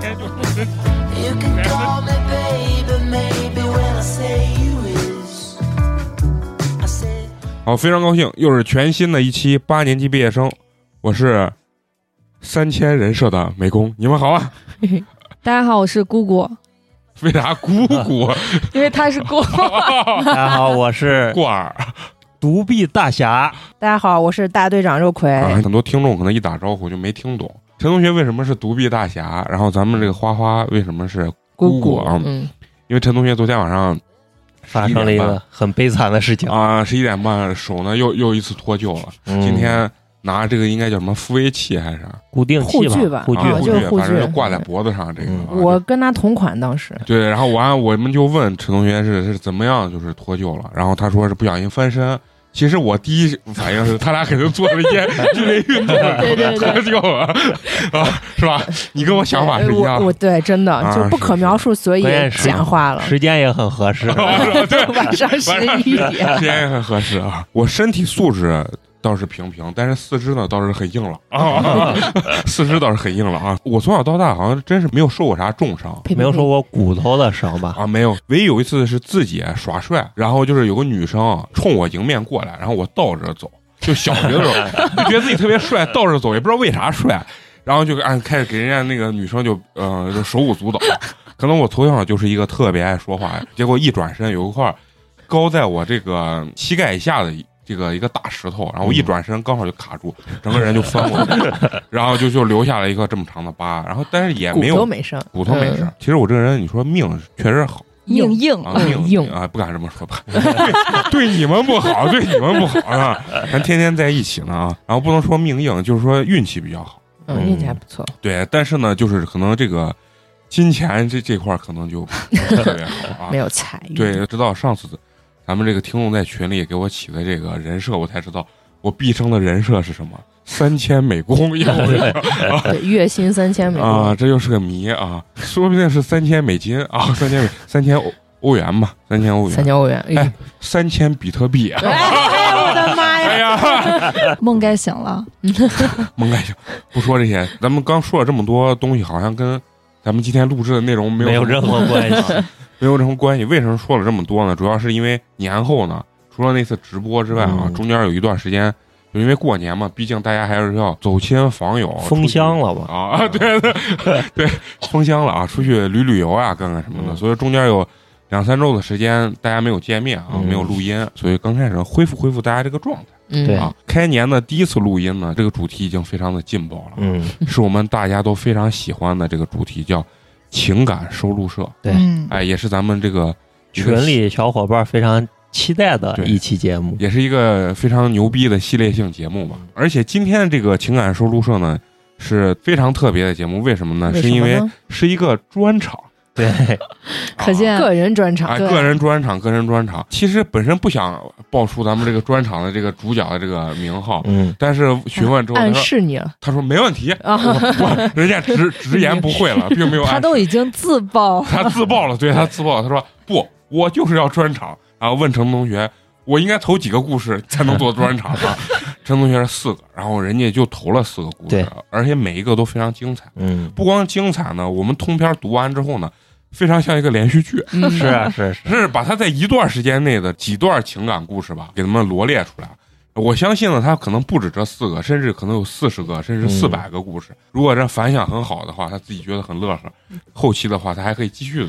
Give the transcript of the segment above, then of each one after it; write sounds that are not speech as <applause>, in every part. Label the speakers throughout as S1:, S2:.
S1: You can call me baby, maybe when I say you is. I said.
S2: 好，非常高兴，又是全新的一期八年级毕业生，我是三千人设的美工，你们好啊！
S3: 大家好，我是姑姑，
S2: 为啥姑姑啊
S3: 因为她是姑。
S4: 大家好，我是
S2: 罐儿？
S4: <laughs> 独臂大侠。
S5: <laughs> 大家好，我是大队长肉葵。
S2: 啊，很多听众可能一打招呼就没听懂，陈同学为什么是独臂大侠，然后咱们这个花花为什么是姑姑啊？
S5: 嗯，
S2: 因为陈同学昨天晚上
S4: 发生了一个很悲惨的事情，
S2: 啊十一点半手呢又又一次脱臼了，
S4: 嗯
S2: 今天拿这个应该叫什么复位器还是啥？
S4: 固定器
S5: 护具吧
S4: 护具
S2: 啊
S5: 啊就是护具
S2: 反正就挂在脖子上这个。
S4: 嗯
S2: 啊
S5: 我跟他同款，当时
S2: 对，然后完我们就问陈同学是是怎么样就是脱臼了，然后他说是不小心翻身。其实我第一反应是他俩肯定做了一件 <laughs> 剧烈运动，
S3: 对对
S2: 脱
S3: 对，
S2: 臼了啊， <laughs> 是吧？你跟我想法是一样
S5: 哎我我
S2: 的。
S5: 对真的
S2: 啊
S5: 就不可描述，所以
S4: 关键是
S5: 简化了。
S4: 时间也很合
S5: <laughs>
S4: 适。
S5: 晚上十一 <laughs> 点，
S2: 时间也很合适啊。我身体素质倒是平平，但是四肢呢倒是很硬朗
S5: <laughs>
S2: 啊，四肢倒是很硬朗啊。我从小到大好像真是没有受过啥重伤，
S5: 呸呸呸
S4: 没有说我骨头的伤吧？
S2: 啊，没有，唯一有一次是自己耍帅，然后就是有个女生冲我迎面过来，然后我倒着走，就小学的时候就觉得自己特别帅，倒着走也不知道为啥帅，然后就按开始给人家那个女生就呃就手舞足蹈，可能我从小就是一个特别爱说话，结果一转身有一块高在我这个膝盖以下的一。这个一个大石头，然后我
S5: 嗯
S2: 一转身刚好就卡住，整个人就翻过去，然后就就留下了一个这么长的疤，然后但是也
S5: 骨
S2: 没有
S5: 头没伤，
S2: 骨头没事
S5: 嗯。
S2: 其实我这个人，你说命确实好
S3: 硬硬
S2: 啊，
S5: 嗯
S2: 命
S5: 硬
S2: 啊，不敢这么说吧， <laughs> 对对你们不好，对你们不好啊，咱天天在一起呢啊，然后不能说命硬，就是说运气比较好。
S5: 嗯，运气还不错。
S2: 对，但是呢，就是可能这个金钱这这块儿可能就不是特别好啊
S5: 没。有财运，
S2: 对，直到上次咱们这个听众在群里给我起的这个人设，我才知道我毕生的人设是什么。 <laughs> 三千美工，因为我
S5: 对，月薪三千美
S2: 啊，
S5: 金，
S2: 这又是个谜啊，说不定是三千美金啊，三千美三千欧欧元吧，三千欧元，
S5: 三千欧元。哎
S2: 哎三千比特币。啊
S5: 哎哎我的妈
S2: 哎
S5: 呀！
S2: 呀，
S3: 梦该醒了。
S2: <laughs> 蒙盖行，不说这些，咱们刚说了这么多东西，好像跟咱们今天录制的内容没有
S4: <laughs> 没有
S2: 什么
S4: 任何关系。 <laughs>
S2: 没有任何关系。为什么说了这么多呢？主要是因为年后呢，除了那次直播之外啊，
S4: 嗯
S2: 中间有一段时间，就因为过年嘛，毕竟大家还是要走亲访友，
S4: 封箱
S2: 了。
S4: 了吧？
S2: 啊， <laughs> 对
S4: <laughs>
S2: 对对，封箱了啊，出去旅旅游啊，干干什么的，
S4: 嗯
S2: 所以中间有两三周的时间，大家没有见面啊，
S4: 嗯
S2: 没有录音，所以刚开始恢复恢复大家这个状态
S4: 对
S5: 嗯，
S2: 啊。开年的第一次录音呢，这个主题已经非常的劲爆了，
S4: 嗯，
S2: 是我们大家都非常喜欢的这个主题，叫情感收录社，
S4: 对
S6: 嗯，
S2: 哎，也是咱们这个一个
S4: 群里小伙伴非常期待的
S2: 对
S4: 一期节目。
S2: 也是一个非常牛逼的系列性节目吧。而且今天这个情感收录社呢。是非常特别的节目，为什么呢？
S5: 为
S2: 是
S5: 什
S2: 因
S5: 么
S2: 为
S5: 呢
S2: 是一个专场，
S4: 对，
S3: 可见
S5: 个人专
S2: 啊、
S5: 场，
S2: 哎，
S5: 对
S2: 个人专场，个人专场。其实本身不想报出咱们这个专场的这个主角的这个名号，
S4: <laughs> 嗯，
S2: 但是询问之后，他
S5: 暗
S2: 说
S5: 示你了
S2: 他说没问题，
S5: 啊，
S2: 我人家直直言不讳了，
S3: <laughs>
S2: 并没有暗
S3: 他
S2: 示
S3: 都已经自爆，
S2: 他自曝了，对他自曝了，他说不，我就是要专场然后问陈同学，我应该投几个故事才能做专场
S3: <laughs>
S2: 啊？陈同学是四个，然后人家就投了四个故事
S4: 对，
S2: 而且每一个都非常精彩。
S4: 嗯，
S2: 不光精彩呢，我们通篇读完之后呢，非常像一个连续剧。
S4: <laughs>
S5: 嗯
S4: 是啊，是啊是啊，
S2: 是把他在一段时间内的几段情感故事吧，给他们罗列出来。我相信呢，他可能不止这四个，甚至可能有四十个，
S4: 嗯
S2: 甚至四百个故事。如果这反响很好的话，他自己觉得很乐呵，
S4: 嗯
S2: 后期的话他还可以继续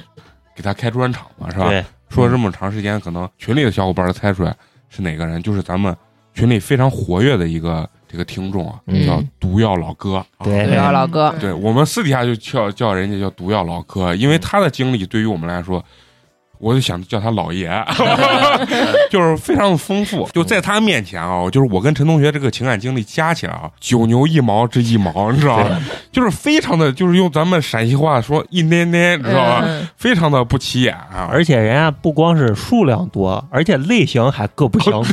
S2: 给他开专场嘛，是吧？
S4: 对，
S2: 说了这么长时间，可能群里的小伙伴儿猜出来是哪个人，就是咱们群里非常活跃的一个这个听众啊，
S4: 嗯
S2: 叫毒药老哥。
S4: 对
S5: 对啊，老哥，
S2: 对我们私底下就叫叫人家叫毒药老哥，因为他的经历对于我们来说，我就想叫他老爷，就是非常的丰富。就在他面前啊，就是我跟陈同学这个情感经历加起来啊，九牛一毛之一毛，你知道吗？就是非常的，就是用咱们陕西话说一捏捏，你知道吧？
S5: 嗯，
S2: 非常的不起眼啊，
S4: 而且人家不光是数量多，而且类型还各不 <laughs> 相同。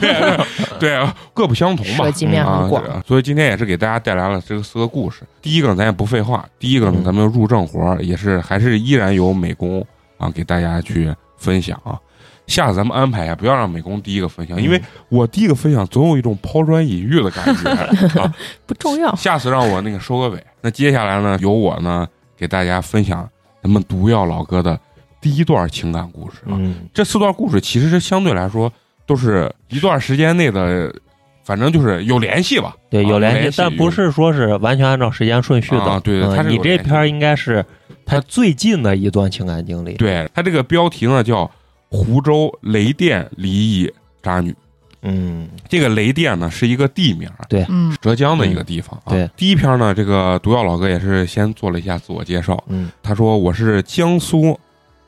S2: 对，啊各不相同吧
S5: 涉。及面
S2: 啊
S5: 很，广
S2: 对，啊所以今天也是给大家带来了这个四个故事。第一个呢，咱也不废话，第一个呢，
S4: 嗯
S2: 咱们入正活儿也是还是依然由美工啊给大家去分享啊。下次咱们安排一下，啊不要让美工第一个分
S5: 嗯
S2: 享，因为我第一个分享总有一种抛砖引玉的感觉
S5: <laughs>
S2: 啊。
S5: 不重要。
S2: 下次让我那个收个尾。那接下来呢，由我呢给大家分享咱们毒药老哥的第一段情感故事啊。
S4: 嗯，
S2: 这四段故事其实是相对来说都是一段时间内的，反正就是有联系吧。
S4: 对，
S2: 啊
S4: 有联
S2: 联
S4: 系
S2: 系，
S4: 但不是说是完全按照时间顺序
S2: 啊
S4: 的。
S2: 对对
S4: 嗯
S2: 它是有
S4: 你这篇儿应该是他最近的一段情感经历。
S2: 对，它这个标题呢叫《湖州雷电离异渣女》。
S4: 嗯，
S2: 这个雷电呢是一个地名，
S3: 嗯
S2: 浙江的一个地方啊。
S4: 嗯对，
S2: 第一篇呢，这个毒药老哥也是先做了一下自我介绍，
S4: 嗯，
S2: 他说我是江苏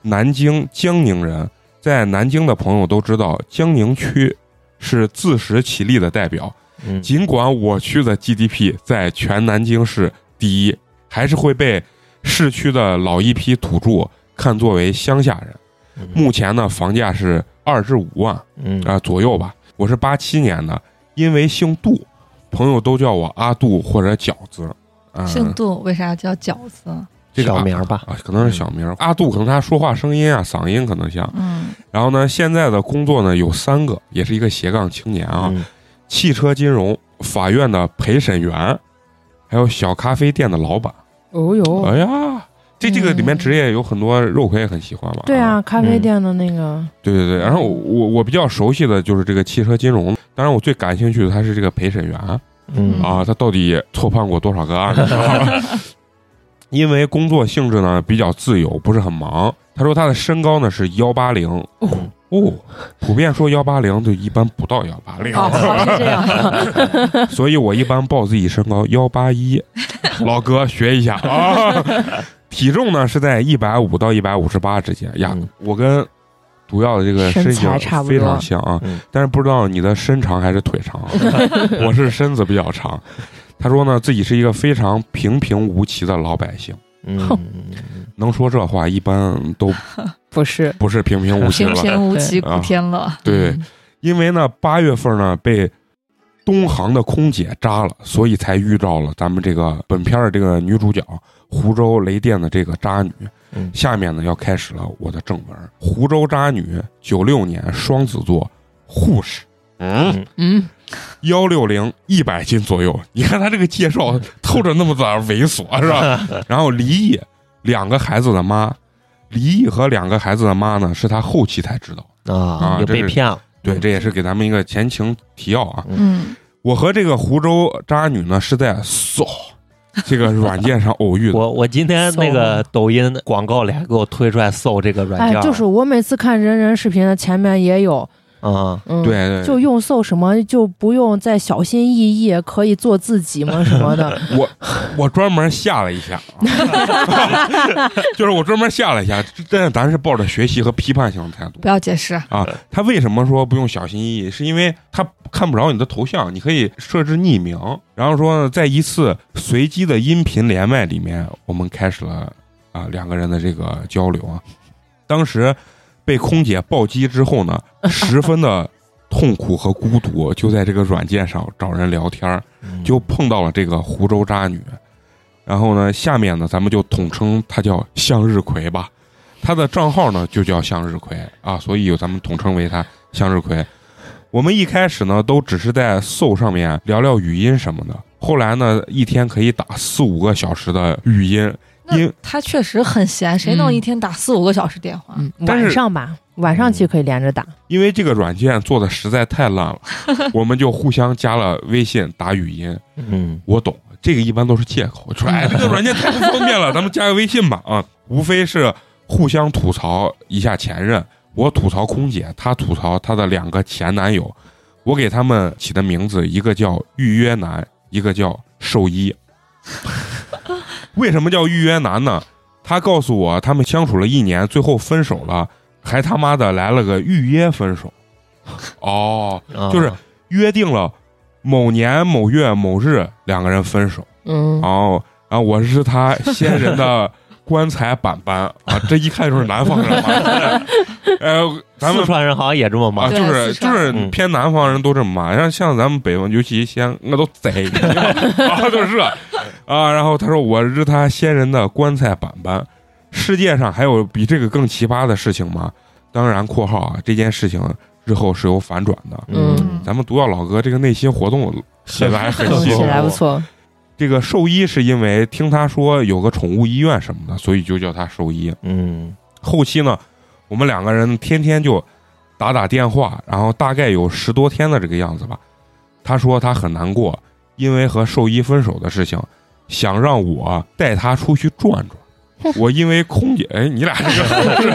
S2: 南京江宁人，在南京的朋友都知道，江宁区是自食其力的代表。
S4: 嗯，
S2: 尽管我区的 GDP 在全南京市第一，还是会被市区的老一批土著看作为乡下人。
S4: 嗯
S2: 目前呢，房价是二至五万啊、
S4: 嗯
S2: 呃左右吧。我是八七年的，因为姓杜，朋友都叫我阿杜或者饺子。啊，
S3: 姓杜为啥叫饺子？
S2: 这个啊
S4: 小名儿吧。
S2: 啊，可能是小名儿。阿杜可能他说话声音啊，嗓音可能像。
S3: 嗯
S2: 然后呢，现在的工作呢有三个，也是一个斜杠青年啊。
S4: 嗯
S2: 汽车金融法院的陪审员，还有小咖啡店的老板。
S5: 哦哟，
S2: 哎呀，这这个里面职业有很多肉葵也很喜欢嘛。
S5: 对啊，咖啡
S4: 嗯
S5: 店的那个，
S2: 对对对。然后我我我比较熟悉的就是这个汽车金融，当然我最感兴趣的他是这个陪审员
S4: 嗯
S2: 啊，他到底错判过多少个案子？
S5: <laughs>
S2: 因为工作性质呢比较自由，不是很忙。他说他的身高呢是幺八零。
S4: 哦
S2: 哦，普遍说幺八零就一般不到幺八零，
S5: 哦，是这样，
S2: 所以我一般报自己身高幺八
S5: <laughs>
S2: 一，老哥学一下啊。体重呢是在一百五到一百五十八之间呀，
S4: 嗯
S2: 我跟毒药的这个
S5: 身
S2: 身
S5: 材
S2: 形
S5: 差不
S2: 非
S5: 多
S2: 常像啊，
S4: 嗯
S2: 但是不知道你的身长还是腿长，啊
S5: <laughs>
S2: 我是身子比较长。他说呢，自己是一个非常平平无奇的老百姓，
S4: 嗯，
S2: 能说这话一般都
S5: 不是，
S2: <laughs> 不是平平无奇
S3: 平
S2: 了。
S3: 平无
S5: 对
S3: 奇古
S2: 啊
S3: 天乐。
S2: 对，因为呢，八月份呢被东航的空姐扎了，所以才遇到了咱们这个本片的这个女主角湖州雷电的这个渣女。
S4: 嗯
S2: 下面呢要开始了我的正文。湖州渣女，九六年双子座，护士。嗯，
S5: 嗯，
S2: 幺六零一百斤左右，你看他这个介绍透着那么点儿猥琐是吧？然后离异，两个孩子的妈，离异和两个孩子的妈呢，是他后期才知道。
S4: 啊
S2: 啊，
S4: 也
S2: 这
S4: 被
S2: 是
S4: 骗了。
S2: 对，这也是给咱们一个前情提要啊。
S3: 嗯，
S2: 我和这个湖州渣女呢是在嗖这个软件上偶遇的。
S4: 我我今天那个抖音广告里还给我推出来搜这个软
S5: 哎
S4: 件，，
S5: 就是我每次看人人视频的前面也有，
S4: 啊，
S5: 嗯，
S2: 对。对，
S5: 就用搜什么就不用再小心翼翼，可以做自己
S2: <laughs>
S5: 吗？什么的，
S2: 我我专门下了一下啊，就是我专门下了一下，但是咱是抱着学习和批判性的态度
S3: 不要解释。
S2: 啊。他为什么说不用小心翼翼？是因为他看不着你的头像，你可以设置匿名。然后说呢，在一次随机的音频连麦里面，我们开始了啊两个人的这个交流啊。当时被空姐暴击之后呢，十分的痛苦和孤独，就在这个软件上找人聊天儿，
S4: 嗯
S2: 就碰到了这个湖州渣女。然后呢，下面呢，咱们就统称她叫向日葵吧。她的账号呢就叫向日葵啊，所以咱们统称为她向日葵。我们一开始呢都只是在 SO 上面聊聊语音什么的，后来呢一天可以打四五个小时的语音，
S3: 那
S2: 因嗯
S3: 他确实很闲，谁能一天打四五个小时电话？
S5: 嗯，
S2: 但是
S5: 晚上吧，晚上去可以连着打，
S2: 因为这个软件做的实在太烂了，我们就互相加了微信打语音。
S4: 嗯
S2: 我懂，这个一般都是借口，说哎，这个软件太不方便了，咱们加个微信吧啊，无非是互相吐槽一下前任，我吐槽空姐，她吐槽她的两个前男友，我给他们起的名字，一个叫预约男，一个叫兽医。为什么叫预约男呢？他告诉我，他们相处了一年，最后分手了，还他妈的来了个预约分手。哦，
S4: 啊
S2: 就是约定了某年某月某日两个人分手，
S5: 嗯
S2: 然，后然后我是他先人的棺材板板啊，这一看就是南方人嘛，呃，咱们
S4: 四川人好像也这么
S2: 啊，
S4: 忙，
S2: 就
S3: 对
S2: 是就
S3: 四川
S2: 是
S4: 嗯
S2: 偏南方人都这么骂，像像咱们北方，尤其西安，我都贼，啊，就是啊。然后他说我是他先人的棺材板板，世界上还有比这个更奇葩的事情吗？当然（括号啊）这件事情日后是有反转的。
S5: 嗯
S2: 咱们读到老哥这个内心活动写的还很
S5: 嗯
S2: 细
S5: 写
S2: 致
S5: 的还不错，
S2: 这个兽医是因为听他说有个宠物医院什么的，所以就叫他兽医。
S4: 嗯
S2: 后期呢，我们两个人天天就打打电话，然后大概有十多天的这个样子吧。他说他很难过，因为和兽医分手的事情，想让我带他出去转转。我因为空姐，哎，你俩这个是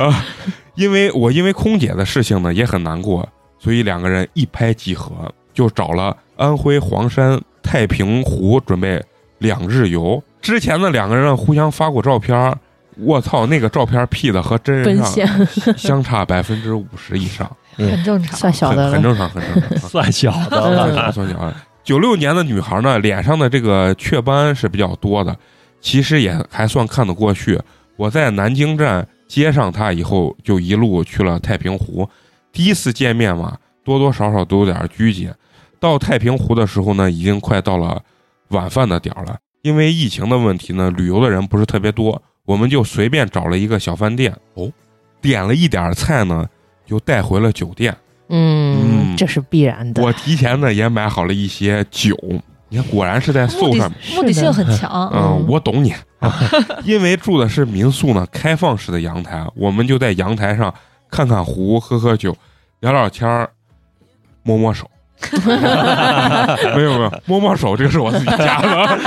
S2: 啊， <laughs> 因为我因为空姐的事情呢也很难过，所以两个人一拍即合，就找了安徽黄山太平湖准备两日游。之前呢，两个人互相发过照片儿，我操，那个照片 P 的和真人
S5: 奔
S2: 上
S5: 现
S2: 相差百分之五十以上，
S3: 很正常。
S5: 算小的
S2: 很很
S5: 了，
S2: 正常，很正常啊。
S4: 算小的
S2: 算
S4: 了，
S2: 小算小。啊九六年的女孩呢，脸上的这个雀斑是比较多的，其实也还算看得过去。我在南京站接上她以后，就一路去了太平湖。第一次见面嘛，多多少少都有点拘谨。到太平湖的时候呢，已经快到了晚饭的点儿了。因为疫情的问题呢，旅游的人不是特别多，我们就随便找了一个小饭店哦，点了一点儿菜呢，就带回了酒店。嗯
S5: 嗯，这是必然的。
S2: 我提前呢也买好了一些酒，你看果然是在
S3: 目
S2: 搜上
S3: 的
S2: 面。
S3: 目的性很
S2: 嗯、
S3: 强，
S5: 嗯
S2: 我懂你，啊
S3: <laughs>
S2: 因为住的是民宿呢，开放式的阳台，我们就在阳台上看看湖，喝喝酒，聊聊天儿，摸摸
S3: <laughs>
S2: 手。没有没有，摸摸手，这个是我自己加
S3: <laughs>
S2: 的，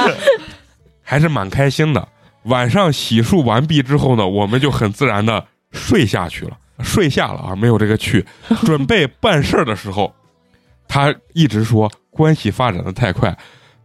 S2: 还是蛮开心的。晚上洗漱完毕之后呢，我们就很自然的睡下去了，睡下了啊，没有这个去。准备办事儿的时候，他一直说关系发展的太快，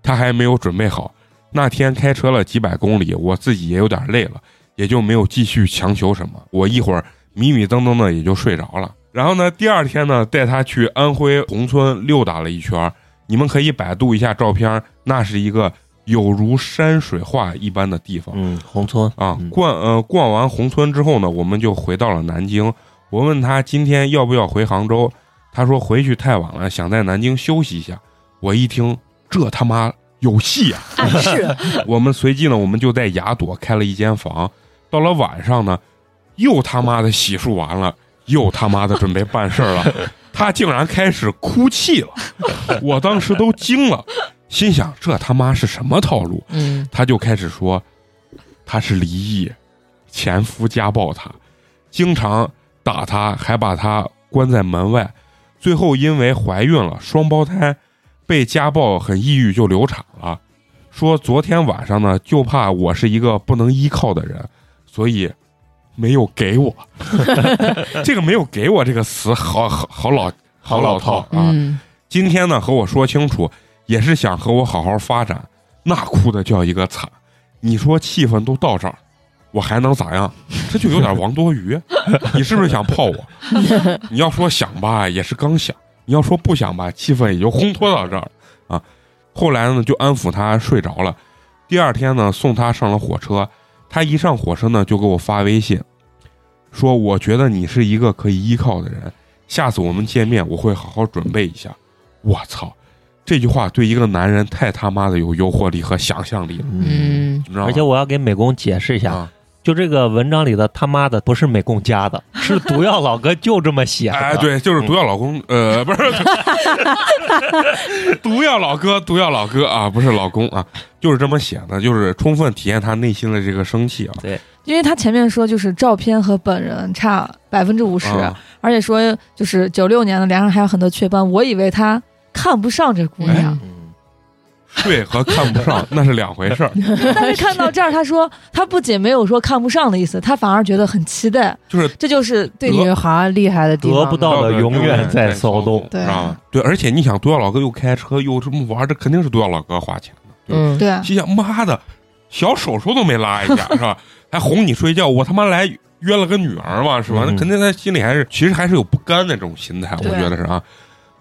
S2: 他还没有准备好。那天开车了几百公里，我自己也有点累了，也就没有继续强求什么。我一会儿迷迷瞪瞪的也就睡着了。然后呢，第二天呢，带他去安徽宏村溜达了一圈儿，你们可以百度一下照片儿，那是一个有如山水画一般的地方。
S4: 嗯，红村
S2: 啊
S4: 嗯，
S2: 逛呃逛完宏村之后呢，我们就回到了南京。我问他今天要不要回杭州，他说回去太晚了，想在南京休息一下。我一听，这他妈有戏啊！
S3: 暗示
S2: <laughs> 我们随即呢，我们就在雅朵开了一间房。到了晚上呢，又他妈的洗漱完了，又他妈的准备办事儿了，他竟然开始哭泣了，我当时都惊了，心想这他妈是什么套路？
S5: 嗯，
S2: 他就开始说他是离异，前夫家暴他，经常打他，还把他关在门外。最后因为怀孕了，双胞胎被家暴，很抑郁就流产了。说昨天晚上呢，就怕我是一个不能依靠的人，所以没有给我。 <laughs> 这个“没有给我”这个词好，好好老好老套啊！
S5: 嗯，
S2: 今天呢和我说清楚，也是想和我好好发展，那哭的叫一个惨。你说气氛都到这儿，我还能咋样？这就有点王多鱼。 <laughs> 你是不是想泡我？ <laughs> 你要说想吧，也是刚想；你要说不想吧，气氛也就烘托到这儿啊。后来呢，就安抚他睡着了。第二天呢，送他上了火车。他一上火车呢，就给我发微信，说我觉得你是一个可以依靠的人，下次我们见面我会好好准备一下。我操，这句话对一个男人太他妈的有诱惑力和想象力了，
S4: 嗯，
S5: 嗯，
S2: 你知道吗？
S4: 而且我要给美工解释一下，
S2: 啊，
S4: 就这个文章里的他妈的不是美工加
S3: <laughs>
S4: 的，是毒药老哥就这么写的。
S2: 哎，，对，就是毒药老公，呃，不是 <laughs> 毒药老哥，毒药老哥啊，不是老公啊，就是这么写的，就是充分体现他内心的这个生气啊。
S3: 因为他前面说就是照片和本人差百分之五十，
S2: 啊
S3: 而且说就是九六年的脸上还有很多雀斑，我以为他看不上这姑娘，
S4: 嗯，
S2: 对和看不上那是两回事儿。
S5: 哎
S3: 但是看到这儿，他说他不仅没有说看不上的意思，他反而觉得很期待，
S2: 就是
S3: 这就是对你
S5: 女孩厉害的地方
S4: 得不 <laughs> 到的永远在骚动，
S3: 对
S2: 知道吧？啊对，而且你想，毒药老哥又开车又这么玩，这肯定是毒药老哥花钱的。
S5: 嗯，
S3: 对啊，
S2: 心想，妈的，小手手都没拉一下，是吧？还哄你睡觉，我他妈来约了个女儿嘛，是吧？那
S4: 嗯
S2: 肯定他心里还是其实还是有不甘的这种心态，我
S3: 对
S2: 觉得是啊。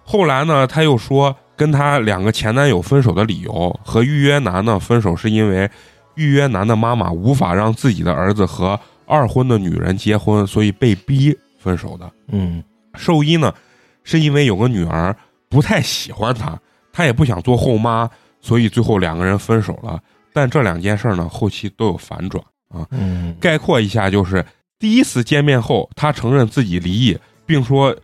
S2: 后来呢，他又说跟他两个前男友分手的理由和预约男呢分手是因为预约男的妈妈无法让自己的儿子和二婚的女人结婚，所以被逼分手的。
S4: 嗯，
S2: 兽医呢，是因为有个女儿不太喜欢他，他也不想做后妈，所以最后两个人分手了。但这两件事呢，后期都有反转。
S4: 嗯，
S2: 概括一下，就是第一次见面后，他承认自己离异，并说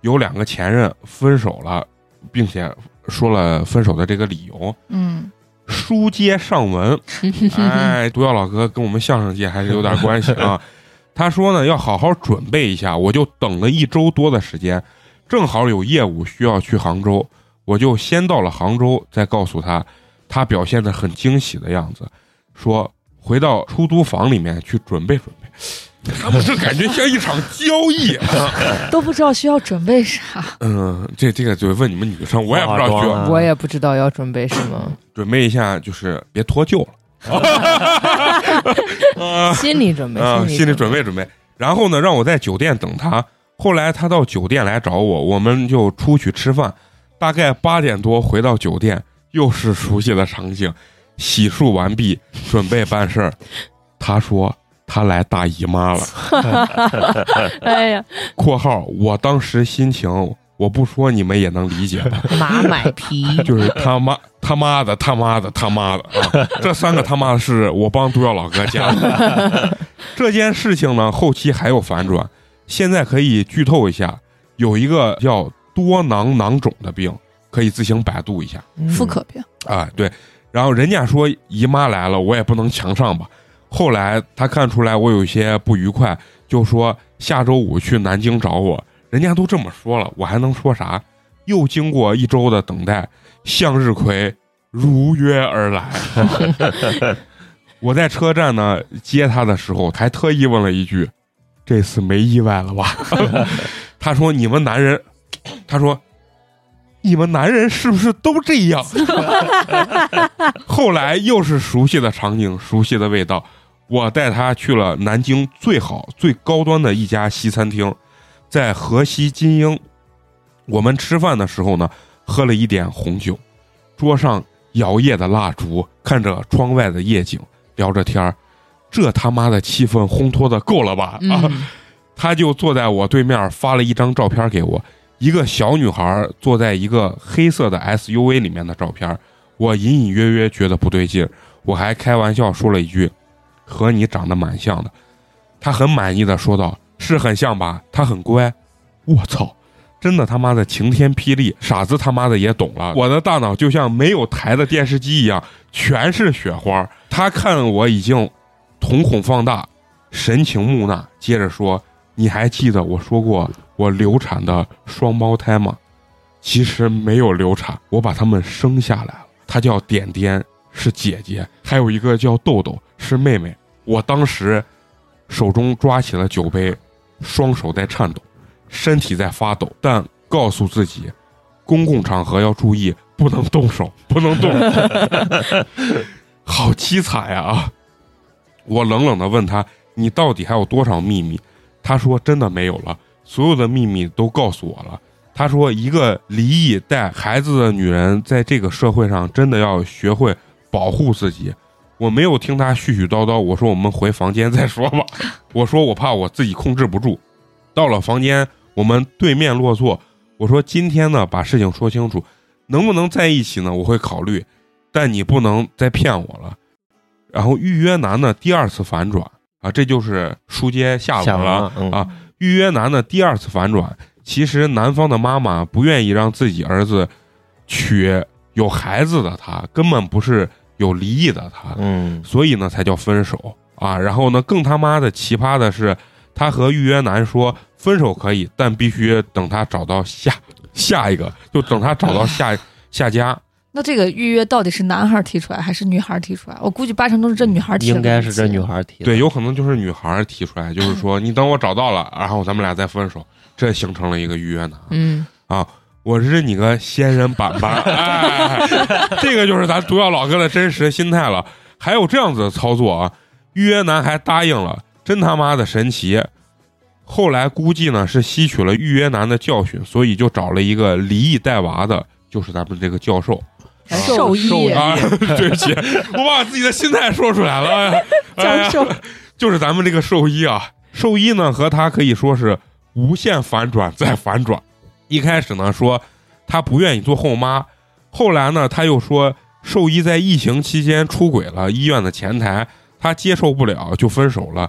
S2: 有两个前任分手了，并且说了分手的这个理由。
S3: 嗯，
S2: 书接上文，哎，毒药老哥跟我们相声界还是有点关系啊。他说呢，要好好准备一下，我就等了一周多的时间，正好有业务需要去杭州，我就先到了杭州，再告诉他，他表现的很惊喜的样子，说回到出租房里面去准备准备。他们这感觉像一场交易，啊
S3: 都不知道需要准备啥，
S2: 嗯，这这个就问你们女生，我也不知道
S4: 化
S2: 需
S4: 妆
S2: 要
S4: 啊
S5: 我也不知道要准备什么，
S2: 准备一下，就是别脱臼了。
S5: 心理准备
S2: 啊，，心理
S5: 备。
S2: 准备准备。然后呢，让我在酒店等他。后来他到酒店来找我，我们就出去吃饭。大概八点多回到酒店，又是熟悉的场景，洗漱完毕，准备办事儿。他说他来大姨妈了。
S5: <laughs>
S2: <laughs>
S5: 哎呀，
S2: （括号我当时心情，我不说你们也能理解吧，
S5: 马买皮，
S2: <laughs> 就是他妈他妈的他妈的他妈的啊！这三个他妈的是我帮毒药老哥加的。 <laughs> 这件事情呢，后期还有反转，现在可以剧透一下，有一个叫多囊囊肿的病，可以自行百度一下
S4: 嗯
S3: 妇科病，
S2: 啊。对，然后人家说姨妈来了，我也不能强上吧。后来他看出来我有一些不愉快，就说下周五去南京找我。人家都这么说了，我还能说啥？又经过一周的等待，向日葵如约而来。 <laughs> 我在车站呢接他的时候，还特意问了一句：“这次没意外了吧？”他说：“你们男人， <clears throat> 他说你们男人是不是都这样？”后来又是熟悉的场景，熟悉的味道。我带他去了南京最好、最高端的一家西餐厅，在河西金鹰。我们吃饭的时候呢，喝了一点红酒，桌上摇曳的蜡烛，看着窗外的夜景，聊着天儿，这他妈的气氛烘托的够了吧？啊，
S5: 嗯，
S2: 他就坐在我对面，发了一张照片给我，一个小女孩坐在一个黑色的 SUV 里面的照片。我隐隐约约觉得不对劲儿，我还开玩笑说了一句：“和你长得蛮像的。”他很满意的说道：“是很像吧？他很乖。”我操！真的他妈的晴天霹雳，傻子他妈的也懂了。我的大脑就像没有台的电视机一样，全是雪花。他看我已经瞳孔放大，神情木讷，接着说：“你还记得我说过我流产的双胞胎吗？其实没有流产，我把他们生下来了。她叫点点，是姐姐；还有一个叫豆豆，是妹妹。我当时手中抓起了酒杯，双手在颤抖，身体在发抖，但告诉自己，公共场合要注意，不能动手， <laughs> 不能动手。 <laughs> 好凄惨呀啊！我冷冷的问他：“你到底还有多少秘密？”他说：“真的没有了，所有的秘密都告诉我了。”他说：“一个离异带孩子的女人，在这个社会上真的要学会保护自己。”我没有听他絮絮叨叨，我说：“我们回房间再说吧。” <laughs> 我说：“我怕我自己控制不住。”到了房间，我们对面落座。我说：“今天呢，把事情说清楚，能不能在一起呢？我会考虑，但你不能再骗我了。”然后预约男呢，第二次反转啊，这就是书接下文
S4: 想
S2: 了。
S4: 了，嗯
S2: 啊预约男的第二次反转，其实男方的妈妈不愿意让自己儿子娶有孩子的他，根本不是有离异的他，
S4: 嗯
S2: 所以呢才叫分手啊。然后呢，更他妈的奇葩的是，他和预约男说分手可以，但必须等他找到下下一个，就等他找到下下家。
S3: 那这个预约到底是男孩提出来还是女孩提出来？我估计八成都是这女孩提的。
S4: 应该是这女。孩提的。
S2: 对，有可能就是女孩儿提出来，就是说你等我找到了，然后咱们俩再分手，这形成了一个约呢。啊
S6: 嗯，
S2: 我是你个仙人板板，哎， <laughs> 这个就是咱毒药老哥的真实心态了。还有这样子的操作啊，约男还答应了，真他妈的神奇。后来估计呢是吸取了预约男的教训，所以就找了一个离异带娃的，就是咱们这个教授
S3: 兽医
S5: 兽医
S2: 啊。对不起，我把自己的心态说出来了。哎呀
S3: 教授，
S2: 就是咱们这个兽医啊，兽医呢和他可以说是无限反转再反转。一开始呢说他不愿意做后妈，后来呢他又说兽医在疫情期间出轨了医院的前台，他接受不了就分手了。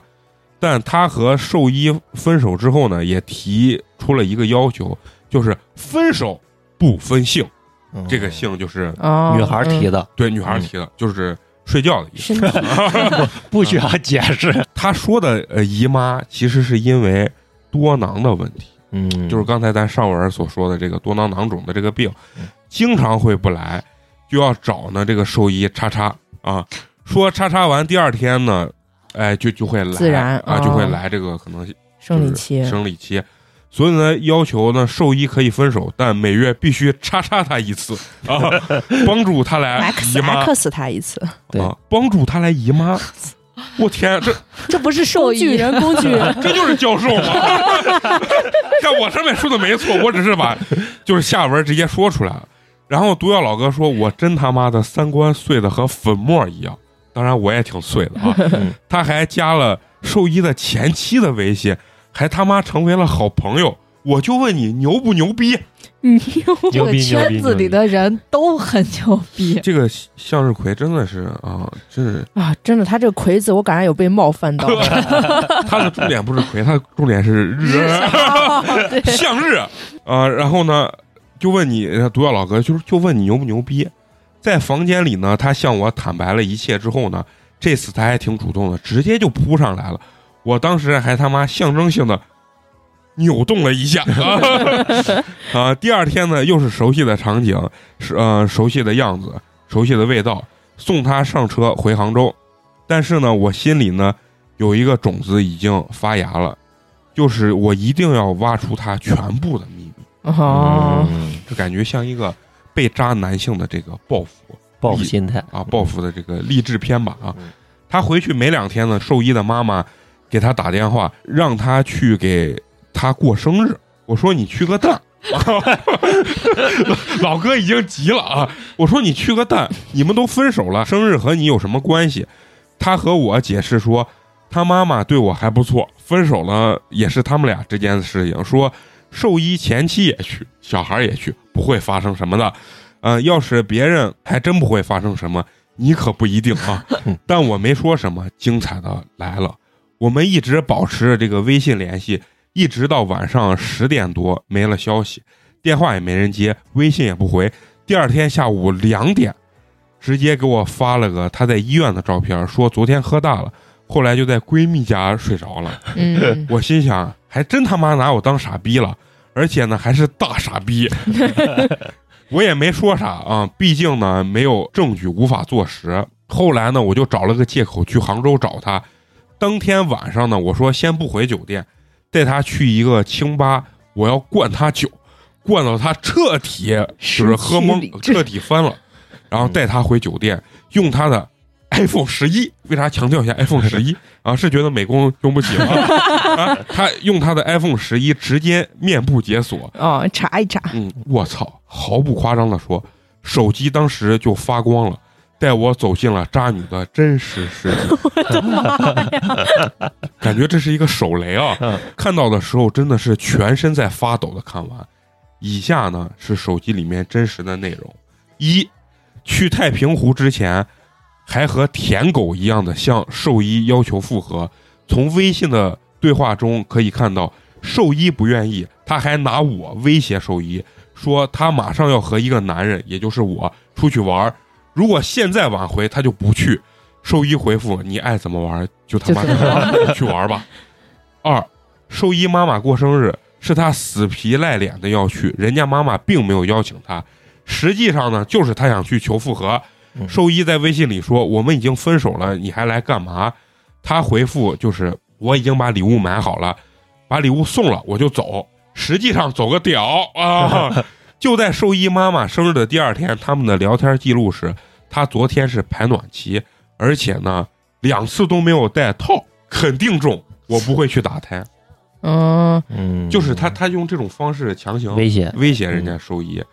S2: 但他和兽医分手之后呢，也提出了一个要求，就是分手不分性。
S4: 嗯
S2: 这个性就是
S6: 哦，
S4: 女孩提
S6: 嗯，
S4: 的，
S2: 对女孩提的，就是睡觉的意思。 <laughs>
S5: 身体
S3: 嗯
S4: 不需要解释。
S2: 他说的呃姨妈其实是因为多囊的问题，
S4: 嗯，
S2: 就是刚才咱上文所说的这个多囊囊肿的这个病
S4: 嗯，
S2: 经常会不来，就要找呢这个兽医叉叉啊，说叉叉完第二天呢，哎就就会来，
S6: 自然
S2: 啊
S6: 哦
S2: 就会来这个可能
S6: 生理期
S2: 就是，生理期。所以呢，要求呢，兽医可以分手，但每月必须叉叉他一次
S6: <laughs>
S2: 啊，帮助他来
S6: X
S2: 哎姨妈
S6: X 他一次，
S4: 对
S2: 啊，帮助他来姨
S6: <laughs>
S2: 妈。我天，这
S5: 这不是兽
S3: 医
S5: 巨人，
S3: <laughs>
S5: 工具人
S2: 这就是教授嘛。 <laughs> 看我上面说的没错，我只是把就是下文直接说出来了。然后毒药老哥说：“我真他妈的三观碎的和粉末一样，当然我也挺碎的啊。
S4: 嗯
S2: <laughs> 他还加了兽医的前妻的微信，还他妈成为了好朋友。我就问你牛不牛逼？
S3: 这
S4: 牛
S3: 个
S4: 逼牛逼
S3: 圈子里的人都很牛逼。
S2: 这个向日葵真的是啊，真是
S5: 啊！真的，他这个葵子，我感觉有被冒犯到。
S2: <laughs> 他的重点不是葵，他的重点是日 <laughs> 向日啊、然后呢，就问你毒药老哥，就是就问你牛不牛逼。在房间里呢，他向我坦白了一切之后呢，这次他还挺主动的，直接就扑上来了。我当时还他妈象征性的扭动了一下 <laughs> 啊！第二天呢，又是熟悉的场景，是呃熟悉的样子，熟悉的味道，送他上车回杭州。但是呢，我心里呢有一个种子已经发芽了，就是我一定要挖出他全部的秘密。
S6: 哦，
S4: 嗯
S2: 就感觉像一个被渣男性的这个报复
S4: 报复心态
S2: 啊，报复的这个励志片吧啊
S4: 嗯。
S2: 他回去没两天呢，兽医的妈妈给他打电话，让他去给他过生日。我说你去个蛋， <laughs> 老哥已经急了啊！我说你去个蛋，你们都分手了，生日和你有什么关系？他和我解释说，他妈妈对我还不错，分手了也是他们俩之间的事情。说兽医前妻也去，小孩也去，不会发生什么的。呃，要是别人还真不会发生什么，你可不一定啊
S4: 嗯。
S2: 但我没说什么，精彩的来了。我们一直保持着这个微信联系，一直到晚上十点多没了消息，电话也没人接，微信也不回。第二天下午两点，直接给我发了个他在医院的照片，说昨天喝大了，后来就在闺蜜家睡着了。 <laughs>
S6: 嗯，
S2: 我心想，还真他妈拿我当傻逼了，而且呢还是大傻逼。我也没说啥啊，毕竟呢没有证据，无法坐实。后来呢，我就找了个借口去杭州找他。当天晚上呢，我说先不回酒店，带他去一个清吧，我要灌他酒，灌到他彻底就是喝懵，彻底翻了，然后带他回酒店，用他的 iPhone 十一，为啥强调一下 iPhone 十一啊？是觉得美工用不起吗？啊，他用他的 iPhone 十一直接面部解锁，
S6: 哦，查一查，
S2: 嗯，我操，毫不夸张的说，手机当时就发光了，带我走进了渣女的真实世界。 <laughs> 我的妈呀！感觉这是一个手雷啊！
S4: 嗯
S2: 看到的时候真的是全身在发抖的看完。以下呢是手机里面真实的内容：一，去太平湖之前，还和舔狗一样的向兽医要求复合。从微信的对话中可以看到，兽医不愿意，他还拿我威胁兽医，说他马上要和一个男人，也就是我出去玩儿，如果现在挽回，他就不去。兽医回复：“你爱怎么玩儿就他妈
S6: 就
S2: 去
S6: 怎么
S2: 玩儿去玩儿吧。”二，兽医妈妈过生日是他死皮赖脸的要去，人家妈妈并没有邀请他，实际上呢，就是他想去求复合。
S4: 嗯
S2: 兽医在微信里说：“我们已经分手了，你还来干嘛？”他回复就是：“我已经把礼物买好了，把礼物送了，我就走。”实际上走个屌啊！就在兽医妈妈生日的第二天，他们的聊天记录是：他昨天是排卵期，而且呢两次都没有戴套，肯定中。我不会去打胎，
S6: 嗯，
S4: 嗯，
S2: 就是他他用这种方式强行
S4: 威胁，
S2: 威胁人
S6: 嗯
S2: 家兽医。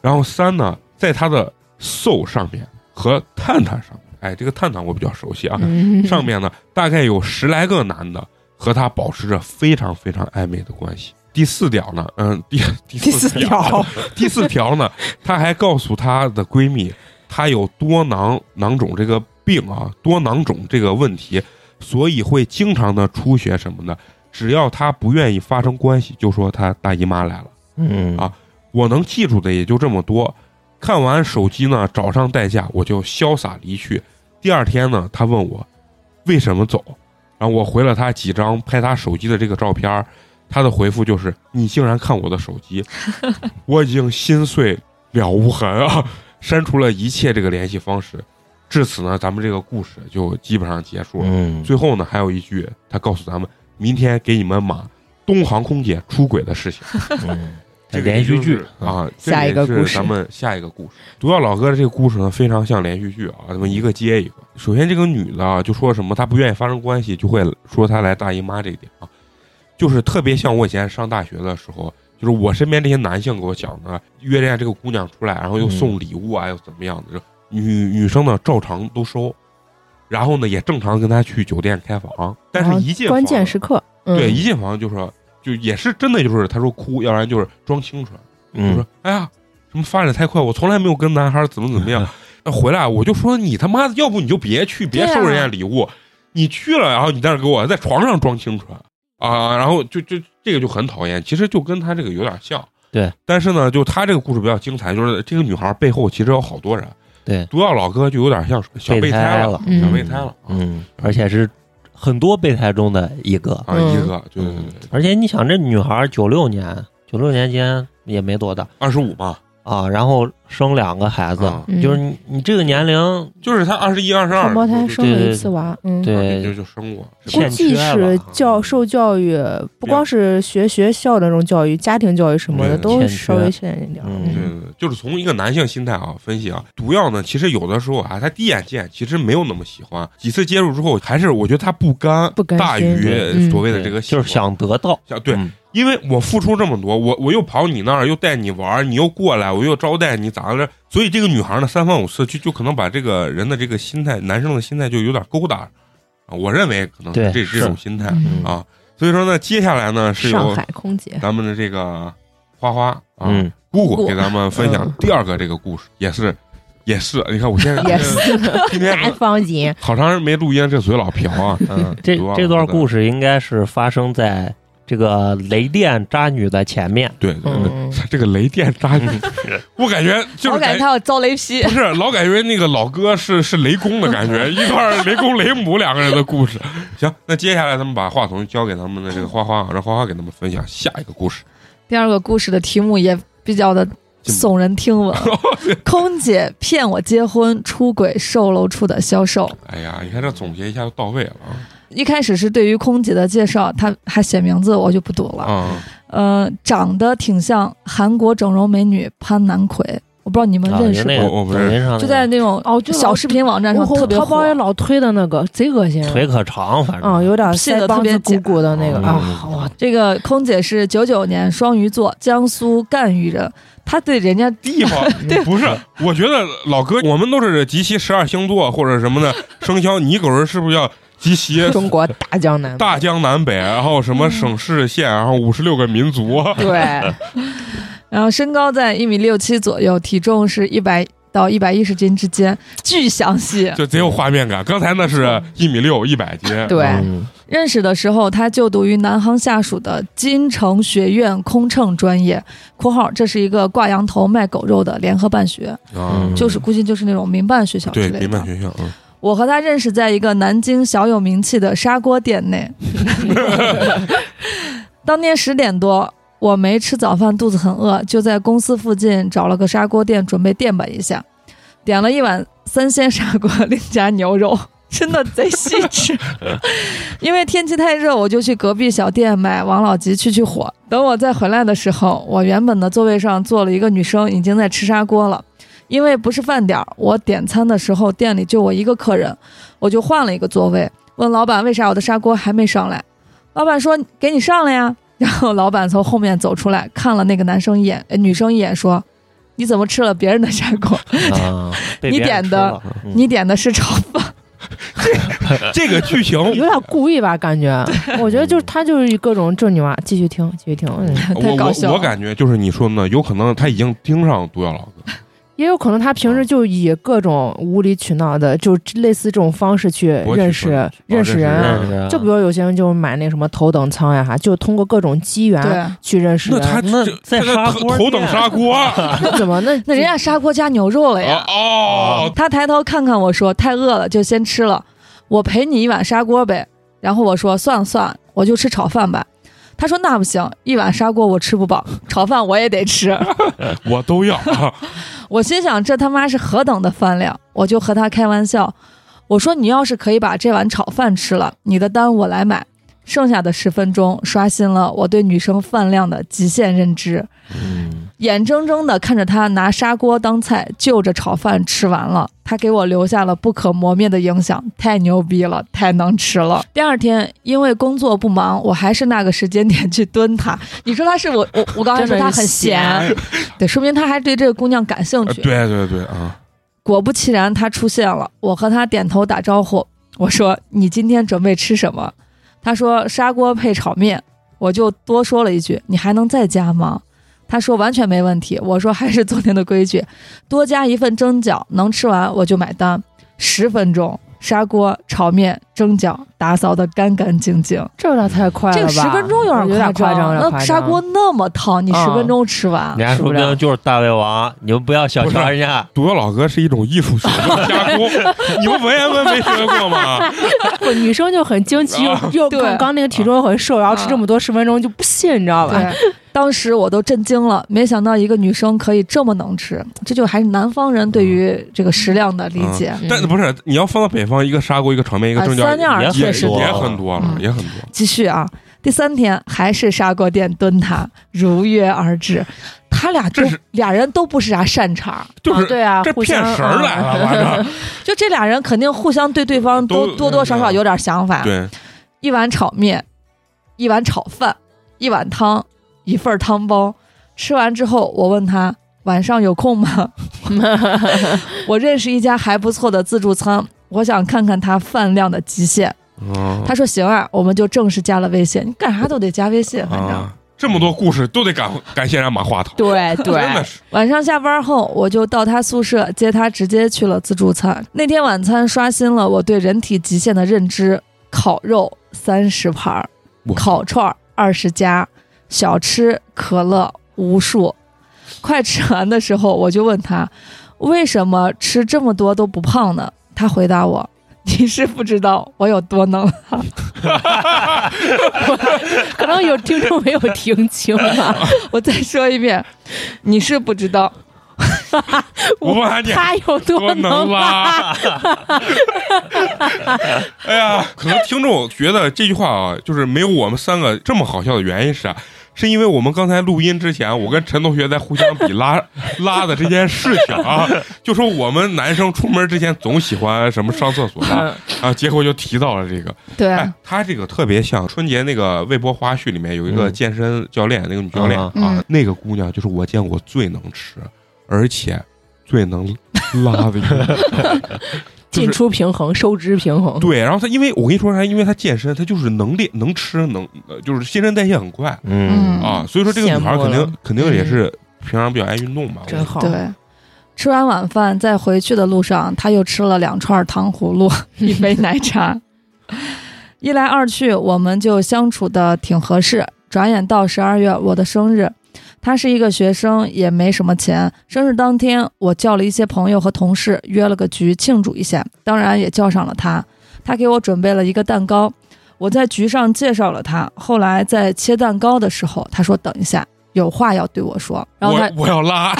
S2: 然后三呢，在他的 Soul 上面和探探上面，哎，这个探探我比较熟悉啊，
S6: 嗯
S2: 上面呢大概有十来个男的和他保持着非常非常暧昧的关系。第四条呢，嗯，第第
S6: 第四
S2: 四条
S6: 条，
S2: 第四条呢，她还告诉她的闺蜜，她有多囊囊肿这个病啊，多囊肿这个问题，所以会经常的出血什么的。只要她不愿意发生关系，就说她大姨妈来了。
S4: 嗯
S2: 啊我能记住的也就这么多。看完手机呢，找上代驾，我就潇洒离去。第二天呢，他问我为什么走，然后我回了他几张拍他手机的这个照片儿，他的回复就是：“你竟然看我的手机，我已经心碎了无痕啊！” <laughs> 删除了一切这个联系方式。至此呢，咱们这个故事就基本上结束了。
S4: 嗯，
S2: 最后呢，还有一句，他告诉咱们，明天给你们码东航空姐出轨的事情。
S4: 嗯
S2: <laughs> 这个
S4: 连续
S2: 也
S4: 剧
S2: 就是，啊，
S6: 下一个
S2: 这也是
S6: 故事
S2: 咱们下一个故事。毒药老哥的这个故事呢，非常像连续剧啊，那么一个接一个。首先，这个女的啊，就说什么她不愿意发生关系，就会说她来大姨妈这一点啊，就是特别像我以前上大学的时候，就是我身边这些男性给我讲的，约人家这个姑娘出来，然后又送礼物啊，又怎么样的，女女生呢照常都收，然后呢也正常跟她去酒店开房， <laughs> 但
S6: 然后
S2: 是
S5: 哦
S2: 一进
S6: 关
S2: 房
S6: 键时刻，嗯
S2: 对，一进房就说，就也是真的就是他说哭，要不然就是装清纯，就
S4: 嗯
S2: 说哎呀，什么发展太快，我从来没有跟男孩怎么怎么
S4: <laughs>
S2: 样。那回来我就说你他妈的，要不你就别去，别
S3: 对啊
S2: 收人家礼物，你去了，然后你在那给我在床上装清纯啊，然后就就这个就很讨厌，其实就跟他这个有点像。
S4: 对，
S2: 但是呢，就他这个故事比较精彩，就是这个女孩背后其实有好多人。
S4: 对
S2: 毒药老哥就有点像小备
S4: 备
S2: 胎
S4: 了，
S2: 小
S6: 嗯
S2: 备胎了啊
S4: 嗯，而且是很多备胎中的一个，
S2: 啊，
S6: 嗯
S2: 一个就
S4: 嗯，而且你想，这女孩九六年，九六年间也没多大
S2: 二十五嘛，
S4: 啊，然后生两个孩子，
S2: 啊
S6: 嗯
S4: 就是你你这个年龄，
S2: 就是他二十一、二十二，
S5: 双胞胎生
S4: 对
S5: 了
S4: 对
S5: 一次娃，嗯，
S2: 啊就
S4: 对，
S2: 就生过，是吧
S5: 估
S4: 欠
S5: 计
S4: 缺了
S5: 是教受教育，不光是学学校的那种教育，家庭教育什么的
S2: 嗯
S5: 都
S4: 欠
S5: 稍
S4: 缺
S5: 微欠一点儿。
S4: 嗯
S2: 对对对，就是从一个男性心态啊分析啊，毒药呢，其实有的时候啊，他第一眼见其实没有那么喜欢，几次接触之后，还是我觉得他不甘
S6: 不甘
S2: 大
S6: 心
S2: 于
S6: 嗯
S2: 所谓的这个喜
S4: 就
S2: 欢，
S4: 是想得到，
S2: 想对，
S4: 嗯
S2: 因为我付出这么多，我我又跑你那儿，又带你玩儿，你又过来，我又招待你，咋了？所以这个女孩呢，三番五次就就可能把这个人的这个心态，男生的心态就有点勾搭，啊，我认为可能是
S4: 对
S2: 这
S4: 是
S2: 这种心态
S6: 嗯
S2: 啊。所以说呢，接下来呢是
S6: 上
S2: 由
S6: 海空姐，
S2: <laughs> 咱们的这个花花啊，
S4: 嗯，
S2: 姑姑
S3: 姑姑
S2: 给咱们分享第二个这个故事，也是，也是，你看我现在
S6: 也是
S2: 今 <laughs> 天
S6: 南方
S3: <laughs>
S6: 人，
S2: 好长时间没录音，这嘴老瓢啊。嗯，
S4: 这这段故
S2: 事，
S4: 事应该是发生在这个雷电渣女的前面，
S2: 对对对，
S6: 嗯，
S2: 这个雷电渣女，
S4: 嗯
S2: 我感觉就
S3: 我
S2: 是
S3: 感觉他要遭雷劈
S2: 不。是老感觉那个老哥是是雷公的感觉，一段雷公雷母两个人的故事。 <laughs> 行，那接下来咱们把话筒交给咱们的这个花花，啊，让花花给咱们分享下一个故事。
S3: <laughs> 第二个故事的题目也比较的耸人
S2: <laughs>
S3: 听闻，空姐骗我结婚，出轨售楼处的销售。
S2: 哎呀，你看这总结一下就到位了啊
S3: 一开始是对于空姐的介绍，他还写名字，我就不读
S2: 啊！
S3: 了。
S2: 啊，
S3: 呃，长得挺像韩国整容美女潘南奎，我不知道你们
S4: 啊，
S3: 认
S4: 就
S3: 识
S4: 那
S3: 吗？
S4: 个
S2: 我我不
S4: 抖
S2: 认识
S4: 音上
S3: 就在那种
S5: 哦就老
S3: 小视频网站
S5: 我
S3: 上
S5: 后
S3: 特别
S5: 淘宝也
S3: 火。
S5: 老推的那个，贼恶心。
S4: 腿可长，反
S5: 啊，
S4: 正
S5: 有点
S3: 屁的
S5: 腮
S3: 特
S5: 帮
S3: 别
S5: 子鼓
S3: 假
S5: 鼓的那个
S4: 嗯
S5: 啊，我
S3: 这个空姐是九九年双鱼座，江苏赣榆人，她对人家
S2: 地方
S3: <laughs>
S2: 不是，我觉得老哥，我们都是集齐十二星座或者什么的生肖，你狗人是不是要集
S3: <laughs>
S2: <laughs> 齐
S6: 中国大江南，
S2: 大江南北，然后什么省市县，然后五十六个民族？
S3: 嗯
S6: 对，
S3: 然后身高在一米六七左右，体重是一百到一百一十斤之间，巨详细。
S2: <laughs> 就贼有画面感。刚才那是一米六，一百斤。
S6: 对
S5: <laughs>
S4: 嗯
S3: 认识的时候，他就读于南航下属的金城学院空乘专业（括号这是一个挂羊头卖狗肉的联合办学，
S2: 啊，
S4: 嗯
S3: 就是估计就是那种民办学校之
S2: 对，
S3: 类
S2: 民
S3: 的
S2: 办）。学校，嗯，
S3: 我和他认识在一个南京小有名气的砂锅店内，当天十点多。我没吃早饭，肚子很饿，就在公司附近找了个砂锅店，准备垫吧一下，点了一碗三鲜砂锅，另加牛肉。 <laughs> 真的贼细致，因为天气太热，我就去隔壁小店买王老吉去去火。等我再回来的时候，我原本的座位上坐了一个女生，已经在吃砂锅了。因为不是饭点儿，我点餐的时候店里就我一个客人，我就换了一个座位，问老板为啥我的砂锅还没上来。老板说给你上了呀。 <laughs> 然后老板从后面走出来，看了那个男生一眼，呃女生一眼，说：“你怎么吃了别人的砂锅？ <laughs>
S4: 啊，被
S3: 你
S4: 别人
S3: 点
S4: 吃
S3: 的
S4: 了，嗯
S3: 你点的是炒饭。
S4: 呃
S2: 这个剧
S3: <laughs>
S2: 情，
S5: 有点故意吧？感觉，我觉得就是他就是各种正女娃，继续听，继续听，嗯，
S2: 我
S3: 太搞笑
S2: 我
S3: 了
S2: 我感觉就是你说的呢，有可能他已经盯上毒药老哥，
S5: 也有可能他平时就以各种无理取闹的，就类似这种方式去
S2: 博取
S5: 认
S2: 关
S5: 识
S2: 注
S5: 认识人
S2: 哦认识
S5: 啊。
S2: 人
S4: 啊
S5: 就比如有些人就买那什么头等舱呀，哈，就通过各种机缘
S3: 对，
S5: 去认识
S2: 那
S5: 人。
S2: 他
S4: 那
S2: 这
S4: 在
S2: 这个
S4: 砂
S2: 头
S4: 锅
S2: 头等
S4: 店
S2: 砂
S3: <laughs>
S2: 锅啊
S5: 那怎么 <laughs> 那
S3: 那人家砂锅加牛肉了呀。
S4: <laughs>
S2: 哦，
S3: 他抬头看看我说：“太饿了，就先吃了。我陪你一碗砂锅呗。”然后我说：“算了算了，我就吃炒饭吧。”他说：“那不行，一碗砂锅我吃不饱，炒饭我也得吃。 <laughs>
S2: 我都
S4: <laughs>
S2: 要，啊”
S3: 我心想这他妈是何等的饭量！我就和他开玩笑，我说：“你要是可以把这碗炒饭吃了，你的单我来买。”剩下的十分钟刷新了我对女生饭量的极限认知，
S4: 嗯
S3: 眼睁睁地看着他拿砂锅当菜，就着炒饭吃完了，他给我留下了不可磨灭的影响，太牛逼了，太能吃了。第二天因为工作不忙，我还是那个时间点去蹲他。你说他是我我我刚才说他很闲，对，说明他还对这个姑娘感兴趣。
S2: 呃对对对啊，
S3: 果不其然，他出现了。我和他点头打招呼，我说：“你今天准备吃什么？”他说：“砂锅配炒面。”我就多说了一句：“你还能再加吗？”他说：“完全没问题。”我说：“还是昨天的规矩，多加一份蒸饺，能吃完我就买单。”十分钟，砂锅、炒面、蒸饺打扫的干干净净。
S5: 这有点太快了吧？
S3: 这个十分钟有点
S5: 有点
S3: 夸
S5: 夸张，有点嗯
S3: 那
S5: 夸张
S3: 砂锅那么烫，你十分钟吃完，
S4: 人家
S5: 吃
S4: 说
S5: 不
S4: 不
S5: 了
S4: 定就是大胃王，你们不要小
S2: 不是
S4: 瞧人家。
S2: 毒药老哥是一种艺术学问 <laughs> 加工，你们文言文没学过吗？
S5: 不女生就很惊奇，又
S2: 啊
S5: 又
S3: 对
S5: 刚刚那个体重又很瘦，然后吃这么多十分钟就不信，你知道吧？
S3: 对，当时我都震惊了，没想到一个女生可以这么能吃，这就还是南方人对
S2: 嗯
S3: 于这个食量的理解。嗯
S2: 但是不是你要放到北方，一个砂锅，一个炒面，一个
S3: 啊
S2: 蒸
S3: 三
S2: 饺，
S3: 样儿
S4: 也
S2: 也
S3: 确实
S4: 多
S2: 也很多了，
S3: 嗯
S2: 也很多。
S3: 继续啊，第三天还是砂锅店蹲他，如约而至。他俩都
S2: 这是
S3: 俩人都不是啥善茬，
S2: 就
S5: 啊
S2: 是
S5: 对啊，
S2: 这
S5: 互
S2: 骗
S5: 相
S2: 神儿来
S5: 啊
S2: 了，
S3: 嗯
S2: 我
S3: 就这俩人肯定互相对对方都
S2: 嗯都
S3: 多多少少有点想法 <laughs>
S2: 这。对
S3: 一碗炒面，一碗炒饭，一碗汤，一份儿汤包。吃完之后，我问他晚上有空吗？ <laughs> 我认识一家还不错的自助餐，我想看看他饭量的极限。
S2: 嗯
S3: 他说行啊，我们就正式加了微信。你干啥都得加微信，反正。
S2: 啊，这么多故事都得感感谢人马化腾，
S5: 对
S2: <laughs> 真的
S5: 对，
S2: 是
S3: 晚上下班后，我就到他宿舍接他，直接去了自助餐。那天晚餐刷新了我对人体极限的认知：烤肉三十盘儿，
S2: 我
S3: 烤串二十家，小吃可乐无数。快吃完的时候，我就问他，为什么吃这么多都不胖呢？他回答我。你是不知道我有多能， <laughs>
S5: 可能有听众没有听清
S2: 哎
S5: 啊，
S3: 我再说一遍，你是不知道
S2: 我问喊你
S5: 他有
S2: 多
S5: 多
S2: 能
S5: 能吧？
S2: 拉！ <laughs> 哎呀，可能听众觉得这句话啊，就是没有我们三个这么好笑的原因是啥？ <laughs> 是因为我们刚才录音之前，我跟陈同学在互相比拉 <laughs> 拉的这件事情啊，就说我们男生出门之前总喜欢什么上厕所啊，啊，结果就提到了这个。
S3: 对
S2: 哎，他这个特别像春节那个微博花絮里面有一个
S4: 嗯
S2: 健身教练，那个女教练
S4: 嗯
S2: 啊，那个姑娘就是我见过最能吃，而且最能拉的一个。就是
S5: 进出平衡，收支平衡，
S2: 对，然后他因为我跟你说啥，因为他健身，他就是能练能吃能，呃就是新陈代谢很快
S3: 嗯
S2: 啊，所以说这个女孩
S5: 羡慕
S2: 肯定
S5: 了
S2: 肯定也是平常比较爱运动嘛。
S5: 真好。
S3: 对，吃完晚饭在回去的路上，他又吃了两串糖葫芦，一杯奶茶。一来二去，我们就相处的挺合适。转眼到十二月，我的生日，他是一个学生，也没什么钱。生日当天，我叫了一些朋友和同事约了个局庆祝一下，当然也叫上了他。他给我准备了一个蛋糕，我在局上介绍了他。后来在切蛋糕的时候，他说等一下，有话要对我说。然后他
S2: <laughs> 我我要拉，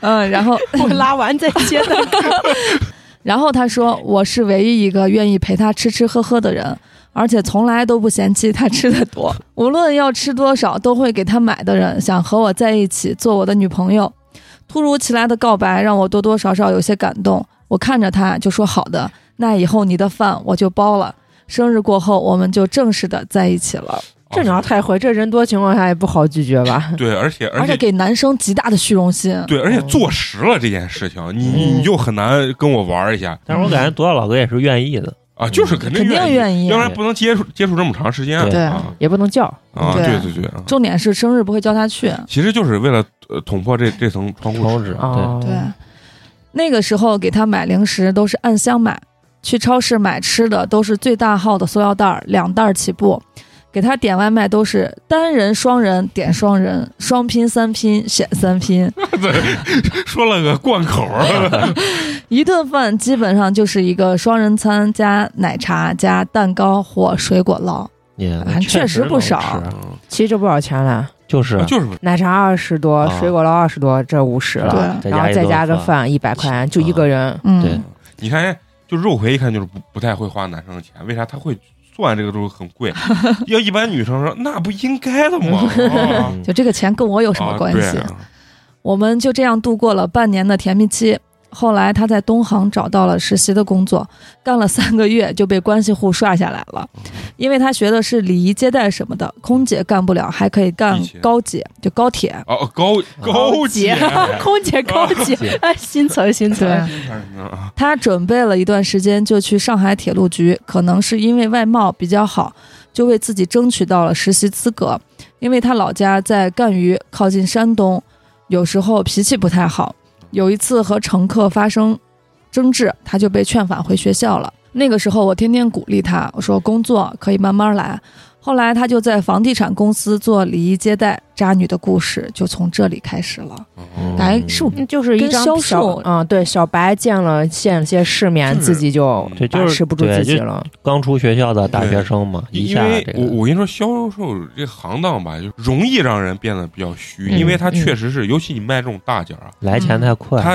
S3: 嗯，然后
S6: 我拉完再接
S2: <laughs>
S6: 的。
S3: 然后他说我是唯一一个愿意陪他吃吃喝喝的人，而且从来都不嫌弃他吃的
S2: <laughs>
S3: 多，无论要吃多少都会给他买的人，想和我在一起做我的女朋友。突如其来的告白让我多多少少有些感动，我看着他就说好的，那以后你的饭我就包了。生日过后，我们就正式的在一起了，
S6: 这你要太
S5: 太会，这人多情况下也不好拒绝吧？
S2: 对，而且而
S3: 而
S2: 且
S3: 且给男生极大的虚荣心。
S2: 对，而且坐实了这件事情，你你你就很难跟我玩一下
S4: 但是我感觉多少老哥也是愿意的，
S2: 啊，就是肯定
S3: 嗯肯定
S2: 愿
S3: 愿意
S2: 要不然不能接触接触这么长时间
S4: 对
S2: 啊
S5: 也不能叫，
S2: 啊，
S7: 对
S2: 对对对，啊
S3: 重点是生日不会叫他去，
S2: 其实就是为了呃捅破这这层窗户
S4: 窗
S2: 纸。
S4: 户纸
S2: 哦
S4: 对，
S5: 啊，
S3: 对，那个时候给他买零食都是按箱买，去超市买吃的都是最大号的塑料袋儿，两袋儿起步。给他点外卖都是单人、双人点双人，双拼、三拼选
S2: <laughs>
S3: 三拼，
S2: 说了个贯口儿，
S4: 啊
S3: 一顿饭基本上就是一个双人餐加奶茶加蛋糕或水果捞。
S4: 也
S3: 反正确实不少
S4: 能吃
S2: 嗯
S5: 其实这不少钱了，
S4: 就是
S2: 啊就是
S5: 奶茶二十多，
S4: 啊
S5: 水果捞二十多，这五十了，
S3: 对
S4: 再
S5: 然后
S4: 一
S5: 再
S4: 顿
S5: 加个
S4: 饭，
S5: 饭一百块钱，就一个
S2: 啊
S5: 人。
S3: 嗯，
S4: 对
S2: 你看，就肉葵一看就是不不太会花男生的钱，为啥他会算这个都很
S3: <laughs>
S2: 贵？要一般女生说那不应该的吗？啊
S4: 嗯
S3: 就这个钱跟我有什么
S2: 啊
S3: 关
S2: 对
S3: 系？
S2: 啊
S3: 我们就这样度过了半年的甜蜜期。后来他在东航找到了实习的工作，干了三个月就被关系户刷下来了，因为他学的是礼仪接待什么的，空姐干不了，还可以干
S2: 地勤
S3: 高姐，就高铁。
S2: 哦，高高
S3: 啊
S2: 级，啊
S3: <laughs>
S6: 空姐高级，哎，新词儿新词儿。
S2: 嗯
S3: 他准备了一段时间，就去上海铁路局，可能是因为外貌比较好，就为自己争取到了实习资格。因为他老家在赣榆，靠近山东，有时候脾气不太好。有一次和乘客发生争执，他就被劝返回学校了。那个时候我天天鼓励他，我说工作可以慢慢来。后来他就在房地产公司做礼仪接待，渣女的故事就从这里开始了。
S2: 嗯
S3: 哎，是我
S5: 嗯就是一
S3: 跟
S5: 张
S3: 销
S5: 小
S3: 售
S5: 嗯，对，小白见了见了些世面，
S2: 就是
S5: 自己就
S4: 对，
S5: 把
S4: 就是
S5: 持不住
S4: 对
S5: 自己
S4: 就
S5: 了。
S4: 刚出学校的大学生嘛，一
S2: 因
S4: 下
S2: 为
S4: 这
S2: 我
S4: 个
S2: 我跟你说，销售这行当吧，就容易让人变得比较虚，
S5: 嗯
S2: 因为他确实是，尤其你卖这种大件儿啊，
S4: 来钱太快，
S2: 他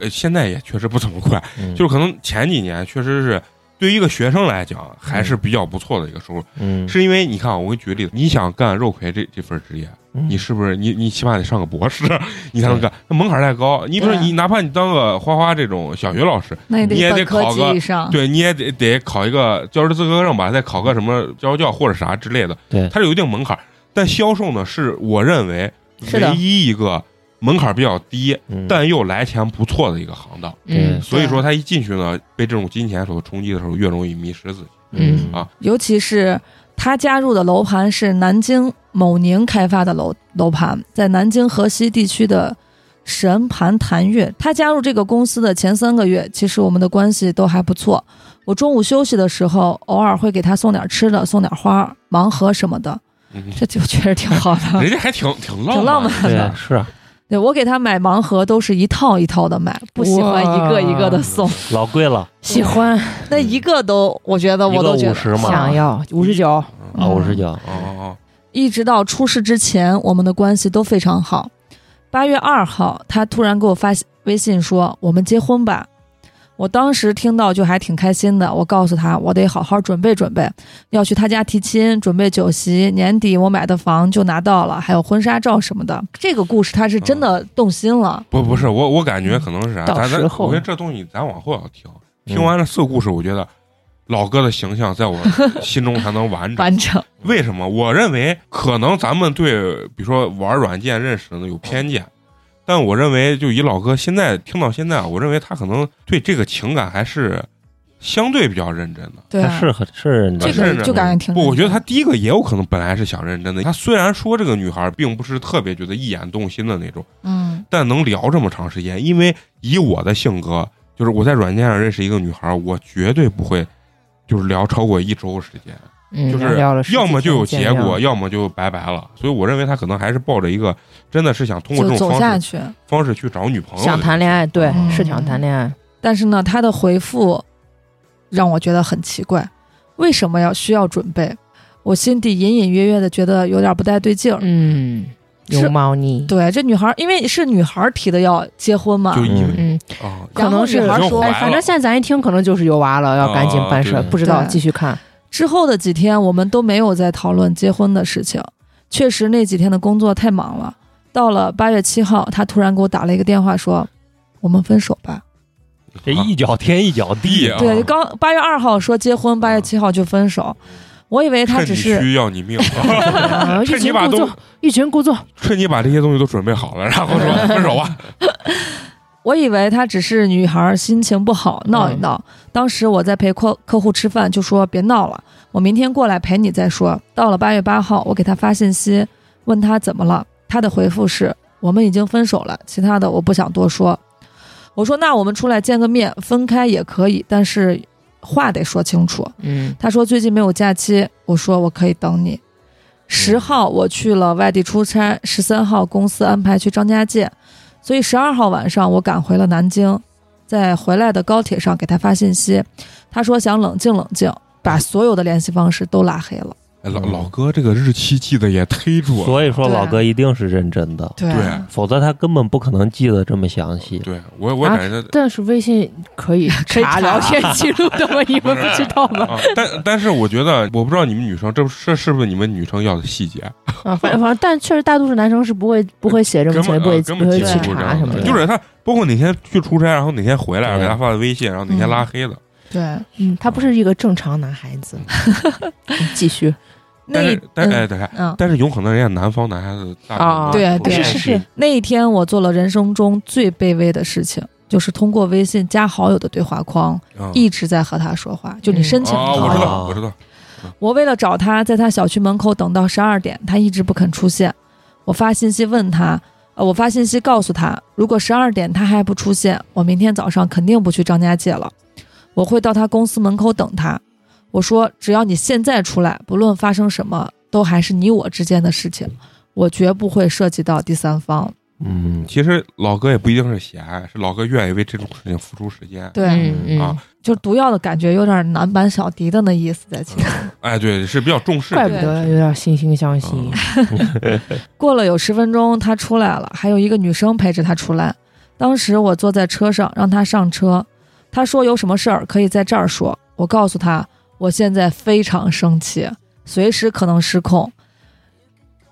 S2: 呃现在也确实不怎么快，
S4: 嗯
S2: 就是可能前几年确实是对于一个学生来讲还是比较不错的一个收入，
S4: 嗯，
S2: 是因为你看啊，我给你举个例子，你想干肉葵这这份职业，
S4: 嗯
S2: 你是不是你你起码得上个博士， <laughs> 你才能干，那门槛太高。你比如说
S3: 对啊
S2: 你哪怕你当个花花这种小学老师，
S3: 那也
S2: 你也得
S3: 得本科
S2: 考个
S3: 及以上。
S2: 对，你也得得考一个教师资格证吧，再考个什么教教或者啥之类的，
S4: 对
S2: 它是有一定门槛。但销售呢，是我认为
S5: 是的
S2: 唯一一个门槛比较低，
S4: 嗯
S2: 但又来钱不错的一个行当。
S4: 对
S5: 嗯
S2: 所以说，他一进去呢，被这种金钱所冲击的时候，越容易迷失自己。
S5: 嗯
S2: 啊
S3: 尤其是他加入的楼盘是南京某宁开发的楼楼盘，在南京河西地区的神盘谭悦。他加入这个公司的前三个月，其实我们的关系都还不错。我中午休息的时候，偶尔会给他送点吃的，送点花、盲盒什么的，
S2: 嗯，
S3: <laughs> 这就确实挺好的。
S2: 人家还挺挺
S3: 挺
S2: 浪
S3: 浪
S2: 漫的。
S3: 漫
S4: 对
S3: 的，
S4: 是啊
S3: 对我给他买盲盒都是一套一套的买，不喜欢一个一个的送，
S4: 老贵了
S5: 喜欢
S3: 那一个都我觉得
S4: 一
S3: 呃我
S4: 个
S3: 都觉
S4: 五
S3: 得嗯
S4: 十嘛，
S5: 想要五十九，
S4: 啊五十九，
S2: 哦哦
S3: 一直到出事之前，我们的关系都非常好。八月二号，他突然给我发微信说：“我们结婚吧。”我当时听到就还挺开心的，我告诉他我得好好准备准备，要去他家提亲，准备酒席。年底我买的房就拿到了，还有婚纱照什么的。这个故事他是真的动心了，
S2: 不不是我，我感觉可能是啥，
S5: 到
S2: 咱咱
S5: 时候
S2: 我觉得这东西咱往后要听，
S4: 嗯
S2: 听完了四个故事，我觉得老哥的形象在我心中才能完整。
S3: 完整。
S2: 为什么？我认为可能咱们对比如说玩软件认识的有偏见，但我认为就以老哥现在听到现在，我认为他可能对这个情感还是相对比较认真的。
S3: 对、
S4: 他
S3: 啊，
S4: 是很是认真
S3: 这
S4: 的
S2: 是
S3: 个
S2: 的
S3: 就感觉挺
S2: 不，我觉得他第一个也有可能本来是想认真的。他虽然说这个女孩并不是特别觉得一眼动心的那种。
S3: 嗯
S2: 但能聊这么长时间，因为以我的性格，就是我在软件上认识一个女孩，我绝对不会就是聊超过一周时间，
S5: 嗯，
S2: 就是
S5: 聊了十几
S2: 要么就有
S5: 天
S2: 结
S5: 见面
S2: 果，要么就拜拜了。所以我认为他可能还是抱着一个真的是想通过
S3: 就
S2: 这种
S3: 走
S2: 方
S3: 下
S2: 式
S3: 去。
S2: 方式去找女朋友，
S5: 想谈恋
S2: 爱。
S5: 爱，对，
S3: 嗯
S5: 是想谈恋爱。
S3: 但是呢，他的回复让我觉得很奇怪，为什么要需要准备？我心底隐隐约约的觉得有点不太对劲儿。
S5: 嗯，
S3: 是
S5: 有猫腻，
S3: 对，这女孩儿因为是女孩儿提的要结婚嘛
S2: 就，因为
S5: 嗯，
S2: 啊，
S3: 然
S5: 可
S3: 后
S5: 能
S3: 女
S5: 是
S3: 孩儿说
S2: 已经
S5: 哎，
S2: 怀
S5: 反
S2: 了
S5: 正现在咱一听可能就是有娃了，要赶紧办事儿，
S2: 啊对
S5: 不知道
S3: 对
S5: 继续看，
S3: 之后的几天我们都没有再讨论结婚的事情。确实那几天的工作太忙了。到了八月七号，她突然给我打了一个电话说：“我们分手吧。
S4: 这
S2: 啊
S4: 一脚天一脚地
S2: 地啊，
S3: 对，刚八月二号说结婚，八月七号就分手。我以为她
S2: 趁
S3: 只
S2: 你
S3: 是
S2: 需要你命，
S5: 啊欲
S2: 趁你
S5: 擒
S2: 把
S5: 故
S2: 东
S5: 纵，欲擒故纵，
S2: <laughs> 趁你把这些东西都准备好了，然后说分手啊吧。
S3: 我以为她只是女孩儿心情不好闹一闹。当时我在陪客客户吃饭，就说别闹了，我明天过来陪你再说。到了八月八号，我给她发信息问她怎么了，她的回复是我们已经分手了，其他的我不想多说。我说那我们出来见个面，分开也可以，但是话得说清楚。
S5: 嗯
S3: 她说最近没有假期，我说我可以等你。
S2: 嗯
S3: 十号我去了外地出差，十三号公司安排去张家界，所以十二号晚上我赶回了南京，在回来的高铁上给她发信息，她说想冷静冷静，把所有的联系方式都拉黑了。
S2: <laughs> 哎老老哥，这个日期记得也忒住
S4: <laughs>
S2: 了。
S4: 所以说
S3: 对
S4: 老哥一定是认真的，
S3: 对
S2: 对
S4: 否则他根本不可能记得这么详细。
S2: 对，我我
S5: 啊
S2: 感觉
S5: 但是微信 <laughs> 可以
S3: 可以查
S5: 查聊天记录的
S2: <laughs>
S5: 吗？你们不知道吗？
S2: 啊，但但是我觉得，我不知道你们女生，这不这是不是你们女生要的细节？
S5: 啊，反反正，但确实大多数男生是不会不会写这么
S2: 根
S5: 清，也
S2: 本
S5: 不会
S2: 呃
S5: 不
S2: 根本
S5: 会
S2: 记
S5: 去
S2: 不住这
S5: 查
S2: 样
S5: 什么
S2: 的，
S5: 的，
S2: 就是他包括哪天去出差，然后哪天回来，
S4: 对
S2: 给他发的微信，然后哪天拉黑的。
S3: 对，
S5: 嗯，他不是一个正常男孩 <laughs> 子。嗯继续，
S3: 那
S2: 但
S3: 一
S2: 是但
S3: 嗯
S2: 哎，等一下，
S3: 嗯，
S2: 但是有可能人家南方男孩子大
S5: 啊
S3: 对对
S5: 是是
S2: 哎
S5: 是，
S3: 那一天我做了人生中最卑微的事情，就是通过微信加好友的对话框
S2: 一
S3: 一直在和他说话，就你
S5: 嗯
S3: 申请
S2: 啊，
S3: 好
S2: 嗯我知
S3: 友。
S2: 道我知道，
S3: 我为了找他，在他小区门口等到十二点，他一直不肯出现。我发信息问他，呃，我发信息告诉他，如果十二点他还不出现，我明天早上肯定不去张家界了，我会到他公司门口等他。我说，只要你现在出来，不论发生什么，都还是你我之间的事情，我绝不会涉及到第三方。
S4: 嗯，
S2: 其实老哥也不一定是闲，是老哥愿意为这种事情付出时间。
S3: 对，
S5: 嗯嗯
S2: 啊，
S3: 就毒药的感觉有点男版小迪的那意思在其中。
S2: 哎，对，是比较重视
S5: 怪
S2: 这
S5: 不
S2: 个。
S5: 得有点惺惺相惜。
S3: 过了有十分钟，他出来了，还有一个女生陪着他出来。当时我坐在车上，让他上车。他说有什么事儿可以在这儿说。我告诉他，我现在非常生气，随时可能失控。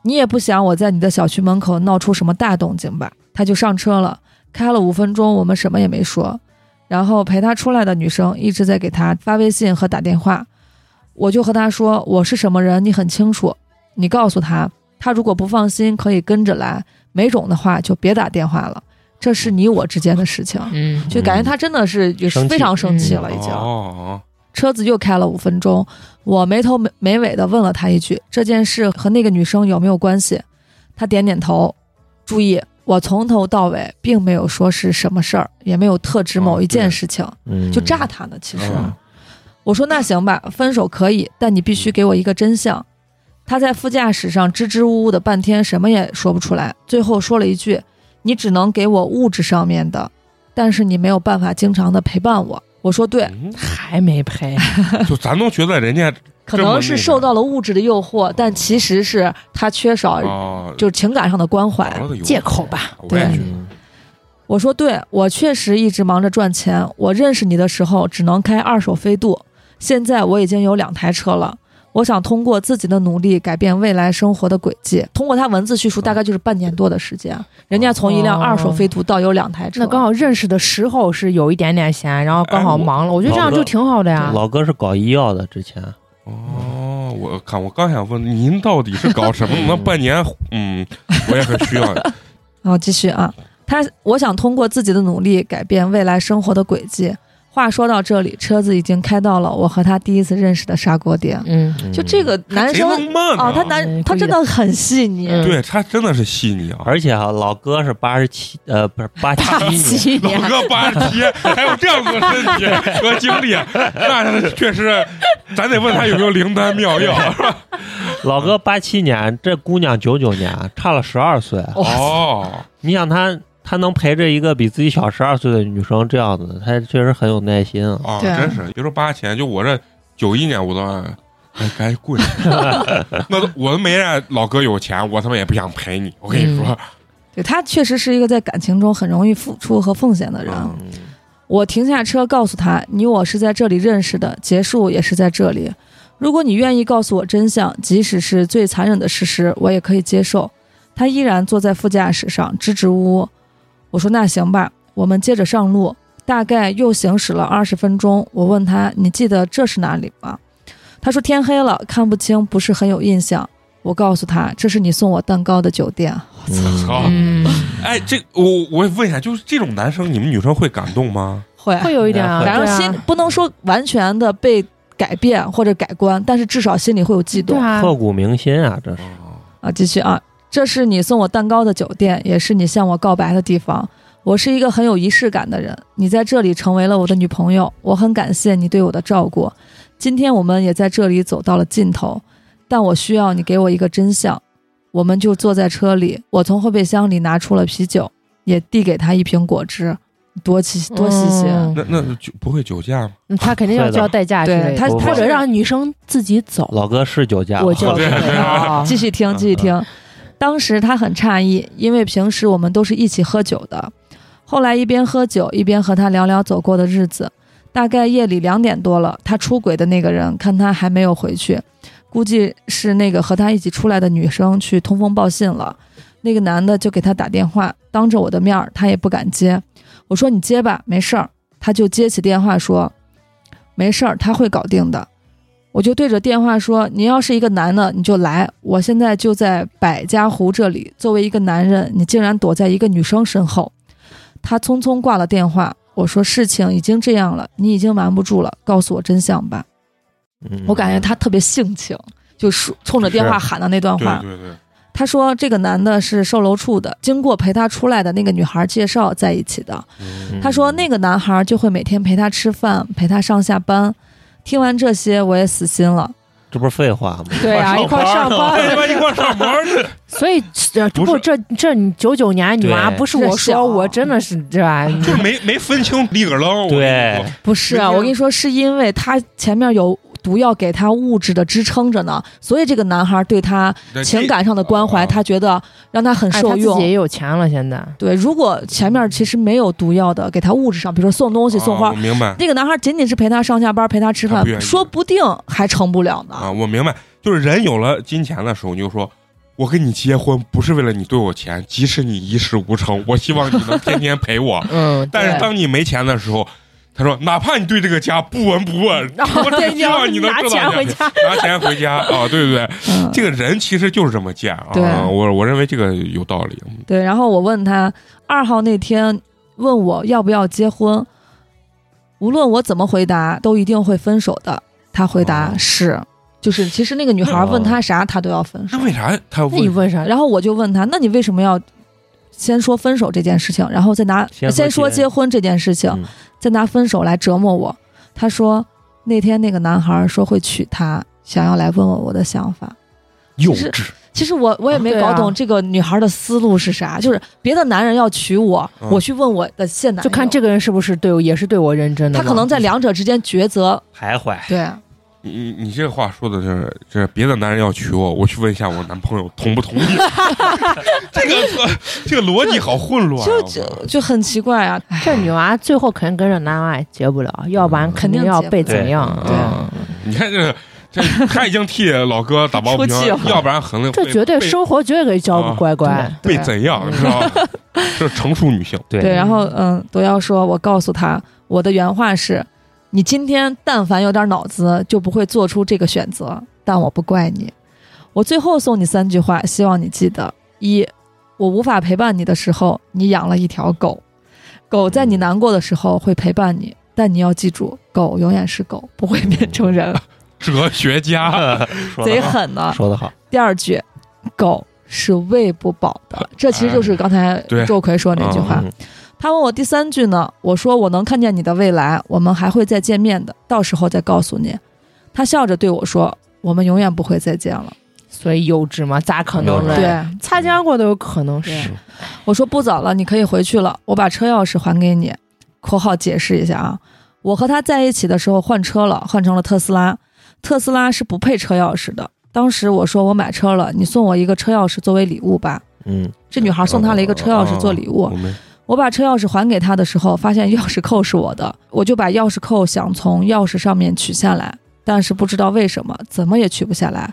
S3: 你也不想我在你的小区门口闹出什么大动静吧？他就上车了，开了五分钟，我们什么也没说。然后陪他出来的女生一直在给他发微信和打电话，我就和他说我是什么人，你很清楚。你告诉他，他如果不放心，可以跟着来；没种的话，就别打电话了。这是你我之间的事情，
S5: 嗯
S3: 就感觉他真的是也是
S4: 生气
S3: 非常生气了，已经。
S2: 哦，
S3: 车子又开了五分钟，我没头没没尾的问了他一句：“这件事和那个女生有没有关系？”他点点头。注意，我从头到尾并没有说是什么事儿，也没有特指某一件事情，
S4: 哦嗯哦
S3: 就炸他呢。其实、
S2: 嗯
S3: 我说那行吧，分手可以，但你必须给我一个真相。他在副驾驶上支支吾吾的半天，什么也说不出来，最后说了一句：“你只能给我物质上面的，但是你没有办法经常的陪伴我。”我说对，
S2: 嗯
S5: 还没拍，
S2: 就咱都觉得人
S3: <laughs>
S2: 家
S3: 可能是受到了物质的诱惑，但其实是他缺少
S2: 哦，
S3: 就是情感上的关怀。
S2: 找了个由
S5: 借口吧，
S2: 我也
S3: 对
S2: 觉得
S4: 嗯
S3: 我说对，我确实一直忙着赚钱。我认识你的时候只能开二手飞度，现在我已经有两台车了。我想通过自己的努力改变未来生活的轨迹。通过他文字叙述，大概就是半年多的时间，人家从一辆二手飞度到有两台车，
S5: 哦那刚好认识的时候是有一点点闲，然后刚好忙了，我觉得这样就挺好的
S3: 啊
S5: 呀。
S4: 老哥是搞医药的，之前
S2: 哦，我看我刚想问您到底是搞什么？
S3: <laughs>
S2: 那半年，嗯，我也很需要。
S3: 然后继续啊，他我想通过自己的努力改变未来生活的轨迹。话说到这里，车子已经开到了我和他第一次认识的砂锅店。
S5: 嗯，
S3: 就这个 <laughs> 男生
S2: 谁能慢呢
S3: 啊，他
S5: 嗯
S3: 男
S5: 故意
S3: 他真的很细腻，
S5: 嗯
S2: 对他真的是细腻啊。
S4: 而且啊，老哥是八十七，呃，不是八
S5: 嗯
S4: 七年，
S5: 七
S2: <laughs> 老哥八十七，还有这样子的身体和经历，啊那确实，咱得问他有没有灵丹妙药。
S4: 老哥八七年，这姑娘九九年，差了十二岁。
S2: 哦，
S4: 你想他，他能陪着一个比自己小十二岁的女生这样子，他确实很有耐心啊。
S2: 啊，
S3: 对啊
S2: 真是别说八千，就我这九一年我都还该跪。 <laughs> 那都我都没让老哥有钱，我他妈也不想陪你。我跟你说，
S3: 对他确实是一个在感情中很容易付出和奉献的人。
S4: 嗯
S3: 我停下车，告诉他：“你我是在这里认识的，结束也是在这里。如果你愿意告诉我真相，即使是最残忍的事实，我也可以接受。”他依然坐在副驾驶上，支支吾吾。我说：“那行吧，我们接着上路。”大概又行驶了二十分钟，我问他：“你记得这是哪里吗？”他说：“天黑了，看不清，不是很有印象。”我告诉他：“这是你送我蛋糕的酒店。”
S2: 操、
S5: 嗯，
S2: 哎，这我我问一下，就是这种男生，你们女生会感动吗？
S3: 会
S5: 会有一点啊，
S3: 然后
S5: 对啊
S3: 心不能说完全的被改变或者改观，但是至少心里会有悸
S5: 对
S3: 动
S5: 啊，
S4: 刻骨铭心啊，这是
S3: 啊。继续啊，这是你送我蛋糕的酒店，也是你向我告白的地方。我是一个很有仪式感的人，你在这里成为了我的女朋友，我很感谢你对我的照顾。今天我们也在这里走到了尽头，但我需要你给我一个真相。我们就坐在车里，我从后备箱里拿出了啤酒，也递给他一瓶果汁，多细多细心。啊
S5: 嗯
S2: 那那就不会酒驾吗？
S5: 嗯他肯定要
S4: 会的
S5: 交代价之
S3: 对
S5: 类的，
S3: 他
S4: 他
S5: 或
S3: 是
S5: 者让女生自己走，
S4: 老哥是酒驾，
S5: 我就
S2: 对
S5: 是啊
S3: 继续听，继续听。当时他很诧异，因为平时我们都是一起喝酒的。后来一边喝酒一边和他聊聊走过的日子。大概夜里两点多了，他出轨的那个人看他还没有回去，估计是那个和他一起出来的女生去通风报信了。那个男的就给他打电话，当着我的面儿，他也不敢接。我说你接吧，没事儿。他就接起电话说，没事儿，他会搞定的。我就对着电话说：“你要是一个男的，你就来。我现在就在百家湖这里。作为一个男人，你竟然躲在一个女生身后。”他匆匆挂了电话。我说：“事情已经这样了，你已经瞒不住了，告诉我真相吧。”
S4: 嗯
S3: 我感觉他特别性情，就说冲着电话喊的那段
S2: 对
S3: 哦话。
S2: 对对，
S3: 他说：“这个男的是售楼处的，经过陪他出来的那个女孩介绍在一起的。
S2: 嗯
S3: 他说那个男孩就会每天陪他吃饭，陪他上下班。听完这些，我也死心了。
S4: 这不是废话吗？
S5: 对啊，一块儿
S2: <laughs> 哎
S5: 上
S2: 他
S5: 班，
S2: 妈一块儿上班儿去，
S5: 所以这
S2: 不是
S5: 不这这你九九年女娃
S4: 对
S5: 不是我
S3: 这小
S5: 说，我真的是这吧？
S2: 就是没没分清里个楞。我跟你
S4: 对
S2: 说，
S3: 不是
S2: 没事
S3: 啊，
S2: 儿
S3: 我跟你说，是因为他前面有毒药给他物质的支撑着呢，所以这个男孩对他
S2: 那呃这
S3: 情感上的关怀，
S2: 啊
S3: 他觉得让他很
S5: 哎，
S3: 受
S5: 他自己
S3: 用
S5: 也。有钱了，现在
S3: 对，如果前面其实没有毒药的，给他物质上，比如说送东西、送
S2: 啊
S3: 花
S2: 我，明白
S3: 那个男孩仅仅是陪他上下班、陪他吃
S2: 他
S3: 饭
S2: 不愿，意
S3: 说不定还成不了
S2: 啊，
S3: 呢。
S2: 我明白，就是人有了金钱的时候，你就说。我跟你结婚不是为了你对我钱，即使你一事无成，我希望你能天天陪
S5: <laughs>
S2: 我。
S5: 嗯，
S2: 但是当你没钱的时候，他说哪怕你对这个家不闻不问，
S5: <laughs>
S2: 我只
S5: 哦对，
S2: 希望
S5: 你
S2: 你能
S5: 拿
S2: 知道
S5: 钱
S2: 一下
S5: 回家，
S2: 拿钱回
S5: <laughs>
S2: 家啊，对不对？
S3: 嗯，
S2: 这个人其实就是这么贱啊！
S3: 对
S2: 我我认为这个有道理。
S3: 对，然后我问他二号那天问我要不要结婚，无论我怎么回答，都一定会分手的。他回答
S2: 哦
S3: 是，就是其实那个女孩问他啥，他都要分手
S2: 那。为啥他
S5: 那你
S2: 问？
S5: 问啥？
S3: 然后我就问他，那你为什么要先说分手这件事情，然后再拿
S4: 先说
S3: 先说
S4: 结
S3: 结婚这件事情，
S4: 嗯
S3: 再拿分手来折磨我？他说那天那个男孩说会娶她，想要来问问我的想法。
S4: 幼
S3: 是
S4: 稚，
S3: 其实我我也没
S5: 对啊
S3: 搞懂这个女孩的思路是啥，就是别的男人要娶我，
S2: 嗯
S3: 我去问我的现男友，
S5: 就看这个人是不是对我，也是对我认真的
S3: 他
S5: 嘛。
S3: 可能在两者之间抉择。
S4: 徘徊。
S3: 对，
S2: 你你你这话说的是，这别的男人要娶我，我去问一下我男朋友同不同意。 <laughs> 这个这个逻辑好混乱啊。
S3: 就
S2: 我
S3: 就就很奇怪啊。唉
S5: 这女娃最后肯定跟着男娃也结不
S3: 嗯
S5: 了，要不然肯定要被怎样？
S4: 对
S5: 嗯
S2: 你看这这他已经替老哥打抱不平
S3: 出气了，
S2: 要不然很
S5: 这绝对
S2: 收
S5: 生活绝对给教不乖
S4: 哦
S5: 乖。
S2: 被怎样是吧？这是成熟女性，
S4: 对
S3: 对，然后嗯，毒药说，我告诉他，我的原话是：你今天但凡有点脑子，就不会做出这个选择，但我不怪你。我最后送你三句话，希望你记得：一，我无法陪伴你的时候，你养了一条狗，狗在你难过的时候会陪伴你，但你要记住，狗永远是狗，不会变成人，
S2: 哲学家。啊
S4: 说
S3: 贼
S4: 得好，
S3: 狠呢。
S4: 说得好，
S3: 第二句，狗是喂不饱的，这其实就是刚才
S2: 对
S3: 周奎说那句话。
S4: 嗯
S3: 他问我第三句呢，我说我能看见你的未来，我们还会再见面的，到时候再告诉你。他笑着对我说：“我们永远不会再见了。
S5: 所以幼稚嘛，咋可
S4: 幼
S5: 能
S4: 稚
S5: 嘞？
S4: 对，
S5: 参加过都有可能
S3: 对
S5: 是。
S3: 我说不早了，你可以回去了，我把车钥匙还给你。（括号解释一下啊，我和他在一起的时候换车了，换成了特斯拉。特斯拉是不配车钥匙的。当时我说我买车了，你送我一个车钥匙作为礼物吧。
S4: 嗯，
S3: 这女孩送他了一个车钥匙做礼物
S2: 啊我。们
S3: 我把车钥匙还给他的时候，发现钥匙扣是我的， <laughs> 我就把钥匙扣想从钥匙上面取下来，但是不知道为什么怎么也取不下来，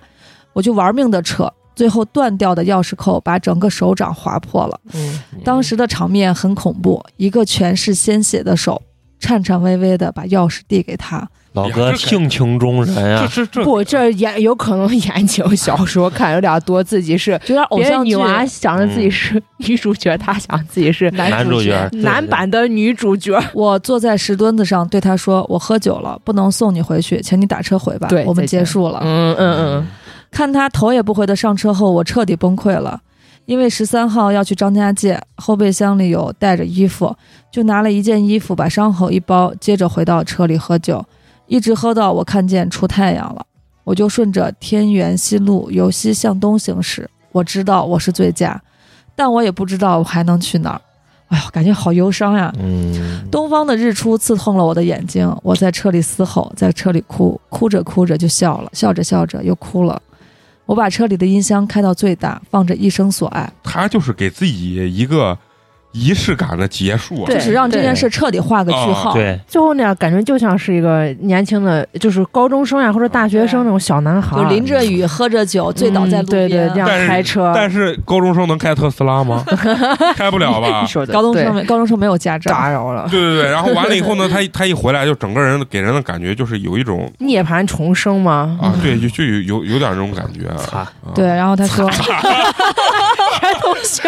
S3: 我就玩命的扯，最后断掉的钥匙扣把整个手掌划破了。
S5: 嗯，
S3: 当时的场面很恐怖，一个全是鲜血的手，颤颤巍巍的把钥匙递给他。
S4: 老
S2: 呀
S4: 哥
S2: 这
S4: 性情中人啊
S2: 这
S4: 呀，
S2: 这这
S4: <laughs>
S5: 不，这言有可能言情小说看有点多，自己是
S3: 就有点偶
S5: 别
S3: 像
S5: 人
S3: 剧
S5: 女，娃想着
S4: 嗯
S5: 自己是女主角，她想自己是
S4: 男主角，
S5: 男版的女主角。
S3: 我坐在石墩子上对他说：“我喝酒了，不能送你回去，请你打车回吧。
S5: 对
S3: 我们
S5: 再见
S3: 结束了。
S5: 嗯嗯
S3: 看他头也不回的上车后，我彻底崩溃了，因为十三号要去张家界，后备箱里有带着衣服，就拿了一件衣服把伤口一包，接着回到车里喝酒，一直喝到我看见出太阳了，我就顺着天元西路由西向东行驶。我知道我是醉驾，但我也不知道我还能去哪儿。哎呦，感觉好忧伤呀、
S4: 嗯，
S3: 东方的日出刺痛了我的眼睛，我在车里嘶吼，在车里哭，哭着哭着就笑了，笑着笑着又哭了。我把车里的音箱开到最大，放着《一生所爱
S2: 他就是给自己一个仪式感的结束啊，
S5: 对》，
S3: 只让这件事彻底画个句号。
S4: 哦对，
S5: 最后那样感觉就像是一个年轻的，就是高中生呀，或者大学生那种小男孩
S3: 就
S5: 儿，
S3: 淋着雨，喝着酒，醉倒在
S5: 嗯
S3: 路
S5: 对对，
S3: 边。
S5: 这样
S2: 但是
S5: 开车，
S2: 但是高中生能开特斯拉
S3: <laughs>
S2: 吗？开不了吧
S5: 你？说的
S3: 高中生
S5: 对
S3: 没高中生没有驾照，
S5: 打扰了，
S2: <laughs> 对对对，然后完了以后 <laughs> 呢，他一他一回来就整个人给人的感觉就是有一种
S5: 涅槃重生吗？
S2: 啊，对，就就有有有点那种感觉。
S4: 擦，
S2: 啊
S3: 对，，然后他
S5: <laughs>
S3: 说， <laughs>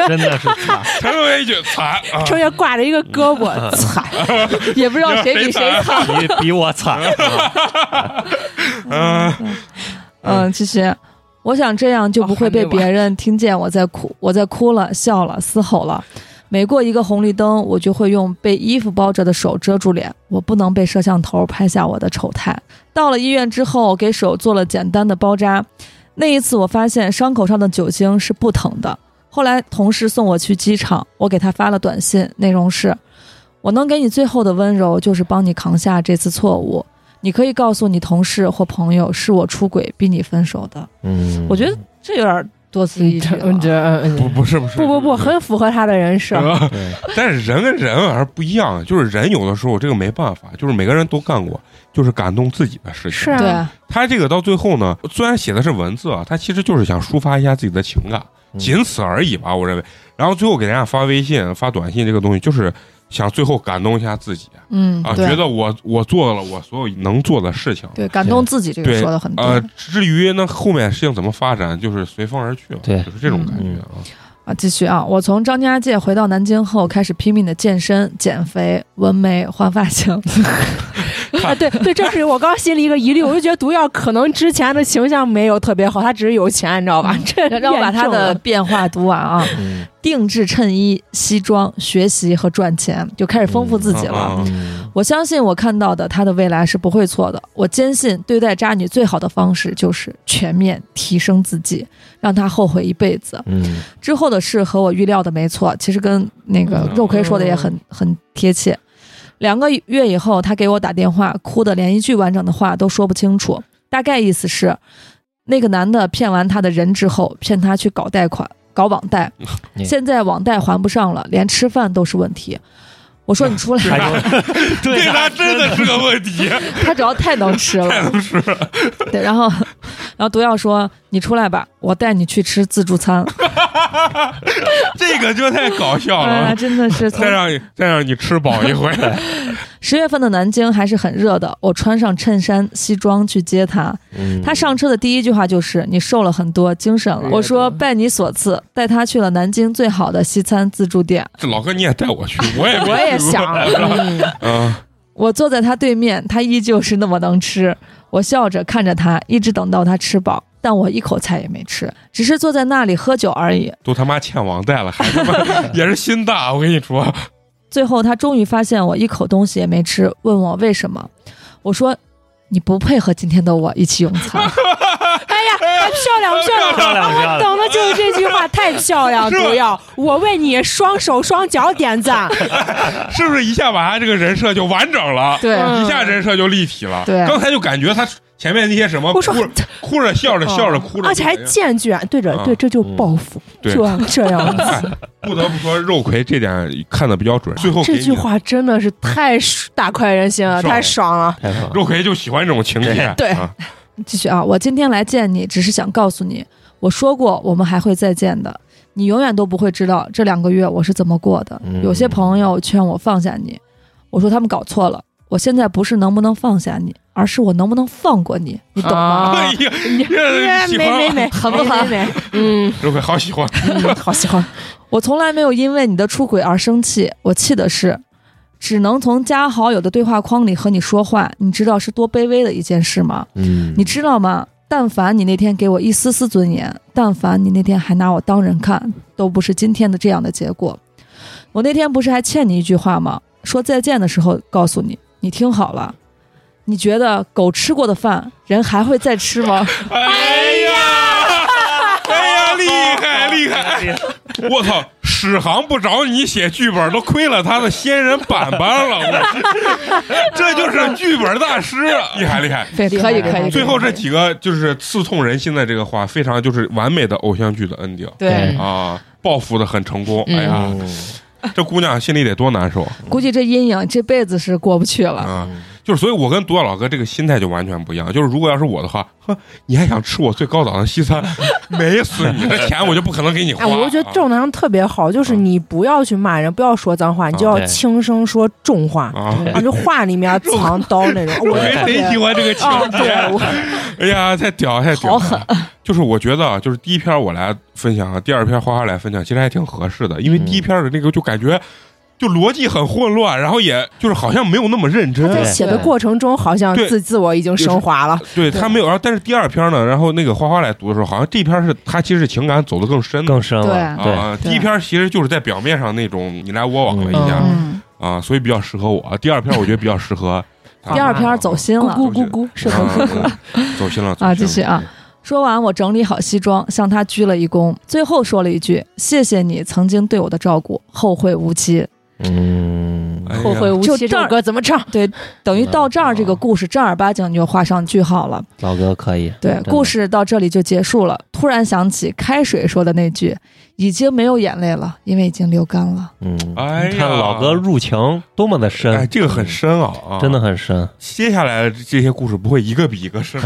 S4: 真的是擦，
S3: <laughs>
S2: 陈同学一句惨啊，
S5: 中间挂着一个胳膊，惨，
S3: 也不知道谁比
S5: <laughs>
S3: 谁惨。
S4: 比比我
S3: <laughs>
S4: 惨，
S2: 嗯
S3: 嗯，继续。我想这样就不会被别人听见我在哭，我在哭了、笑了、嘶吼了。每过一个红绿灯，我就会用被衣服包着的手遮住脸，我不能被摄像头拍下我的丑态。到了医院之后，给手做了简单的包扎。那一次，我发现伤口上的酒精是不疼的。后来同事送我去机场，我给他发了短信，内容是：我能给你最后的温柔，就是帮你扛下这次错误。你可以告诉你同事或朋友，是我出轨逼你分手的。嗯
S4: 嗯
S3: <laughs> 我觉得这有点多此一举了。
S5: 这这
S2: 不不是不是
S5: 不不不，很符合他的人设。
S2: 啊
S4: 对
S2: 但是人跟人还是不一样，啊就是人有的时候这个没办法，就是每个人都干过，就是感动自己的事情。
S5: 是啊，
S3: 对，
S2: 他这个到最后呢，虽然写的是文字啊，他其实就是想抒发一下自己的情感，
S4: 嗯
S2: 仅此而已吧，我认为。然后最后给人家发微信、发短信这个东西，就是想最后感动一下自己
S3: 嗯，
S2: 啊，
S3: 对
S2: 觉得我我做了我所有能做的事情。
S3: 对，感动自己这个
S2: 对
S3: 说的很对
S2: 呃，至于那后面事情怎么发展，就是随风而去吧，
S4: 对
S2: 就是这种感觉啊。
S3: 啊。继续啊，我从张家界回到南京后，开始拼命的健身、减肥、纹眉、换发型。
S5: 啊，对对，这是我刚心里一个疑虑，我就觉得毒药可能之前的形象没有特别好，他只是有钱，你知道吧？这
S3: <laughs> 嗯让我把他的
S5: 验
S3: <laughs> 变化读完啊，
S4: 嗯
S3: 定制衬衣、西装、学习和赚钱，就开始丰富自己了。
S2: 嗯
S4: 嗯
S3: 我相信我看到的他的未来是不会错的。我坚信对待渣女最好的方式就是全面提升自己，让她后悔一辈子。
S4: 嗯
S3: 之后的事和我预料的没错，其实跟那个
S2: 嗯
S3: 肉葵说的也很很贴切。两个月以后，他给我打电话，哭的连一句完整的话都说不清楚，大概意思是，那个男的骗完他的人之后，骗他去搞贷款、搞网贷，
S4: 嗯
S3: 现在网贷还不上了，连吃饭都是问题。我说你出来
S4: 还
S3: 吧，
S4: 有对
S2: 这他
S4: 他
S2: 真的是个问题，
S3: 他主要太能吃了，对，然后，然后毒药说：“你出来吧，我带你去吃自助 <laughs> 餐。
S2: 这个就太搞”笑
S3: 哎呀，
S2: 了。
S3: 真的是从 <laughs>
S2: 再让你再让你吃饱一回，
S3: 十月份的南京还是很热的，我穿上衬衫西装去接他。
S4: 嗯
S3: 他上车的第一句话就是：“你瘦了很多，精神了。”我说：“拜你所赐。”带他去了南京最好的西餐自助店。
S2: 这老哥你也带我去，我也没
S5: 证了我也
S2: 去过 <laughs>
S5: 想，嗯
S2: 嗯，
S3: 我坐在他对面，他依旧是那么能吃。我笑着看着他，一直等到他吃饱，但我一口菜也没吃，只是坐在那里喝酒而已。
S2: 都他妈欠网贷了，还他妈也是心大，我跟你说，
S3: 最后他终于发现我一口东西也没吃，问我为什么。我说：“你不配和今天的我一起用餐。”
S5: 哎呀，
S2: <laughs>
S5: 哎漂亮漂
S4: 漂
S5: 亮！啊
S4: 亮漂亮，
S5: 等的就是这句话，太漂亮！
S2: 是吧
S5: 毒药，我为你双手双脚点赞。
S2: 是不是一下把他这个人设就完整了？
S3: 对
S5: 嗯
S2: 一下人设就立体了。
S3: 对
S2: 刚才就感觉他前面那些什么
S5: 我
S2: 哭
S5: 说
S2: 着哭着笑着笑着哭着，
S5: 哦而且还见卷，对着
S2: 啊
S5: 对，这就
S4: 嗯
S5: 报复，
S2: 对
S5: 就这样子。
S2: 哎不得不说肉葵这点看的比较准。最后给
S5: 这
S2: 你
S5: 句话真的是太打快人心了，
S2: 爽
S5: 太
S4: <laughs>
S5: 爽了。
S4: 太棒了
S2: 肉葵就喜欢这种情节，
S5: 对
S2: 啊
S3: 继续啊，我今天来见你，只是想告诉你，我说过我们还会再见的。你永远都不会知道这两个月我是怎么过的。
S4: 嗯
S3: 有些朋友劝我放下你，我说他们搞错了。我现在不是能不能放下你，而是我能不能放过你，你懂吗？
S2: 哎
S5: 啊
S2: 呀，
S5: 你 <laughs>
S2: 这喜
S5: 美美
S2: 欢
S5: 美，
S3: 很不好
S5: 美美美嗯，
S2: 肉葵好喜欢，
S5: 嗯好喜欢。
S3: 我从来没有因为你的出轨而生气，我气的是，只能从加好友的对话框里和你说话，你知道是多卑微的一件事吗？
S4: 嗯
S3: 你知道吗？但凡你那天给我一丝丝尊严，但凡你那天还拿我当人看，都不是今天的这样的结果。我那天不是还欠你一句话吗？说再见的时候告诉你，你听好了。你觉得狗吃过的饭，人还会再吃吗？
S2: 哎呀，哎呀，厉害厉害！我操，史航不找你写剧本都亏了他的仙人板板了，我这就是剧本大师，厉害厉害！
S3: 对，可以可以。
S2: 最后这几个就是刺痛人心的这个话，非常就是完美的偶像剧的 ending
S4: 对
S2: 啊，报复的很成功。
S6: 嗯
S2: 哎
S4: 啊
S2: 呀，这姑娘心里得多难受
S3: 估计这阴影这辈子是过不去了。
S2: 啊！就是，所以我跟独角老哥这个心态就完全不一样。就是如果要是我的话，哼，你还想吃我最高档的西餐，美死你！这钱我就不可能给你花。
S5: 哎，我觉得这种男生特别好，就是你不要去骂人，不要说脏话，你就要
S4: 对
S5: 轻声说重话，
S2: 啊，
S5: 啊，就话里面藏刀那种。
S2: 我
S5: 我
S2: 没
S5: 特
S2: 贼喜
S5: 别
S2: 欢这个情
S5: 啊，
S2: 节。
S5: 对，我
S2: 哎呀，太屌太屌！
S3: 好狠！
S2: 就是我觉得啊，就是第一篇我来分享，啊第二篇花花来分享，其实还挺合适的，因为
S4: 嗯
S2: 第一篇的那个就感觉就逻辑很混乱，然后也就是好像没有那么认真。
S5: 在写的过程中好像
S2: 对
S5: 自自我已经升华了。
S2: 对他没有，然后但是第二篇呢，然后那个花花来读的时候，好像这篇是他其实情感走得更深的
S4: 更深了，对
S2: 啊。第一篇其实就是在表面上那种你来我往了一下
S5: 嗯
S3: 嗯，
S2: 啊，所以比较适合我。第二篇我觉得比较适合他
S3: <laughs> 第二篇走心了。
S2: 咕咕咕，
S3: 是
S2: 啊
S3: 的，
S2: 走心了
S3: <laughs> 啊继续啊，说完，我整理好西装，向他鞠了一躬，最后说了一句：“谢谢你曾经对我的照顾，后会无期。
S2: 走心了
S4: 嗯
S2: 哎呀
S6: 后会无
S3: 就
S6: 期
S3: 这
S6: 这
S3: 儿
S6: 首歌怎么唱？”
S3: 等于到这儿，这个故事正儿八经就画上句号了。
S4: 老哥可以，
S6: 嗯
S3: 对，
S4: 真的
S3: 故事到这里就结束了。突然想起开水说的那句：“已经没有眼泪了，因为已经流干了。
S4: 嗯，
S2: 哎呀
S4: 你看老哥入情多么的
S2: 哎，
S4: 深，
S2: 这个很深啊，啊
S4: 真的很深，
S2: 接下来的这些故事不会一个比一个深，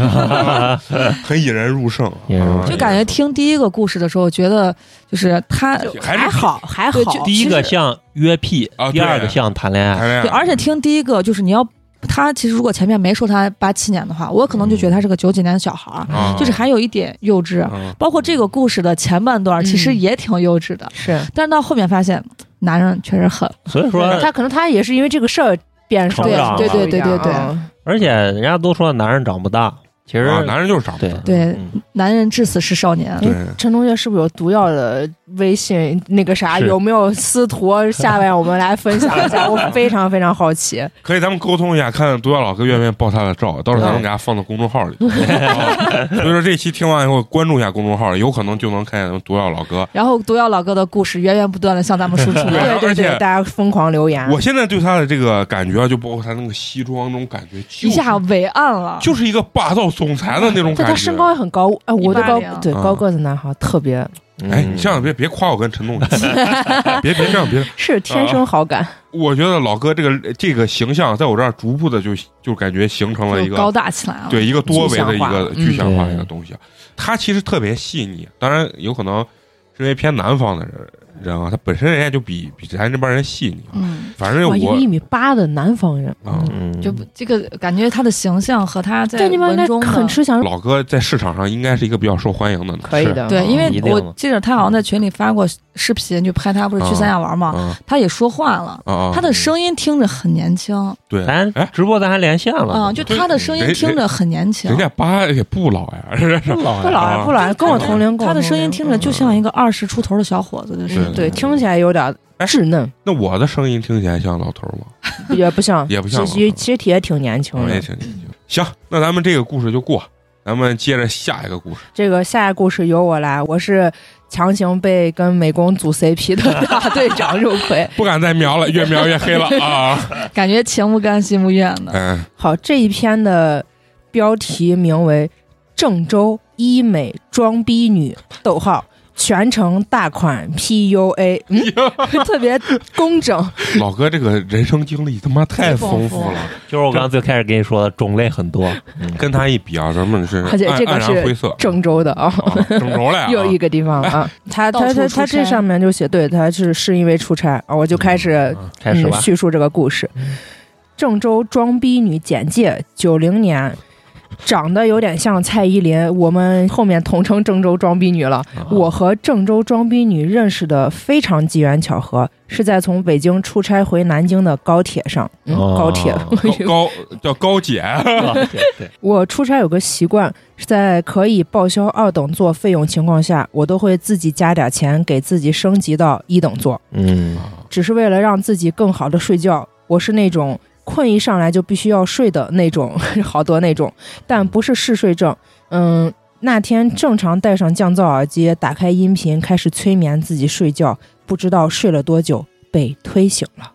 S4: <laughs>
S2: 很引人入胜啊，
S4: 引人
S6: 哎
S4: 入胜
S3: 就感觉听第一个故事的时候，觉得就是他，啊
S2: 还是
S5: 还好还好
S3: 对，就
S4: 第一个像约屁
S2: 啊，
S4: 第二
S2: 对哎
S4: 个像谈恋
S2: 谈
S4: 爱，
S2: 恋
S3: 对，
S2: 爱，
S3: 而且听第一个就是你要他，其实如果前面没说他八七年的话，我可能就觉得他是个九几年的小孩儿，
S2: 啊
S3: 就是还啊有一点幼稚。
S2: 嗯
S3: 包括这个故事的前半段，
S5: 嗯
S3: 其实也挺幼稚的，
S5: 是，
S3: 但是到后面发现，男人确实狠。
S2: <laughs>
S4: 所以说
S5: 他可能他也是因为这个事儿变少
S4: 成长
S5: 了，
S4: 了
S3: 对对对对对对
S5: 嗯
S4: 而且人家都说男人长不大，其实
S2: 啊，男人就是长不
S4: 对
S2: 大
S3: 对
S4: 嗯
S3: 男人至死是少年。
S2: 对，
S5: 陈同学是不是有毒药的微信？那个啥，
S4: 是
S5: 有没有私图？下面我们来分享一下，我非常非常好奇。
S2: 可以咱们沟通一下，看毒药老哥愿不愿意爆他的照，到时候咱们给他放到公众号里。啊所以说这期听完以后，关注一下公众号，有可能就能看见咱们毒药老哥。
S3: 然后毒药老哥的故事源源不断的向咱们输 <laughs> 出。
S2: <laughs> 对
S5: 对
S2: 而
S5: 对
S2: 且
S5: 对，大家疯狂留言。
S2: 我现在对他的这个感觉啊，就包括他那个西装那种感觉，就
S3: <laughs>
S2: 是
S3: 一下伟岸了，
S2: 就是一个霸道总裁的那种感
S5: 但
S2: 觉。
S5: 他身高也很高，哎，我的高
S3: 180
S5: 对
S2: 啊
S5: 高个子男孩特别
S2: 哎，
S4: 嗯
S2: 你这样别别夸我跟陈同学，别别这样别这样。啊
S5: 是天生好感，
S2: 我觉得老哥这个这个形象，在我这儿逐步的就就感觉形成了一
S3: 就高
S2: 个
S3: 大起来了。
S2: 对一个多维的一个啊具
S5: 具
S2: 象
S4: 象
S2: 化
S4: 化
S2: 的一个东西。他其实特别细腻，当然有可能是因为偏南方的人人啊，他本身人家就比比咱这帮人细腻。啊
S3: 嗯，
S2: 反正
S5: 哇，一个
S2: 我
S5: 一米八的南方人，
S2: 啊，
S4: 嗯
S3: 就不这个感觉他的形象和他在
S5: 这地方
S3: 文
S5: 应该
S3: 中的
S5: 很吃香，
S2: 老嗯哥在市场上应该是一个比较受欢迎的呢。
S5: 可以的。
S3: 对，因为
S4: 一定
S3: 我
S4: 的
S3: 记得他好像在群里发过视频，就拍他不是去三亚玩嘛，
S2: 啊
S3: 他也说话了，
S2: 啊啊！
S3: 他的声音听着很年轻，
S2: 对，
S4: 咱
S2: 哎，
S4: 直播咱还连线了
S3: 嗯，就他的声音听着很年轻
S2: 人，家八也不老呀， <laughs> 是
S4: 不老
S5: 不
S4: 呀
S5: 老啊
S2: 啊
S5: 不老啊，跟我同龄，跟我
S3: 他的
S5: 同
S3: 声音
S5: 龄
S3: 听着就像一个二十出头的小伙子的
S2: 对
S3: 声
S2: 哎
S3: 音。
S5: 对，听起来有点稚嫩，
S2: 那我的声音听起来像老头吗？
S5: <laughs> 也不像，
S2: 也不像嗯
S5: 其实其实也挺年轻
S2: 我也
S5: 的。
S2: 挺年轻。行，那咱们这个故事就过，咱们接着下一个故事。
S5: 这个下一故事由我来，我是强行被跟美工组 CP
S6: <laughs>
S5: 的大队长肉葵。
S2: 不敢再描了，越描 <laughs> 越黑了啊！
S3: 感觉情不甘心不愿的。
S2: 嗯，
S5: 好，这一篇的标题名为“郑州医美装逼女”，逗号。全程大款 PUA，嗯，特别工整，
S2: 老哥这个人生经历他妈太丰富了，
S4: 就是我刚刚最开始跟你说的种类很多，嗯
S2: 跟他一比啊，咱们是
S5: 而且
S2: 黯
S5: 这个
S2: 黯然
S5: 是
S2: 灰色，
S5: 郑州的啊，
S2: 啊整容了呀，
S5: <laughs> 又一
S2: 啊
S5: 个地方啊，他
S6: 到
S5: 他
S6: 处
S5: 他
S6: 出
S5: 他这
S6: 差
S5: 上面就写，对，他是是因为出差啊，我就开始
S4: 嗯开始
S5: 嗯
S4: 吧。嗯
S5: 叙述这个故事。郑州装逼女简介：九零年，长得有点像蔡依林，我们后面统称郑州装逼女了。
S4: 啊
S5: 我和郑州装逼女认识的非常机缘巧合，是在从北京出差回南京的高铁上。嗯，
S4: 哦
S5: 高
S4: <laughs>
S5: 铁。
S2: 高高叫高姐，
S4: 啊对对，
S5: 我出差有个习惯，是在可以报销二等座费用情况下，我都会自己加点钱给自己升级到一等座。
S4: 嗯，
S5: 只是为了让自己更好的睡觉。我是那种困一上来就必须要睡的那种， <laughs> 好多那种，但不是嗜睡症。嗯，那天正常戴上降噪耳机，打开音频，开始催眠自己睡觉，不知道睡了多久，被推醒了。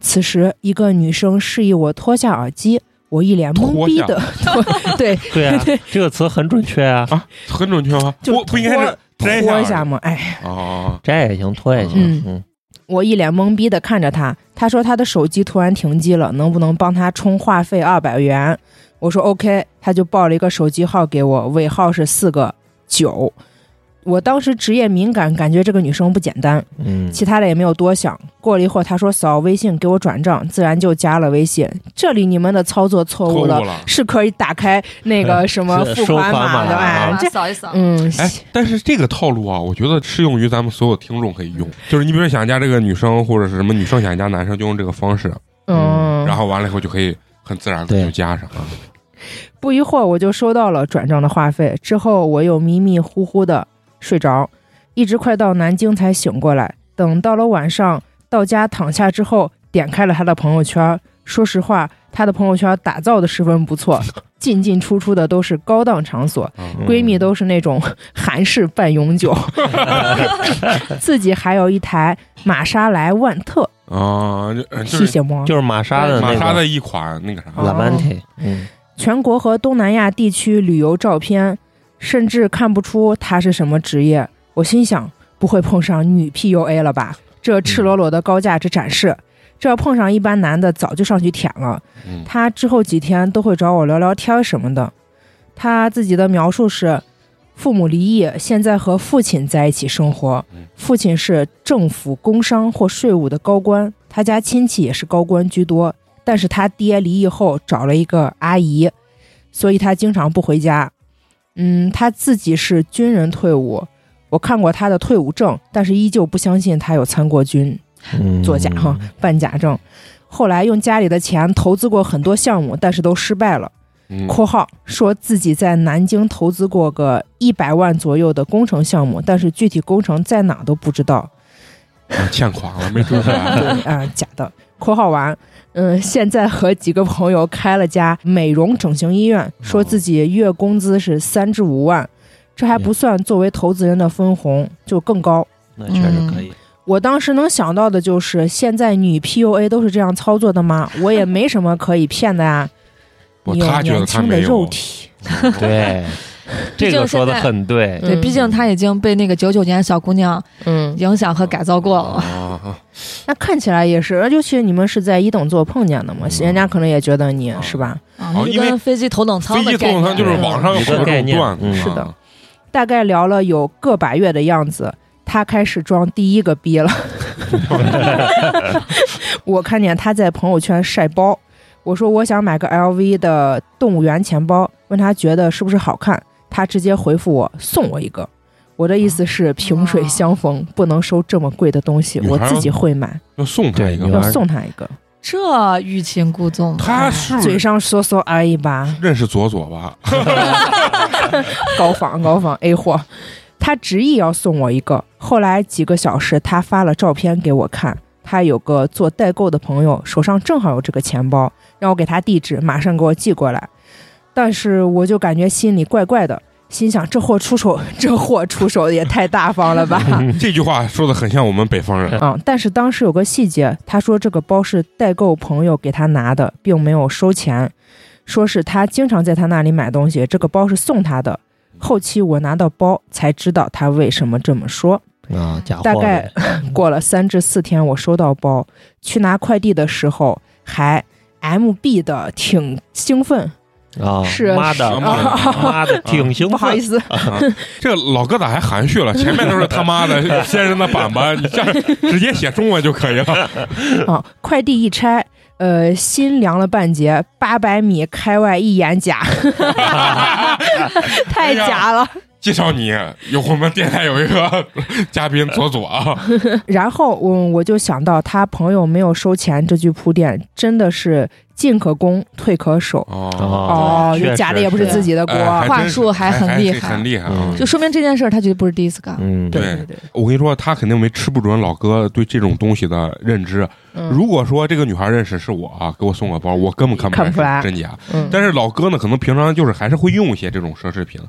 S5: 此时，一个女生示意我脱下耳机，我一脸懵逼的， <laughs> 对，
S4: 对啊，这个词很准确啊，
S2: <laughs> 很准确吗？
S5: 就
S2: 不不应该是摘
S5: 脱一
S2: 下
S5: 下
S2: 来
S5: 嘛，哎，
S2: 哦，
S4: 摘也行，脱也行，嗯，
S5: 我一脸懵逼的看着他，他说他的手机突然停机了，能不能帮他充话费二百元？我说 OK，他就报了一个手机号给我，尾号是四个九。我当时职业敏感，感觉这个女生不简单，
S4: 嗯，
S5: 其他的也没有多想。过了一会儿，他说扫微信给我转账，自然就加了微信。这里你们的操作错
S2: 错误
S4: <laughs>
S5: 误了，
S2: 了。
S5: 是可以打开那个什么
S4: 是
S5: 付
S4: 收款
S5: 款码
S4: 码
S5: 的，哎，
S4: 啊
S5: 这
S3: 扫一扫
S5: 嗯，
S2: 哎，但是这个套路啊，我觉得适用于咱们所有听众可以用，就是你比如想加这个女生或者是什么女生想加男生，就用这个方式，
S5: 嗯，
S2: 然后完了以后就可以很自然的
S4: 对
S2: 就加上啊。
S5: 不一会儿我就收到了转账的话费，之后我又迷迷糊糊的睡着，一直快到南京才醒过来。等到了晚上，到家躺下之后，点开了他的朋友圈。说实话，他的朋友圈打造的十分不错，进进出出的都是高档场所，
S2: 嗯
S4: 嗯
S5: 闺蜜都是那种 <laughs> 韩式半永久， <laughs> 自己还有一台玛莎莱万特，
S2: 啊，就呃就
S5: 谢
S2: 是
S5: 谢吗？
S4: 就是玛莎的
S2: 玛莎
S4: 那个
S2: 的哦一款那个啥，
S4: 拉曼蒂，嗯，
S5: 全国和东南亚地区旅游照片，甚至看不出他是什么职业。我心想，不会碰上女 PUA 了吧？这赤裸裸的高价值展示，这要碰上一般男的，早就上去舔了。
S2: 嗯，
S5: 他之后几天都会找我聊聊天什么的。他自己的描述是，父母离异，现在和父亲在一起生活
S2: 嗯。
S5: 父亲是政府工商或税务的高官，他家亲戚也是高官居多。但是他爹离异后找了一个阿姨，所以他经常不回家。嗯，他自己是军人退伍，我看过他的退伍证，但是依旧不相信他有参过军。
S4: 嗯
S5: 作假哈，办假证。后来用家里的钱投资过很多项目，但是都失败了。
S2: 嗯
S5: <laughs> （括号说自己在南京投资过个一百万左右的工程项目，但是具体工程在哪都不知道。
S2: 啊欠款了没追回来，
S5: 对啊、假的。括号完，嗯，现在和几个朋友开了家美容整形医院，说自己月工资是三至五万，这还不算作为投资人的分红，就更高。
S4: 那确实可以，
S5: 我当时能想到的就是，现在女 PUA 都是这样操作的吗？我也没什么可以骗
S2: <laughs>
S5: 的呀。
S2: 不，
S5: 你有
S2: 他觉得
S5: 年
S2: 他
S5: 轻的
S2: 没
S5: 肉
S2: 有，啊嗯
S5: 体，
S4: <laughs> 对，这个说的很对，
S3: 对，
S5: 嗯
S3: 毕竟她已经被那个九九年小姑娘
S5: 嗯，
S3: 影响和改造过了。
S2: 啊，
S5: 那看起来也是，尤其你们是在一等座碰见的嘛，
S2: 嗯
S5: 人家可能也觉得你是吧？
S3: 啊
S2: 哦，因
S3: 就
S2: 为
S3: 跟飞机头等舱
S2: 飞机
S3: 的概
S2: 头等
S3: 念
S2: 舱就是
S4: 对
S2: 网上有
S4: 一
S2: 很
S4: 个
S2: 多
S4: 概
S2: 这种
S4: 念
S2: 段子，啊
S4: 嗯
S5: 是的，大概聊了有个把月的样子，他开始装第一个逼了。 <laughs> 我看见他在朋友圈晒包，我说我想买个 LV 的动物园钱包，问他觉得是不是好看，他直接回复我送我一个。我的意思是萍水相逢，不能收这么贵的东西，
S2: 女
S5: 我
S2: 孩儿
S5: 自己会买，
S2: 要送他一
S4: 对女
S2: 个
S5: 要
S4: 孩，儿
S5: 送他一个。
S3: 这欲擒故纵，啊
S2: 他是不
S5: 嘴
S2: 是
S5: 上说说而已吧，
S2: 认识左左吧？
S5: 高仿 <laughs> 高仿 A 货。他执意要送我一个，后来几个小时，他发了照片给我看。他有个做代购的朋友，手上正好有这个钱包，让我给他地址，马上给我寄过来。但是我就感觉心里怪怪的，心想这货出手， <laughs> 这货出手也太大方了吧。
S2: 这句话说的很像我们北方
S4: 嗯
S2: 人，
S5: 啊、但是当时有个细节，他说这个包是代购朋友给他拿的，并没有收钱。说是他经常在他那里买东西，这个包是送他的。后期我拿到包才知道他为什么这么说。
S4: 啊，假货
S5: 大
S4: 呗
S5: 概过了三至四天，我收到包，去拿快递的时候还 MB 的，挺兴奋，
S4: 啊，
S5: 是
S4: 妈的嗯
S2: 是
S4: 妈的，挺兴奋，啊
S5: 不好意
S4: 思，
S5: 思，
S2: 这个老哥咋还含蓄了？前面都是他妈
S4: <laughs>
S2: 的先生的板板，你下直接写中文就可以了。
S5: 啊，快递一拆，呃，心凉了半截，八百米开外一眼假， <laughs>
S2: 哎
S4: 哎
S5: 太
S2: 呀
S5: 假了。
S2: <laughs> 介绍你，有我们电台有一个嘉宾左左啊，
S5: 然后嗯我我就想到他朋友没有收钱这句铺垫，真的是进可攻，退可守。
S2: 哦，
S4: 哦
S5: 哦，
S4: 确
S5: 这
S4: 实
S5: 假的也不是
S4: 是
S5: 自己的锅。
S2: 哎还真
S3: 话术还
S2: 还
S3: 很
S2: 还
S3: 厉
S2: 是
S3: 害
S2: 很厉害啊
S4: 嗯！
S3: 就说明这件事儿他绝对不是第一次干。
S4: 嗯，
S2: 对
S5: 对对，
S2: 我跟你说，他肯定没吃不准老哥对这种东西的认知。
S5: 嗯
S2: 如果说这个女孩认识是我啊，给我送个包，我根本看
S5: 看不
S2: 出
S5: 出来
S2: 真假。
S5: 嗯
S2: 但是老哥呢，可能平常就是还是会用一些这种奢侈品，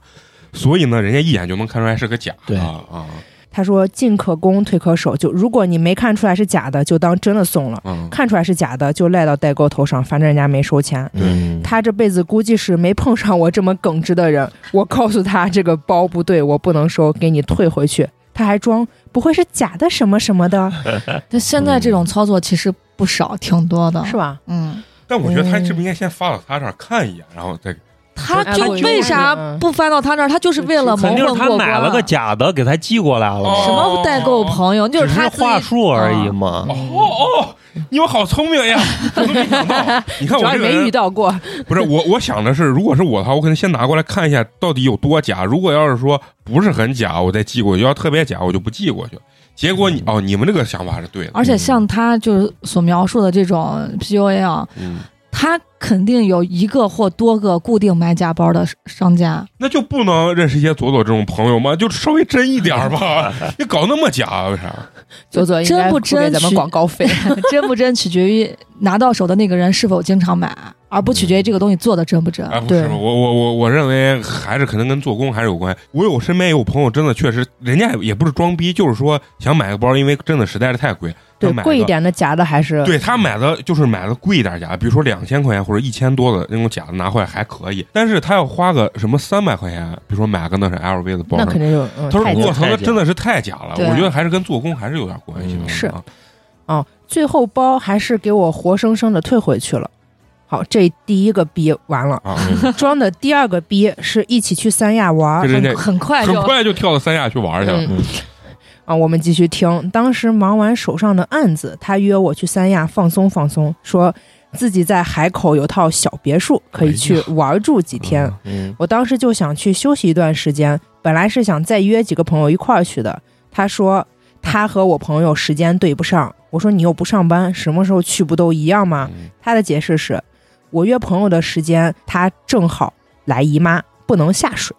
S2: 所以呢，人家一眼就能看出来是个假
S4: 对
S2: 的啊
S5: 他说进可攻，退可守，就如果你没看出来是假的，就当真的送了；
S2: 嗯，
S5: 看出来是假的，就赖到代购头上，反正人家没收钱。
S4: 嗯，
S5: 他这辈子估计是没碰上我这么耿直的人。 <laughs> 我告诉他这个包不对，我不能收，给你退回去。他还装不会是假的什么什
S3: <laughs>
S5: 么的，
S3: 但现在这种操作其实不少，挺多的。
S5: 是吧？
S3: 嗯，
S2: 但我觉得
S5: 哦
S2: 他是不是应该先发到他这儿看一眼，然后再
S3: 他
S5: 哎
S3: 就
S5: 我觉得
S3: 为
S5: 嗯
S3: 啥不翻到他那儿？他就是为了
S4: 肯
S3: 蒙
S4: 定是
S3: 混
S4: 他
S3: 过关。啊
S4: 买了个假的，给他寄过来了，
S2: 哦
S3: 什么代购朋友，就
S4: 只
S3: 是
S4: 是
S3: 他自己
S4: 话术而
S5: 嗯
S4: 已嘛。
S2: 哦哦，你们好聪明呀！我都没想
S5: <laughs>
S2: 到，你看
S5: 主
S2: 我
S5: 要
S2: 这
S5: 是
S2: 个
S5: 没遇
S2: 人
S5: 到过。
S2: <laughs> 不是我，我想的是，如果是我的话，我可能先拿过来看一下到底有多假。如果要是说不是很假，我再寄过去；要特别假，我就不寄过去。结果你哦，你们这个想法是对的，
S3: 而且像他就是所描述的这种 PUA 啊，
S2: 嗯，
S3: 他肯定有一个或多个固定买假包的商家。
S2: 那就不能认识一些左左这种朋友吗？就稍微真一点儿吧，你搞那么假啊为啥？
S5: 左左呃应该
S3: 真不
S5: 付给咱
S3: 争
S5: 们
S3: 取
S5: 广告费。
S3: <laughs> 真不真取决于拿到手的那个人是否经常买，而不取决于这个东西做的真不真。
S2: 嗯啊，不是，
S5: 对
S2: 我我我我认为还是可能跟做工还是有关系。我有身边有朋友真的确实，人家也不是装逼，就是说想买个包，因为真的实在是太贵，
S5: 对
S2: 他，买
S5: 贵一
S2: 个。
S5: 点的假的还是
S2: 对他买的就是买的贵一点假的，比如说两千块钱或者一千多的那种假的拿回来还可以，但是他要花个什么三百块钱，比如说买个那是 LV 的包
S5: 那
S2: 什么
S5: 肯定就嗯，
S2: 他
S5: 太
S2: 说
S5: 假
S2: 我
S4: 假
S2: 操，那真的是太假了，
S3: 对
S2: 我觉得还是跟做工还是有点关系的。
S4: 嗯
S5: 是
S2: 啊
S5: <laughs> 啊！最后包还是给我活生生的退回去了。好，这第一个逼完了，
S2: 啊，
S5: <laughs>
S4: 嗯
S5: 装的第二个逼是一起去三亚玩
S2: 这
S5: 儿
S2: 人家
S3: 很快
S2: 很
S3: 就
S2: 快就跳到三亚去玩去了。
S5: 哎嗯啊。我们继续听，当时忙完手上的案子，他约我去三亚放松放松，说自己在海口有套小别墅，可
S2: 哎
S5: 以去玩儿住几天。 <laughs>
S4: 嗯，
S5: 我当时就想去休息一段时间，本来是想再约几个朋友一块儿去的。他说他和我朋友时间对不上，我说你又不上班，什么时候去不都一样吗？
S2: 嗯
S5: 他的解释是，我约朋友的时间他正好来姨妈，不能下水。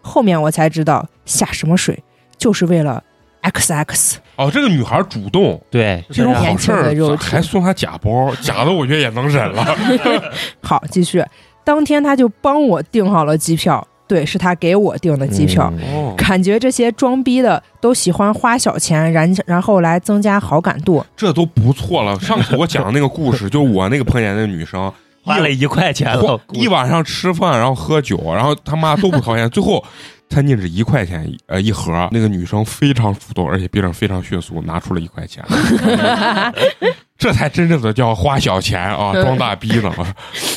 S5: 后面我才知道下什么水，就是为了 X X。
S2: 哦，这个女孩主动，
S4: 对，
S2: 这种
S4: 是
S2: 好
S5: 年
S2: 事
S5: 轻的肉
S2: 儿
S5: 体
S2: 还送他假包，假的我觉得也能忍
S5: <laughs>
S2: 了。
S5: 好，继续。当天他就帮我订好了机票，对，是他给我订的机
S4: 嗯
S5: 票。，
S2: 哦
S5: 感觉这些装逼的都喜欢花小钱，然然后来增加好感度。
S2: 这都不错了。上次我讲的那个故事，就是我那个碰见那个女生，
S4: 花了一块钱了，
S2: 一晚上吃饭，然后喝酒，然后他妈都不掏钱，最后餐巾纸一块钱呃一盒。那个女生非常主动，而且变得非常迅速，拿出了一块钱， <laughs> 这才真正的叫花小钱啊，装大逼呢。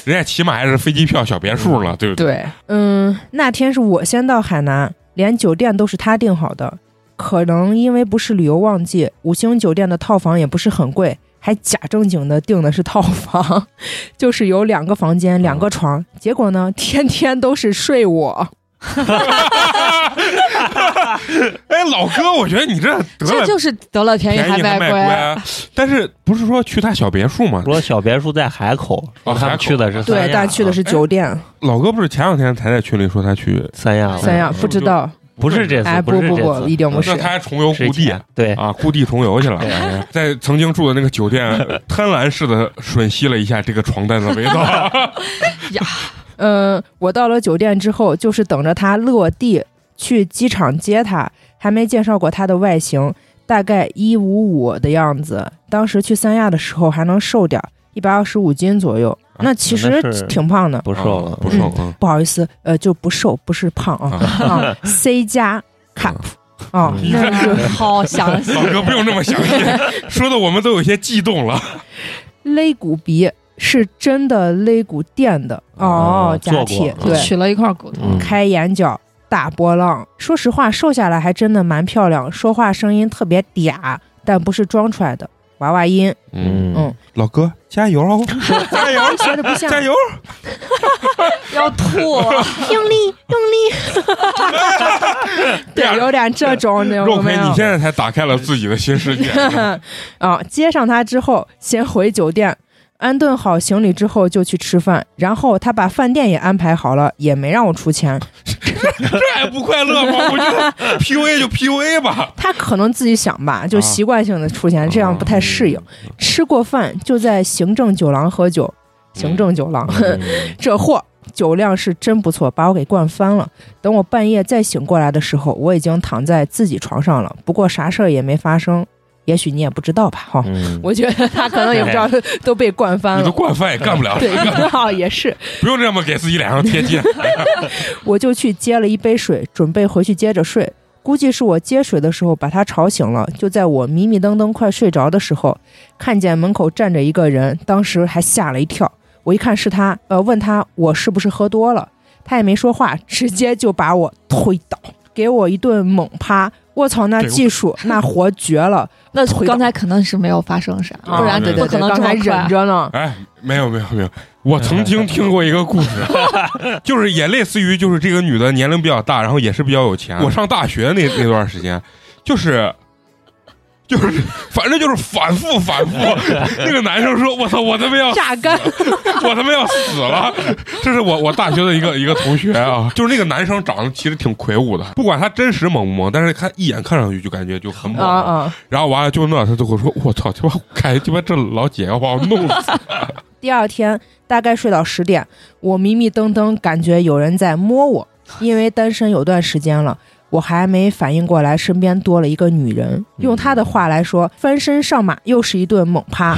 S2: 人家起码还是飞机票、小别墅呢，对不对？
S5: 对，嗯，那天是我先到海南，连酒店都是他订好的。可能因为不是旅游旺季，五星酒店的套房也不是很贵，还假正经的订的是套房， <laughs> 就是有两个房间、两个床。结果呢，天天都是睡我。
S2: 哎，老哥，我觉得你这得
S3: 这
S2: 了
S3: 就是得了便宜
S2: 便宜
S3: 卖
S2: 还卖
S3: 乖。
S2: 乖，啊但是不是说去他小别墅吗？
S4: 说小别墅在哦海口，说他们去的是三亚
S5: 对，但去的是酒店，
S2: 老哥不是前两天才在群里说他去
S4: 哦三亚了，
S5: 三亚
S2: 嗯
S5: 不知道。
S4: 不是这
S5: 哎，
S4: 次，
S5: 不
S4: 是
S5: 不
S4: 这
S5: 不，
S4: 次，
S5: 一定不是
S2: 那。他还重游
S4: 是
S2: 故地
S4: 前对，
S2: 啊，故地重游去了，哎在曾经住的那个酒店，贪婪似的吮吸了一下这个床单的味道。
S5: 嗯，我到了酒店之后，就是等着他落地去机场接他，还没介绍过他的外形，大概一五五的样子。当时去三亚的时候还能瘦点儿，一百二十五斤左右。那其
S4: 啊那
S5: 实
S4: 是
S5: 挺胖的。
S4: 不瘦了，
S2: 不瘦，嗯，
S5: 不好意思，呃，就不瘦，不是胖啊啊，C 加 cup 啊，
S4: 嗯
S5: 那是
S2: <laughs>
S6: 好详细
S2: 老哥不用那么详细，说的我们都有些激动了。
S5: 肋骨鼻是真的肋骨垫的
S4: 哦
S5: 哦，假
S4: 做过
S5: 体
S4: 嗯
S5: 对，
S3: 取了一块骨
S2: <laughs>
S3: 头，
S4: 嗯
S5: 开眼角。大波浪，说实话，瘦下来还真的蛮漂亮，说话声音特别嗲，但不是装出来的娃娃音，
S2: 嗯，
S5: 嗯，
S2: 老哥加油哦，加油，
S5: 学哎的不
S2: <laughs>
S5: 像。
S2: 加油！
S3: 要吐啊
S2: <laughs>
S3: 了。
S5: 用力， <laughs> 用力。对，有点这种，有
S2: <laughs> 肉
S5: 没
S2: 魁，
S5: 有
S2: 你？
S5: <laughs>
S2: 现在才打开了自己的新世界。
S5: 啊，接上他之后，先回酒店安顿好行李之后就去吃饭，然后他把饭店也安排好了，也没让我出钱。
S2: 这还不快乐吗？我觉得 PUA 就 PUA 吧。
S5: 他可能自己想吧，就
S2: 啊
S5: 习惯性的出钱，这样不太适应。吃过饭就在行政酒廊喝酒，行政酒
S4: 嗯
S5: <laughs> 廊，这货酒量是真不错，把我给灌翻了。等我半夜再醒过来的时候，我已经躺在自己床上了，不过啥事儿也没发生。也许你也不知道吧，哈、
S4: 嗯，
S5: 我觉得他可能也不知道都被灌翻
S2: 你都
S5: 了。
S2: 惯饭也干不了，
S5: 对， <laughs> 哈，也是。
S2: 不用这么给自己脸上贴金。
S5: 我就去接了一杯水，准备回去接着睡。估计是我接水的时候把他吵醒了。就在我迷迷瞪瞪快睡着的时候，看见门口站着一个人，当时还吓了一跳。我一看是他，呃，问他我是不是喝多了，他也没说话，直接就把我推倒，给我一顿猛趴。我操，那
S2: 对我
S5: 技术那活绝了，
S3: 那
S5: 腿
S3: 刚才肯定是没有发生啥，
S2: 啊
S3: <laughs> 不然
S2: 对
S3: 不可能
S5: 刚
S3: 这
S5: 才
S3: 么
S5: 忍
S3: 快。
S5: 着呢。
S2: 哎，没有没有没有，我曾经听过一个故事，
S5: <laughs>
S2: 就是也类似于就是这个女的年龄比较大，然后也是比较有
S5: 嗯
S2: 钱。我上大学那那段时间，就是。就是，反正就是反复反
S5: <laughs>
S2: 复。那个男生说：“我操，我他妈要 <laughs>
S5: 榨干，
S2: 我他妈要死了！这是我我大学的一个一个同学啊，就是那个男生长得其实挺魁梧的，不管他真实猛不猛，但是他一眼看上去就感觉就很猛。
S5: 啊啊！
S2: 然后完了就那，他最后说：“我操，他妈感觉他妈这老姐要把我弄死。
S5: 第二天大概睡到十点，我迷迷瞪瞪感觉有人在摸我，因为单身有段时间了，我还没反应过来身边多了一个女人。用她的话来说，翻身上马又是一顿猛趴，”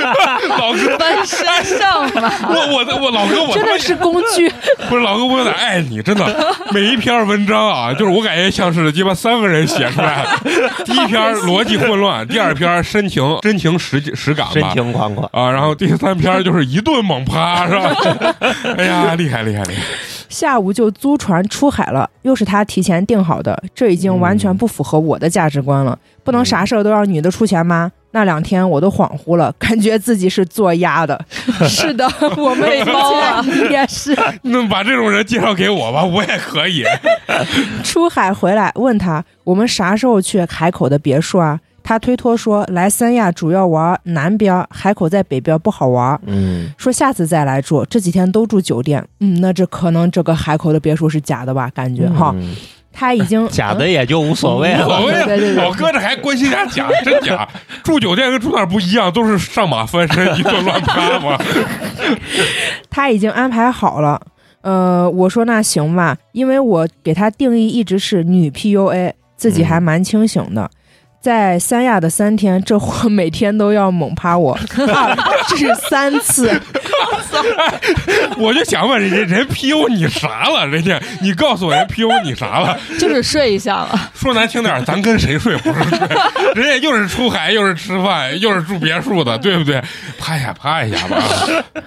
S2: 老
S5: <laughs>
S2: 哥，
S3: 翻身上吧，
S2: 我我的我老哥，我他
S5: 真
S2: 妈
S5: 的是工具。
S2: 不是老哥，我有点爱你，真
S5: <laughs>
S2: 的。每一篇文章啊，就是我感觉像是鸡巴三个人写出来
S5: <laughs>
S2: 的。第一篇逻辑混乱，第二篇深情真情实实感
S4: 深
S2: 吧，
S4: 情款款，
S2: 啊，然后第三篇就是一顿猛
S5: <laughs>
S2: 趴，是吧？哎呀，厉害厉害厉害！
S5: 下午就租船出海了，又是他提前订好的，这已经完全不符合我的价值观了。不能啥事儿都让女的出钱吗？那两天我都恍惚了，感觉自己是做鸭的。是的，我
S2: <laughs>
S5: 们
S3: 被包啊了
S5: 也是。
S2: 那把这种人介绍给我吧，我也可
S5: <laughs>
S2: 以。
S5: 哎出海回来问他，我们啥时候去海口的别墅啊？他推脱说来三亚主要玩南边，海口在北边不好玩，
S4: 嗯，
S5: 说下次再来住，这几天都住酒店。嗯，那这可能这个海口的别墅是假的吧？感觉哈，
S4: 嗯
S5: 他已经
S4: <laughs>
S5: 嗯
S4: 假的也就无所谓
S2: 无所
S4: 了，
S5: 对对对
S2: 谓，
S5: 对
S2: 老哥这还关心啥假真假？住酒店跟住哪儿不一样，都是上马翻身一顿乱趴嘛。
S5: 他已经安排好了。呃，我说那行吧，因为我给他定义一直是女 PUA，自己还蛮清醒
S4: 嗯
S5: 的。在三亚的三天，这货每天都要猛趴我 <laughs> 二至三次，
S2: 我就想问人家，人 PU 你啥了？人家你告诉我人 PU 你啥了？
S3: 就是睡一下 <laughs> 了。
S2: 说难听点儿，咱跟谁睡不是睡？人家又是出海，又是吃饭，又是住别墅的，对不对？趴一下趴一下吧。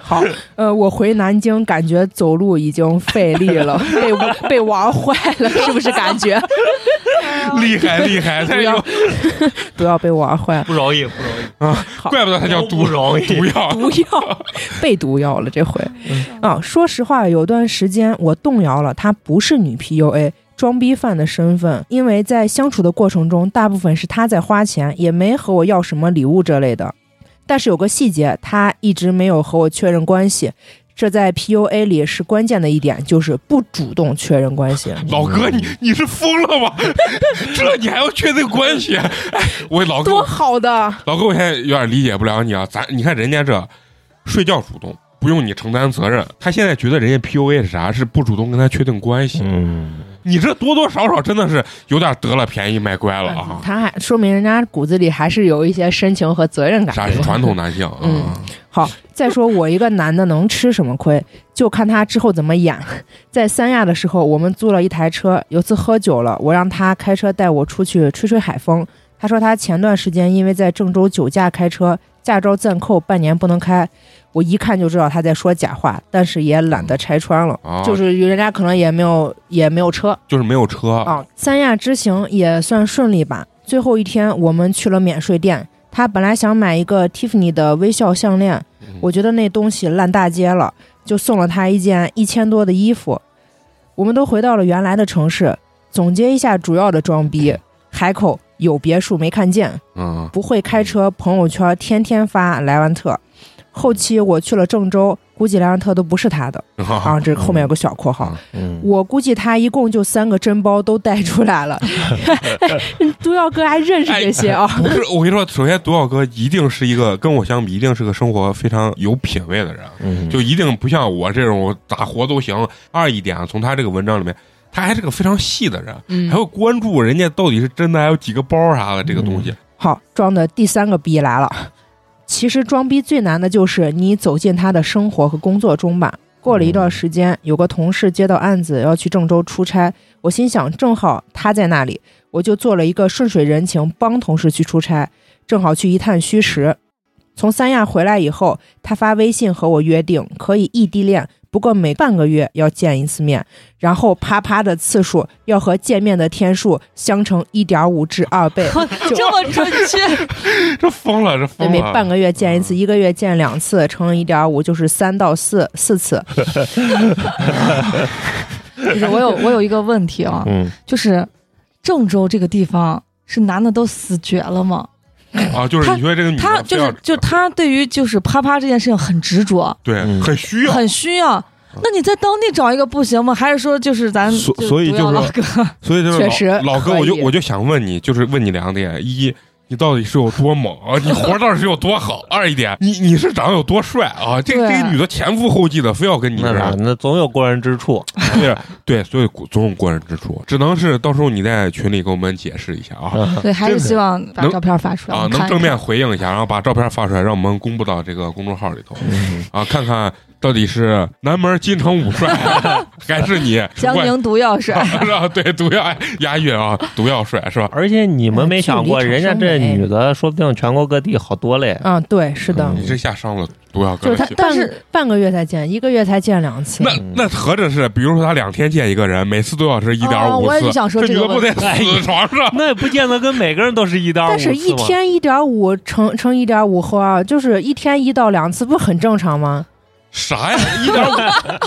S5: 好， <laughs> 呃，我回南京感觉走路已经费力了，被被玩坏了，是不是感觉？ <laughs>
S2: 厉害厉害，他
S5: 不要
S2: 有，
S5: 不要被玩坏，
S4: <laughs> 不容易，不容易，
S2: 怪不得他叫毒
S4: 不容易
S2: 毒药。
S5: 毒药，被毒药了这回。啊，说实话，有段时间我动摇了，她不是女 PUA。装逼犯的身份，因为在相处的过程中，大部分是她在花钱，也没和我要什么礼物之类的。但是有个细节，她一直没有和我确认关系，这在 PUA 里是关键的一点，就是不主动确认关系。
S2: 老哥，你你是疯了吗？这你还要确定关系？哎，我老
S5: <laughs> 多
S2: 哥，
S5: 好的！
S2: 老哥，我现在有点理解不了你啊。咱你看人家这睡觉主动，不用你承担责任。他现在觉得人家 PUA 是啥？是不主动跟他确定关系。
S4: 嗯，
S2: 你这多多少少真的是有点得了便宜卖乖了啊！
S5: 嗯他还说明人家骨子里还是有一些深情和责任感。
S2: 啥是传统男性啊？
S5: 嗯好，再说我一个男的能吃什么亏，就看他之后怎么演。 <laughs> 在三亚的时候，我们租了一台车，有次喝酒了，我让他开车带我出去吹吹海风。他说他前段时间因为在郑州酒驾开车，驾照暂扣半年不能开。我一看就知道他在说假话，但是也懒得拆穿了，
S2: 啊，
S5: 就是人家可能也没有也没有车，
S2: 就是没有车
S5: 啊，三亚之行也算顺利吧。最后一天，我们去了免税店。他本来想买一个 Tiffany 的微笑项链，我觉得那东西烂大街了，就送了他一件一千多的衣服。我们都回到了原来的城市。总结一下主要的装逼：海口有别墅没看见，
S2: 嗯，
S5: 不会开车，朋友圈天天发莱万特。后期我去了郑州，估计莱万特都不是他的啊，这后面有个小括号。
S4: 嗯
S5: 我估计他一共就三个真包都带出来了， <laughs>
S6: 毒药哥还认识这些啊？
S2: 哎不是，我跟你说，首先，独角哥一定是一个跟我相比，一定是个生活非常有品位的人，
S4: 嗯，
S2: 就一定不像我这种咋活都行。二一点，啊从他这个文章里面，他还是个非常细的人，
S5: 嗯
S2: 还，会关注人家到底是真的还有几个包啥的这个东西。
S5: 好，装的第三个逼来了。其实装逼最难的就是你走进他的生活和工作中吧。过了一段时间，有个同事接到案子要去郑州出差，我心想正好他在那里，我就做了一个顺水人情，帮同事去出差，正好去一探虚实。从三亚回来以后，他发微信和我约定可以异地恋，不过每半个月要见一次面，然后啪啪的次数要和见面的天数相乘一点五至二倍，就
S3: 这么准确，
S2: <laughs> 这疯了，这
S5: 对，
S2: 疯
S5: 每
S4: 哦
S2: 了！
S5: 半个月见一次，一个月见两次，乘以一点五就是三到四四次。
S3: <laughs> 就是我有我有一个问题啊，
S4: 嗯，
S3: 就是郑州这个地方是男的都死绝了吗？
S2: 啊，就是你觉得这个女的
S3: 他就
S2: 非要
S3: 是就他对于就是啪啪这件事情很执着，
S2: 对、
S4: 嗯
S2: 很需要，嗯
S3: 很需要。那你在当地找一个不行吗？还是说就是咱
S2: 所所以
S3: 就毒药
S2: 就
S3: 老
S2: 是
S3: 哥，
S2: 所以就是
S5: 确
S2: 老
S5: 实
S2: 老哥，
S5: 可以
S2: 我就我就想问你，就是问你两点：一，你到底是有多猛啊？你活到底是有多好？二一点，你你是长得有多帅啊？这
S3: 对
S2: 这个女的前赴后继的，非要跟你
S4: 那啥，
S2: 这
S4: 那总有过人之处。
S2: 对对，所以总有过人之处，只能是到时候你在群里给我们解释一下啊。
S3: <laughs> 对，还是希望把
S2: 能
S3: 照片发出来
S2: 啊，
S3: 我看
S2: 能
S3: 一
S2: 正
S3: 看
S2: 面回应一下，然后把照片发出来，让我们公布到这个公众号里头
S4: 嗯
S2: 啊，看看到底是南门金城武帅 <laughs> 还是你
S3: 江宁毒药是
S2: <laughs> 是吧？对，毒药哎押韵啊，毒药帅是吧？
S4: 而且你们没想过，
S5: 距离
S4: 人
S5: 产生
S4: 家这
S5: 美
S4: 女的说不定全国各地好多嘞。
S5: 嗯，对，是的，
S4: 嗯
S2: 你这下伤了毒药
S5: 就
S2: 哥
S5: 是
S2: 的
S5: 他
S2: 心。
S5: 半
S3: 但是
S5: 半个月才见，一个月才见两次
S2: 那。那合着是，比如说他两天见一个人，每次都要是一点
S3: 哦
S2: 五
S3: 我也
S2: 次，
S3: 想说
S2: 这
S3: 这
S2: 女的
S3: 个
S2: 不得
S3: 问
S2: 死床上？
S4: 那也不见得跟每个人都是一点五
S5: 但是，一天一点五乘乘一点五和二，就是一天一到两次，不是很正常吗？
S2: 啥呀？一点五，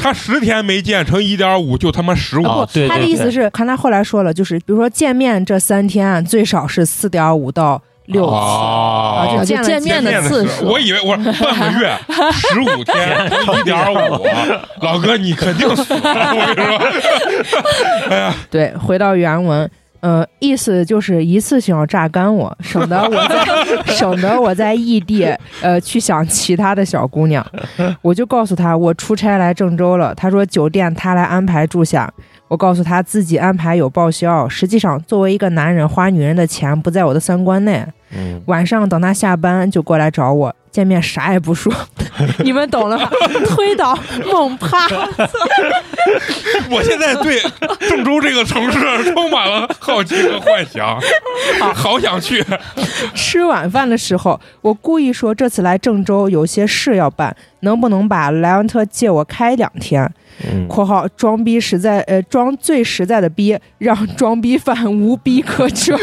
S2: 他十天没见成一点五，就他妈十五。
S4: 啊对对
S5: 他的意思
S4: 对
S5: 是，看他后来说了，就是比如说见面这三天最少是四点五到六次
S2: 哦
S5: 啊，就
S3: 就
S5: 见了
S3: 见
S5: 几
S3: 面的次数
S2: 我以为我说半个
S3: <laughs>
S2: 月十五天一点五，啊老哥你肯定死了，我跟你说，
S5: 对，回到原文，呃，意思就是一次性要榨干我，省得我在 <laughs> 省得我在异地呃去想其他的小姑娘。我就告诉他我出差来郑州了，他说酒店他来安排住下。我告诉他自己安排有报销，实际上作为一个男人花女人的钱不在我的三观内。
S4: 嗯，
S5: 晚上等他下班就过来找我，见面啥也不说，你们
S2: <laughs>
S5: 懂了吧？ <laughs> 推倒猛趴。
S2: 我现在对郑州这个城市充满了好奇和幻想，好想去。
S5: 吃晚饭的时候，我故意说这次来郑州有些事要办，能不能把莱昂特借我开两天？（
S4: 嗯
S5: 括号装逼实在，呃，装最实在的逼， <laughs> 让装逼犯无逼可装。）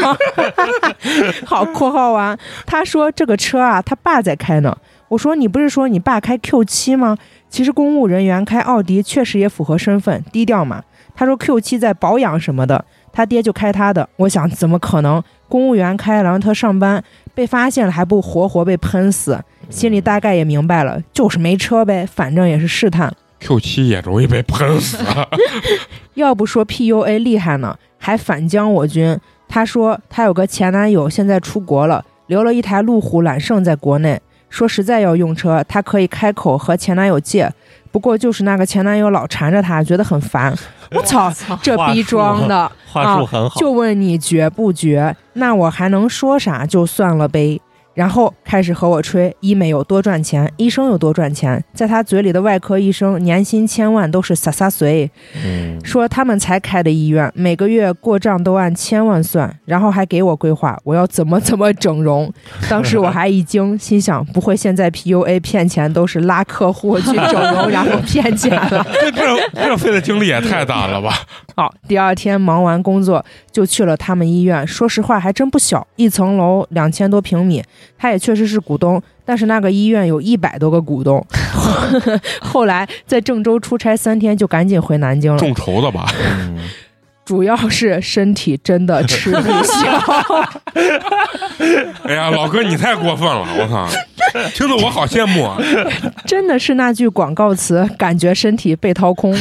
S5: <laughs> 好，（括号完、他说这个车啊，他爸在开呢。我说你不是说你爸开 Q 七吗？其实公务人员开奥迪确实也符合身份，低调嘛。他说 Q 七在保养什么的，他爹就开他的。我想怎么可能？公务员开莱昂特上班，被发现了还不活活被喷死？心里大概也明白了，就是没车呗，反正也是试探。
S2: Q 七也容易被喷死，啊
S5: 要不说 PUA 厉害呢，还反将我军。她说她有个前男友，现在出国了，留了一台路虎揽胜在国内。说实在要用车，她可以开口和前男友借，不过就是那个前男友老缠着她，觉得很烦。我操，这
S4: 话
S5: 逼
S4: 术
S5: 装的！
S4: 话术很好，
S5: 啊就问你绝不绝，那我还能说啥？就算了呗。然后开始和我吹医美有多赚钱，医生有多赚钱，在他嘴里的外科医生年薪千万都是洒洒随，
S4: <laughs> 嗯
S5: 说他们才开的医院，每个月过账都按千万算，然后还给我规划我要怎么怎么整容。当时我还一惊，心想不会现在 PUA 骗钱都是拉客户去整容然后骗钱吧？
S2: 这这这费的精力也太大了吧？
S5: 好，第二天忙完工作就去了他们医院。说实话，还真不小，一层楼两千多平米。他也确实是股东，但是那个医院有一百多个股东。 <laughs> 后来在郑州出差三天，就赶紧回南京了。
S2: 众筹的吧？
S4: 嗯
S5: 主要是身体真的吃不消。
S2: <laughs> 哎呀，老哥你太过分了，我
S5: <laughs>
S2: 操！听得我好羡慕啊！
S5: 真的是那句广告词，感觉身体被掏空。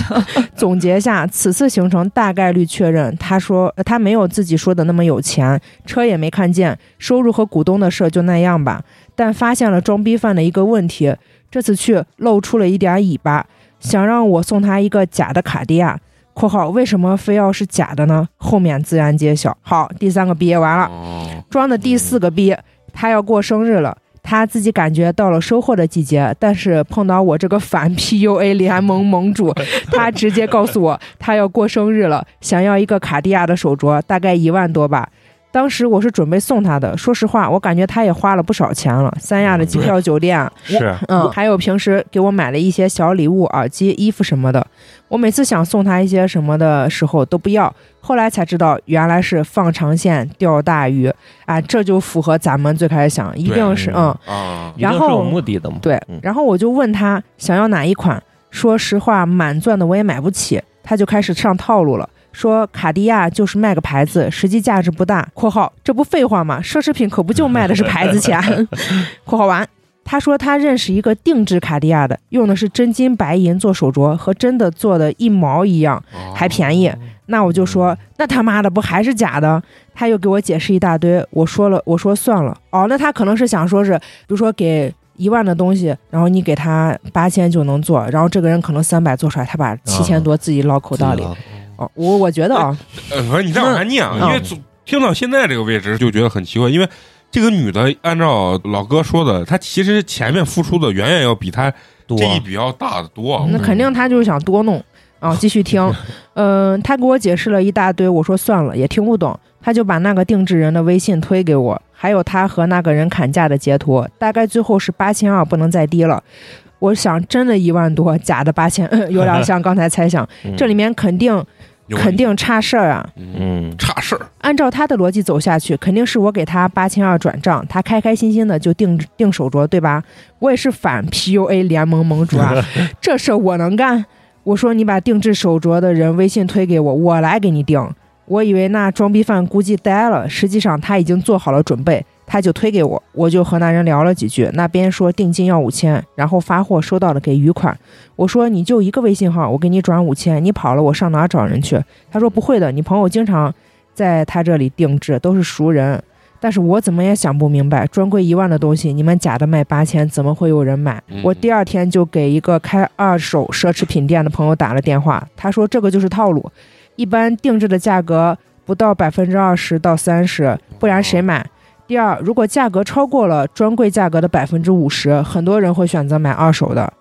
S5: 总结下，此次行程大概率确认，他说呃他没有自己说的那么有钱，车也没看见，收入和股东的事儿就那样吧。但发现了装逼犯的一个问题，这次去露出了一点尾巴，想让我送他一个假的卡地亚。（括号为什么非要是假的呢？后面自然揭晓。）好，第三个毕业完了。
S2: 哦，
S5: 装的第四个逼，他要过生日了，他自己感觉到了收获的季节，但是碰到我这个反 PUA 联盟盟主，他直接告诉我他要过生日了，想要一个卡地亚的手镯，大概一万多吧。当时我是准备送他的，说实话，我感觉他也花了不少钱了，三亚的机票、酒店，
S4: 是
S5: 嗯，还有平时给我买了一些小礼物，耳机、衣服什么的。我每次想送他一些什么的时候都不要，后来才知道原来是放长线钓大鱼啊，这就符合咱们最开始想，一定是
S4: 对
S5: 嗯
S2: 啊，
S4: 一定
S5: 然
S4: 是
S5: 后
S4: 有目的的嘛，
S5: 对
S4: 嗯。
S5: 然后我就问他想要哪一款，说实话满钻的我也买不起，他就开始上套路了。说卡地亚就是卖个牌子，实际价值不大。（括号这不废话吗？奢侈品可不就卖的是牌子钱。）（括号完）他说他认识一个定制卡地亚的，用的是真金白银做手镯，和真的做的一毛一样。
S2: 哦
S5: 还便宜。那我就说，那他妈的不还是假的？他又给我解释一大堆，我说了，我说算了。哦，那他可能是想说是，比如说给一万的东西，然后你给他八千就能做，然后这个人可能三百做出来，他把七千多自己捞口袋里。
S4: 自己
S5: 哦，我我觉得啊，
S2: 呃，不是你再往下念，啊，因
S4: 嗯
S2: 为总听到现在这个位置就觉得很奇怪，因为这个女的按照老哥说的，她其实前面付出的远远要比她
S4: 多
S2: 这一笔要大得多。
S5: 那肯定他就是想多弄啊。继续听， <laughs> 嗯、他给我解释了一大堆，我说算了，也听不懂。他就把那个定制人的微信推给我，还有他和那个人砍价的截图，大概最后是八千二，不能再低了。我想真的一万多，假的八千， <laughs> 有点像刚才猜想，这里面肯定
S2: 有
S5: 肯定差事儿啊。
S2: 嗯，
S4: 嗯
S2: 差事儿，
S5: 按照他的逻辑走下去，肯定是我给他八千二转账，他开开心心的就定定手镯，对吧？我也是反 PUA 联盟盟主啊，这事儿我能干。我说你把定制手镯的人微信推给我，我来给你定。我以为那装逼犯估计呆了，实际上他已经做好了准备，他就推给我，我就和那人聊了几句。那边说定金要五千，然后发货收到了给余款。我说你就一个微信号，我给你转五千，你跑了我上哪儿找人去？他说不会的，你朋友经常在他这里定制，都是熟人。但是我怎么也想不明白，专柜一万的东西，你们假的卖八千，怎么会有人买
S2: 嗯？
S5: 我第二天就给一个开二手奢侈品店的朋友打了电话，他说这个就是套路，一般定制的价格不到百分之二十到三十，不然谁买？第二，如果价格超过了专柜价格的百分之五十，很多人会选择买二手的。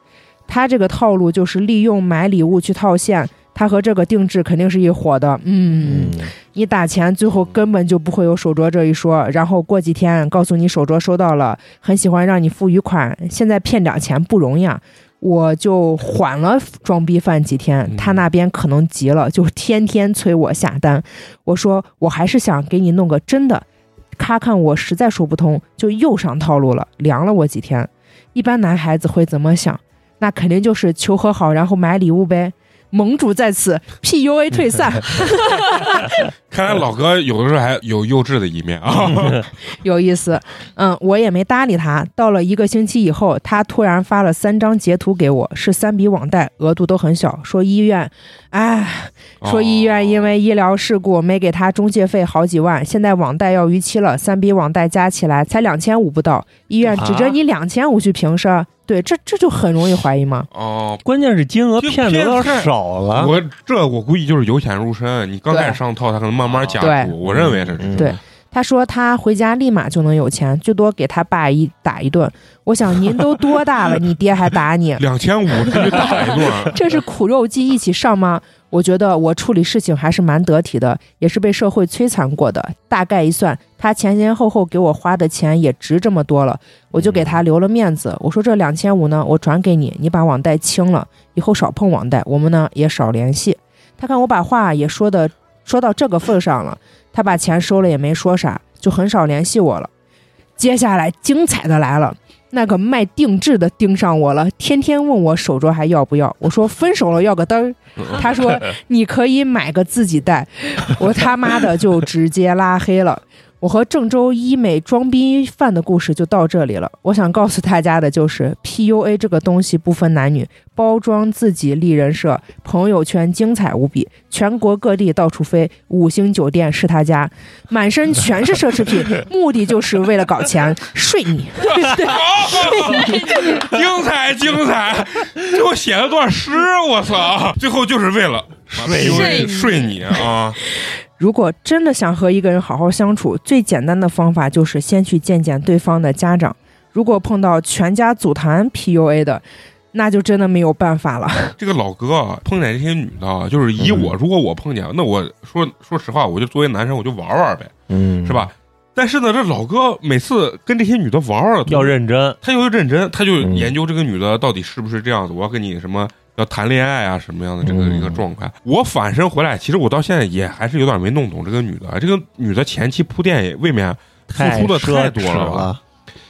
S5: 他这个套路就是利用买礼物去套现，他和这个定制肯定是一伙的。嗯，你打钱最后根本就不会有手镯这一说，然后过几天告诉你手镯收到了，很喜欢让你付余款，现在骗点钱不容易啊。我就缓了装逼犯几天，
S2: 嗯
S5: 他那边可能急了，就天天催我下单。我说我还是想给你弄个真的，咔看我实在说不通，就又上套路了，凉了我几天。一般男孩子会怎么想？那肯定就是求和好，然后买礼物呗。盟主在此 PUA 退散。
S2: 看来老哥有的时候还有幼稚的一面啊。<laughs>
S5: 嗯有意思，嗯，我也没搭理他。到了一个星期以后，他突然发了三张截图给我，是三笔网贷，额度都很小，说医院，哎，
S2: 哦
S5: 说医院因为医疗事故没给他中介费好几万，现在网贷要逾期了，三笔网贷加起来才两千五不到，医院指着你两千五去平事儿，对，这这就很容易怀疑嘛。
S2: 哦，
S4: 关键是金额
S2: 这
S4: 骗的有点少了。
S2: 我这我估计就是由浅入深，你刚开始
S5: 啊对
S2: 上套，他可能慢慢加
S5: 对
S2: 注，我认为是这样。
S4: 嗯
S5: 对他说他回家立马就能有钱，最多给他爸一打一顿。我想您都多大了，你爹还打你？
S2: 两千五这就打一顿，
S5: <laughs> 这是苦肉计一起上吗？我觉得我处理事情还是蛮得体的，也是被社会摧残过的。大概一算，他前前后后给我花的钱也值这么多了，我就给他留了面子。我说这两千五呢，我转给你，你把网贷清了，以后少碰网贷，我们呢也少联系。他看我把话也说的说到这个份上了，他把钱收了也没说啥，就很少联系我了。接下来精彩的来了。那个卖定制的盯上我了，天天问我手镯还要不要。我说分手了要个灯儿，他说你可以买个自己戴。我他妈的就直接拉黑了。我和郑州医美装逼犯的故事就到这里了。我想告诉大家的就是，PUA 这个东西不分男女，包装自己立人设，朋友圈精彩无比，全国各地到处飞，五星酒店是他家，满身全是奢侈品，目的就是为了搞钱，睡你。
S2: <laughs> 精彩精彩！最后写了段诗，我操！最后就是为了睡睡你啊！
S5: 如果真的想和一个人好好相处，最简单的方法就是先去见见对方的家长。如果碰到全家组团 PUA 的，那就真的没有办法了。
S2: 这个老哥啊碰见这些女的啊，就是以我，如果我碰见，那我说说实话，我就作为男生，我就玩玩呗，
S4: 嗯，
S2: 是？吧？但是呢，这老哥每次跟这些女的玩玩的，
S4: 要认真，
S2: 他就认真，他就
S4: 嗯
S2: 研究这个女的到底是不是这样子，我要跟你什么要谈恋爱啊，什么样的这个
S4: 嗯
S2: 一个状态。我反身回来，其实我到现在也还是有点没弄懂这个女的，这个女的前期铺垫也未免，
S4: 太
S2: 付出的太
S4: 奢
S2: 多
S4: 侈
S2: 了吧
S4: 了，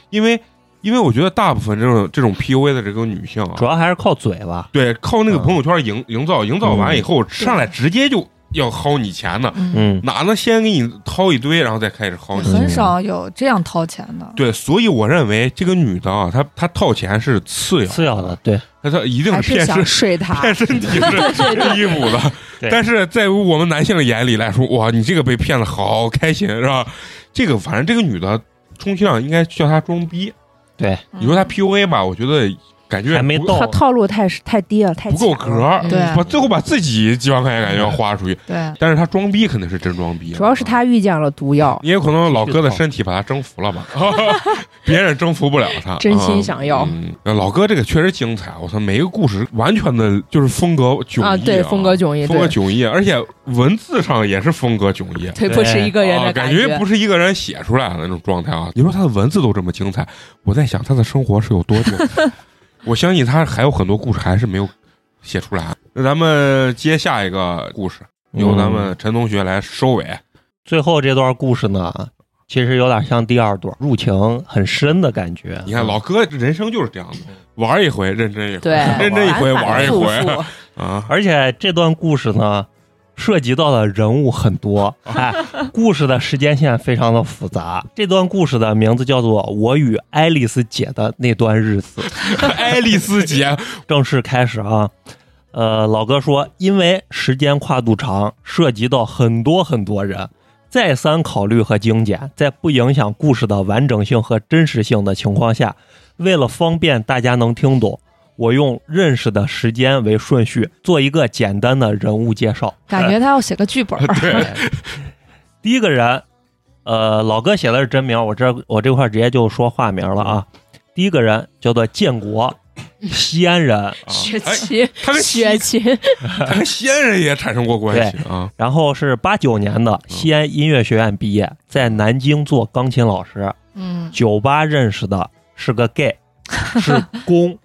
S2: 因为因为我觉得大部分这种这种 PUA 的这个女性
S4: 主
S2: 啊，
S4: 要还是靠嘴吧。
S2: 对，靠那个
S4: 嗯
S2: 朋友圈营营造，营造完以后上来直接就要薅你钱呢，
S4: 嗯，
S2: 哪能先给你掏一堆，然后再开始薅你钱？
S3: 嗯很少有这样掏钱的，
S2: 对，所以我认为这个女的啊，她她掏钱是次要，
S4: 次要的，对，
S2: 她她一定
S5: 还
S2: 是骗身
S5: 想睡他？
S2: 骗身体是衣服的，
S4: 对
S2: 但是在于我们男性的眼里来说，哇，你这个被骗的好开心是吧？这个反正这个女的充其量应该叫她装逼，
S4: 对，
S5: 嗯
S2: 你
S3: 嗯
S2: 说她 PUA 吧，我觉得感觉
S4: 还没
S2: 不
S4: 到
S5: 他套路太太低了，太
S2: 不够
S5: 浅
S2: 格
S5: 了
S2: 儿，
S3: 对
S2: 把最后把自己几万块钱感觉要花出去，
S3: 对，
S2: 但是她装逼肯定是真装逼，
S5: 主要是。他遇见了毒药，
S2: 也有可能老哥的身体把她征服了吧， <laughs> 别人征服不了她。
S5: 真心
S2: 嗯
S5: 想要
S2: 嗯，老哥这个确实精彩，我操，每一个故事完全的就是风格迥异
S5: 啊对风格迥异
S2: 风格
S5: 对
S2: 迥异，而且文字上也是风格迥异。
S5: 对
S4: 不是一
S5: 个
S2: 啊感
S5: 觉
S2: 不是一个人写出来的那种状态啊！你说他的文字都这么精彩，我在想他的生活是有多精
S5: <laughs>
S2: 彩。我相信他还有很多故事还是没有写出来。那咱们接下一个故事，
S4: 嗯
S2: 由咱们陈同学来收尾。
S4: 最后这段故事呢，其实有点像第二段，入情很深的感觉。
S2: 你看老哥人生就是这样子，
S4: 嗯
S2: <laughs> 玩一回认真一回，
S5: 对
S2: <laughs> 认真一回玩一 <laughs> 回
S5: 反反复复
S2: 啊！
S4: 而且这段故事呢，涉及到的人物很多，哎，故事的时间线非常的复杂。这段故事的名字叫做《我与爱丽丝姐的那段日子》。
S2: 爱丽丝
S5: <laughs>
S2: 姐，啊
S4: 正式开始啊。呃，老哥说，因为时间跨度长，涉及到很多很多人，再三考虑和精简，在不影响故事的完整性和真实性的情况下，为了方便大家能听懂，我用认识的时间为顺序，做一个简单的人物介绍。
S3: 感觉他要写个剧本儿，
S2: 对，
S4: 第一个人，呃，老哥写的是真名，我这我这块儿直接就说化名了啊。第一个人叫做建国，西安人，
S6: 雪
S2: 哎
S6: 琴，
S2: 他跟西
S6: 雪琴，
S2: 他跟西安人也产生过关系啊。
S4: 然后是八九年的西安音乐学院毕业，在南京做钢琴老师。
S3: 嗯，
S4: 酒吧认识的是个 gay，是公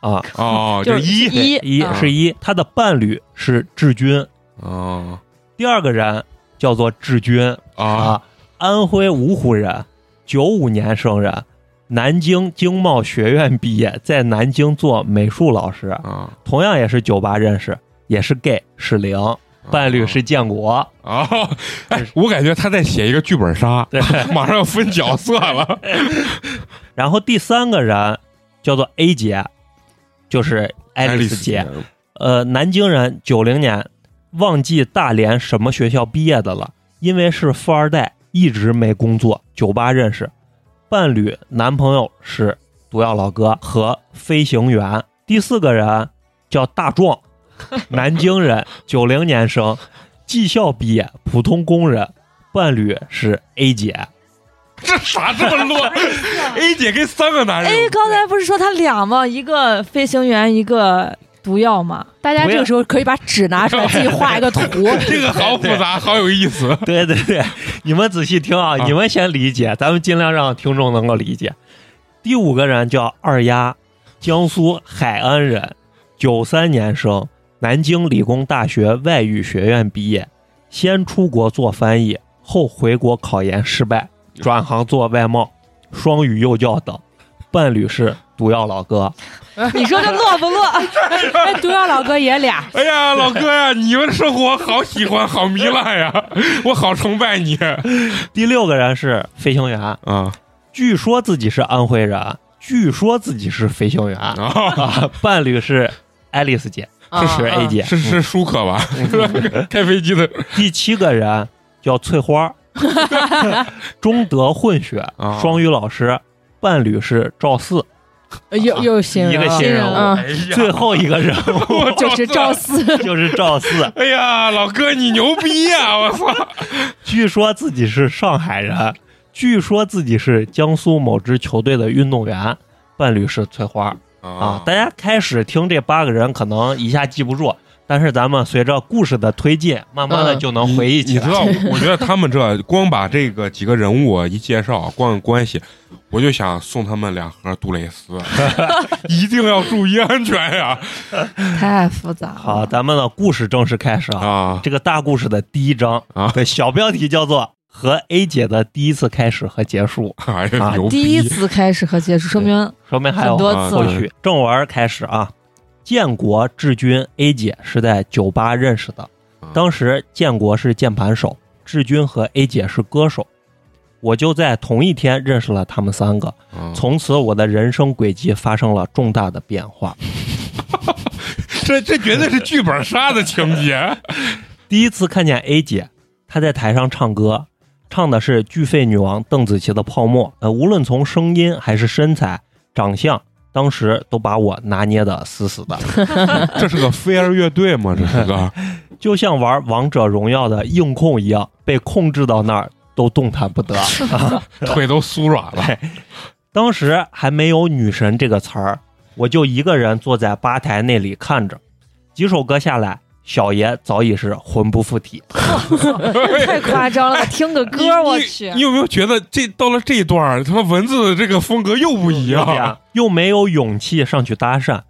S4: 啊，
S2: 哦，
S3: 就是
S2: 一
S3: 一
S4: 一 <laughs>
S3: 啊
S4: 是一，他的伴侣是志军。
S2: 哦
S4: 第二个人叫做志军
S2: 啊
S4: 啊，安徽芜湖人，九五年生人，南京经贸学院毕业，在南京做美术老师。
S2: 啊
S4: 同样也是酒吧认识，也是 gay，是零，伴侣是建国，
S2: 啊、哎，我感觉他在写一个剧本杀，马上要分角色了。
S4: 哎然后第三个人叫做 A 姐，哎就是
S2: 哎
S4: 爱丽丝姐，呃，南京人，九零年，忘记大连什么学校毕业的了，因为是富二代，一直没工作。酒吧认识，伴侣男朋友是毒药老哥和飞行员。第四个人叫大壮，南京人，九零年生，技校毕业，普通工人，伴侣是 A 姐。
S2: 这啥这么乱
S4: <laughs>
S2: ？A 姐跟三个男人
S3: A 哎刚才不是说他俩吗？一个飞行员，一个毒药吗？
S6: 大家
S4: 不
S6: 这
S4: 要
S6: 个
S5: 这时候可以把纸拿出来，自己画一个图。
S2: 这个好复杂，好有意思。 <laughs>
S4: 对对对，你们仔细听啊，
S2: 啊
S4: 你们先理解，咱们尽量让听众能够理解。第五个人叫二丫，江苏海安人，九三年生，南京理工大学外语学院毕业，先出国做翻译，后回国考研失败，转行做外贸，双语幼教等，伴侣是毒药老哥。
S3: 你说这落不落？
S6: 哎毒药老哥也俩，
S2: 哎呀，老哥呀，你们的生活好喜欢，好糜烂呀，我好崇拜
S4: <laughs>
S2: 你
S4: 第六个人是飞行员，
S2: 啊
S4: 据说自己是安徽人，据说自己是飞行员。
S2: 啊！
S4: 啊，伴侣是爱丽丝姐，
S5: 啊
S4: 是 A 姐。嗯
S2: 是是舒克吧？开飞机的
S4: 第七个人叫翠花
S5: <laughs>
S4: 儿，中德混血
S2: 啊，
S4: 双语老师，伴侣是赵四，
S5: 又又新
S4: 一个新人
S5: 人
S4: 物。
S5: 啊，
S2: 哎呀
S4: 嗯最后一个人物
S2: 我
S5: 就是赵
S2: 四。
S5: 四，
S4: 就是赵 <laughs> 四，
S2: 哎呀，老哥你牛逼呀！我操！
S4: 据说自己是上海人，据说自己是江苏某支球队的运动员，伴侣是翠花儿啊。大家开始听这八个人，可能一下记不住，但是咱们随着故事的推进，慢慢的
S5: 嗯
S4: 就能哦回忆
S2: 你
S4: 起
S2: 你
S4: 来
S2: 知。道，我我觉得他们这光把这个几个人物啊一介绍，光有关系，我就想送他们两盒杜蕾
S3: <laughs>
S2: 斯，一定要注意安全呀！
S3: 嗯太复杂了。
S4: 好，咱们的故事正式开始啊。
S2: 啊，
S4: 这个大故事的第一章
S2: 啊
S4: 对，小标题叫做“和 A 姐的第一次开始和结束
S2: <laughs> 哎呀，
S4: 啊
S2: 牛逼！
S3: 第一次开始和结束，说明”，
S4: 说明还
S3: 很
S4: 有
S3: 多
S2: 啊
S3: 次
S4: 后
S3: 了。
S4: 续。正文开始啊，建国治军 A 姐是在酒吧认识的，
S2: 啊
S4: 当时建国是键盘手，治军和 A 姐是歌手。我就在同一天认识了他们三个，
S2: 啊
S4: 从此我的人生轨迹发生了重大的变化。
S2: 这这绝对是剧本杀的情节。
S3: <laughs>
S4: 第一次看见 A 姐，她在台上唱歌，唱的是巨肺女王邓紫棋的《泡沫》。呃，无论从声音还是身材、长相，当时都把我拿捏的死死的，
S2: 这是个飞儿乐队吗？这是
S3: <laughs>
S2: 个
S4: 就像玩王者荣耀的硬控一样，被控制到那儿都动弹不得。
S2: 腿都酥软了。
S4: 当时还没有“女神”这个词儿，我就一个人坐在吧台那里看着。几首歌下来，小爷早已是魂不附体。
S3: <laughs> 太夸张了，听个
S2: 你
S3: <laughs> 歌，我
S2: 你
S3: 去
S2: 你。有没有觉得这到了这一段儿，他妈文字的这个风格又不一
S4: 对
S2: 样？
S4: 呀，又没有勇气上去搭讪，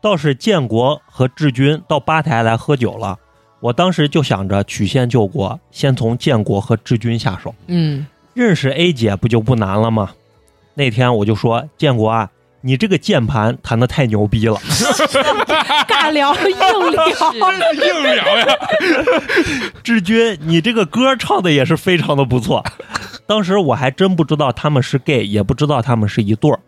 S4: 倒是建国和志军到吧台来喝酒了。我当时就想着曲线救国，先从建国和志军下手。
S5: 嗯，
S4: 认识 A 姐不就不难了吗？那天我就说，建国啊，你这个键盘弹的太牛逼了，
S6: 尬聊硬聊，
S2: <laughs> 硬聊
S3: <laughs>
S2: 呀！
S4: 志军你这个歌唱的也是非常的不错。当时我还真不知道他们是 gay，也不知道他们是一对儿。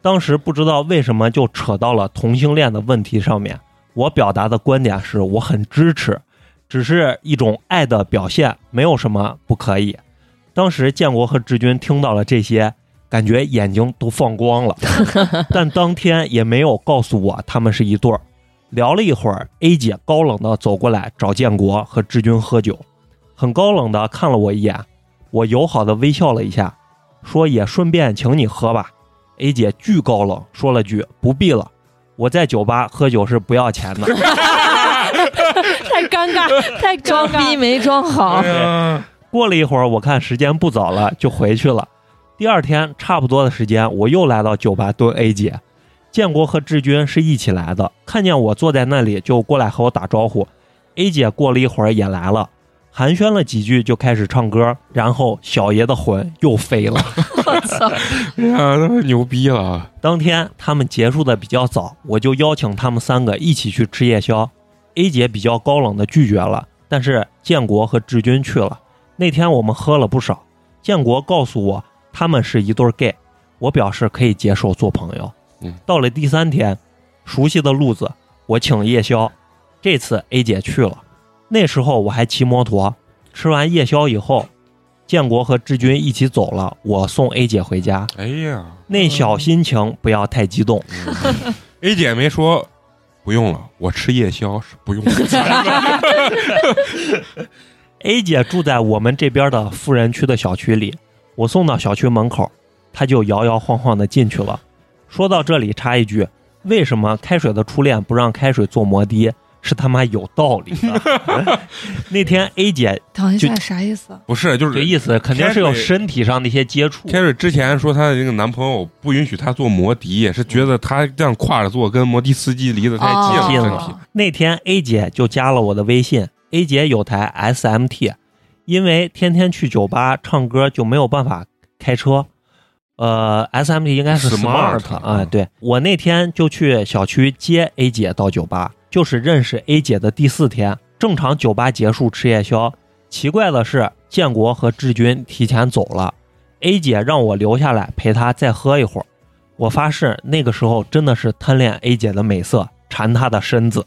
S4: 当时不知道为什么就扯到了同性恋的问题上面。我表达的观点是我很支持，只是一种爱的表现，没有什么不可以。当时建国和志军听到了这些，感觉眼睛都放光了，但当天也没有告诉我他们是一对儿。聊了一会儿，A 姐高冷的走过来找建国和志军喝酒，很高冷的看了我一眼，我友好的微笑了一下，说也顺便请你喝吧。A 姐巨高冷，说了句不必了，我在酒吧喝酒是不要钱的。
S6: 太尴尬，太尴
S3: 装逼
S6: 尬。
S3: 没装好 <laughs>
S2: 哎，呀，
S4: 过了一会儿，我看时间不早了，就回去了。第二天差不多的时间，我又来到酒吧蹲 A 姐。建国和志军是一起来的，看见我坐在那里就过来和我打招呼。A 姐过了一会儿也来了，寒暄了几句就开始唱歌，然后小爷的魂又飞了。
S3: 我操！
S2: 哎呀，那牛逼了！啊
S4: 当天他们结束的比较早，我就邀请他们三个一起去吃夜宵。 A 姐比较高冷的拒绝了，但是建国和志军去了。那天我们喝了不少，建国告诉我他们是一对儿 gay，我表示可以接受做朋友。
S2: 嗯，
S4: 到了第三天，熟悉的路子，我请夜宵，这次 A 姐去了。那时候我还骑摩托，吃完夜宵以后，建国和志军一起走了，我送 A 姐回家。
S2: 哎呀
S4: 那小心情不要太激动，
S2: ，A 姐没说不用了，我吃夜宵是不用了。
S4: A 姐住在我们这边的富人区的小区里，我送到小区门口，她就摇摇晃晃的进去了。说到这里，插一句：为什么开水的初恋不让开水做摩的？是他妈有道理的。那天 A 姐
S3: 等一
S4: 下
S3: 下，啥意思？
S2: 不是，就
S4: 这
S2: 是
S4: 意思肯定是有身体上的一些接触，
S2: 开瑞之前说她的那个男朋友不允许她做摩的，是觉得她这样挎着坐跟摩的司机离得太近了。身体
S3: 哦
S4: 那天 A 姐就加了我的微信，A 姐有台 SMT，因为天天去酒吧唱歌就没有办法开车，呃，SMT 应该是
S2: Smart，
S4: Smart 啊，对我那天就去小区接 A 姐到酒吧，就是认识 A 姐的第四天，正常酒吧结束吃夜宵，奇怪的是建国和志军提前走了，A 姐让我留下来陪她再喝一会儿。我发誓，那个时候真的是贪恋 A 姐的美色，馋她的身子，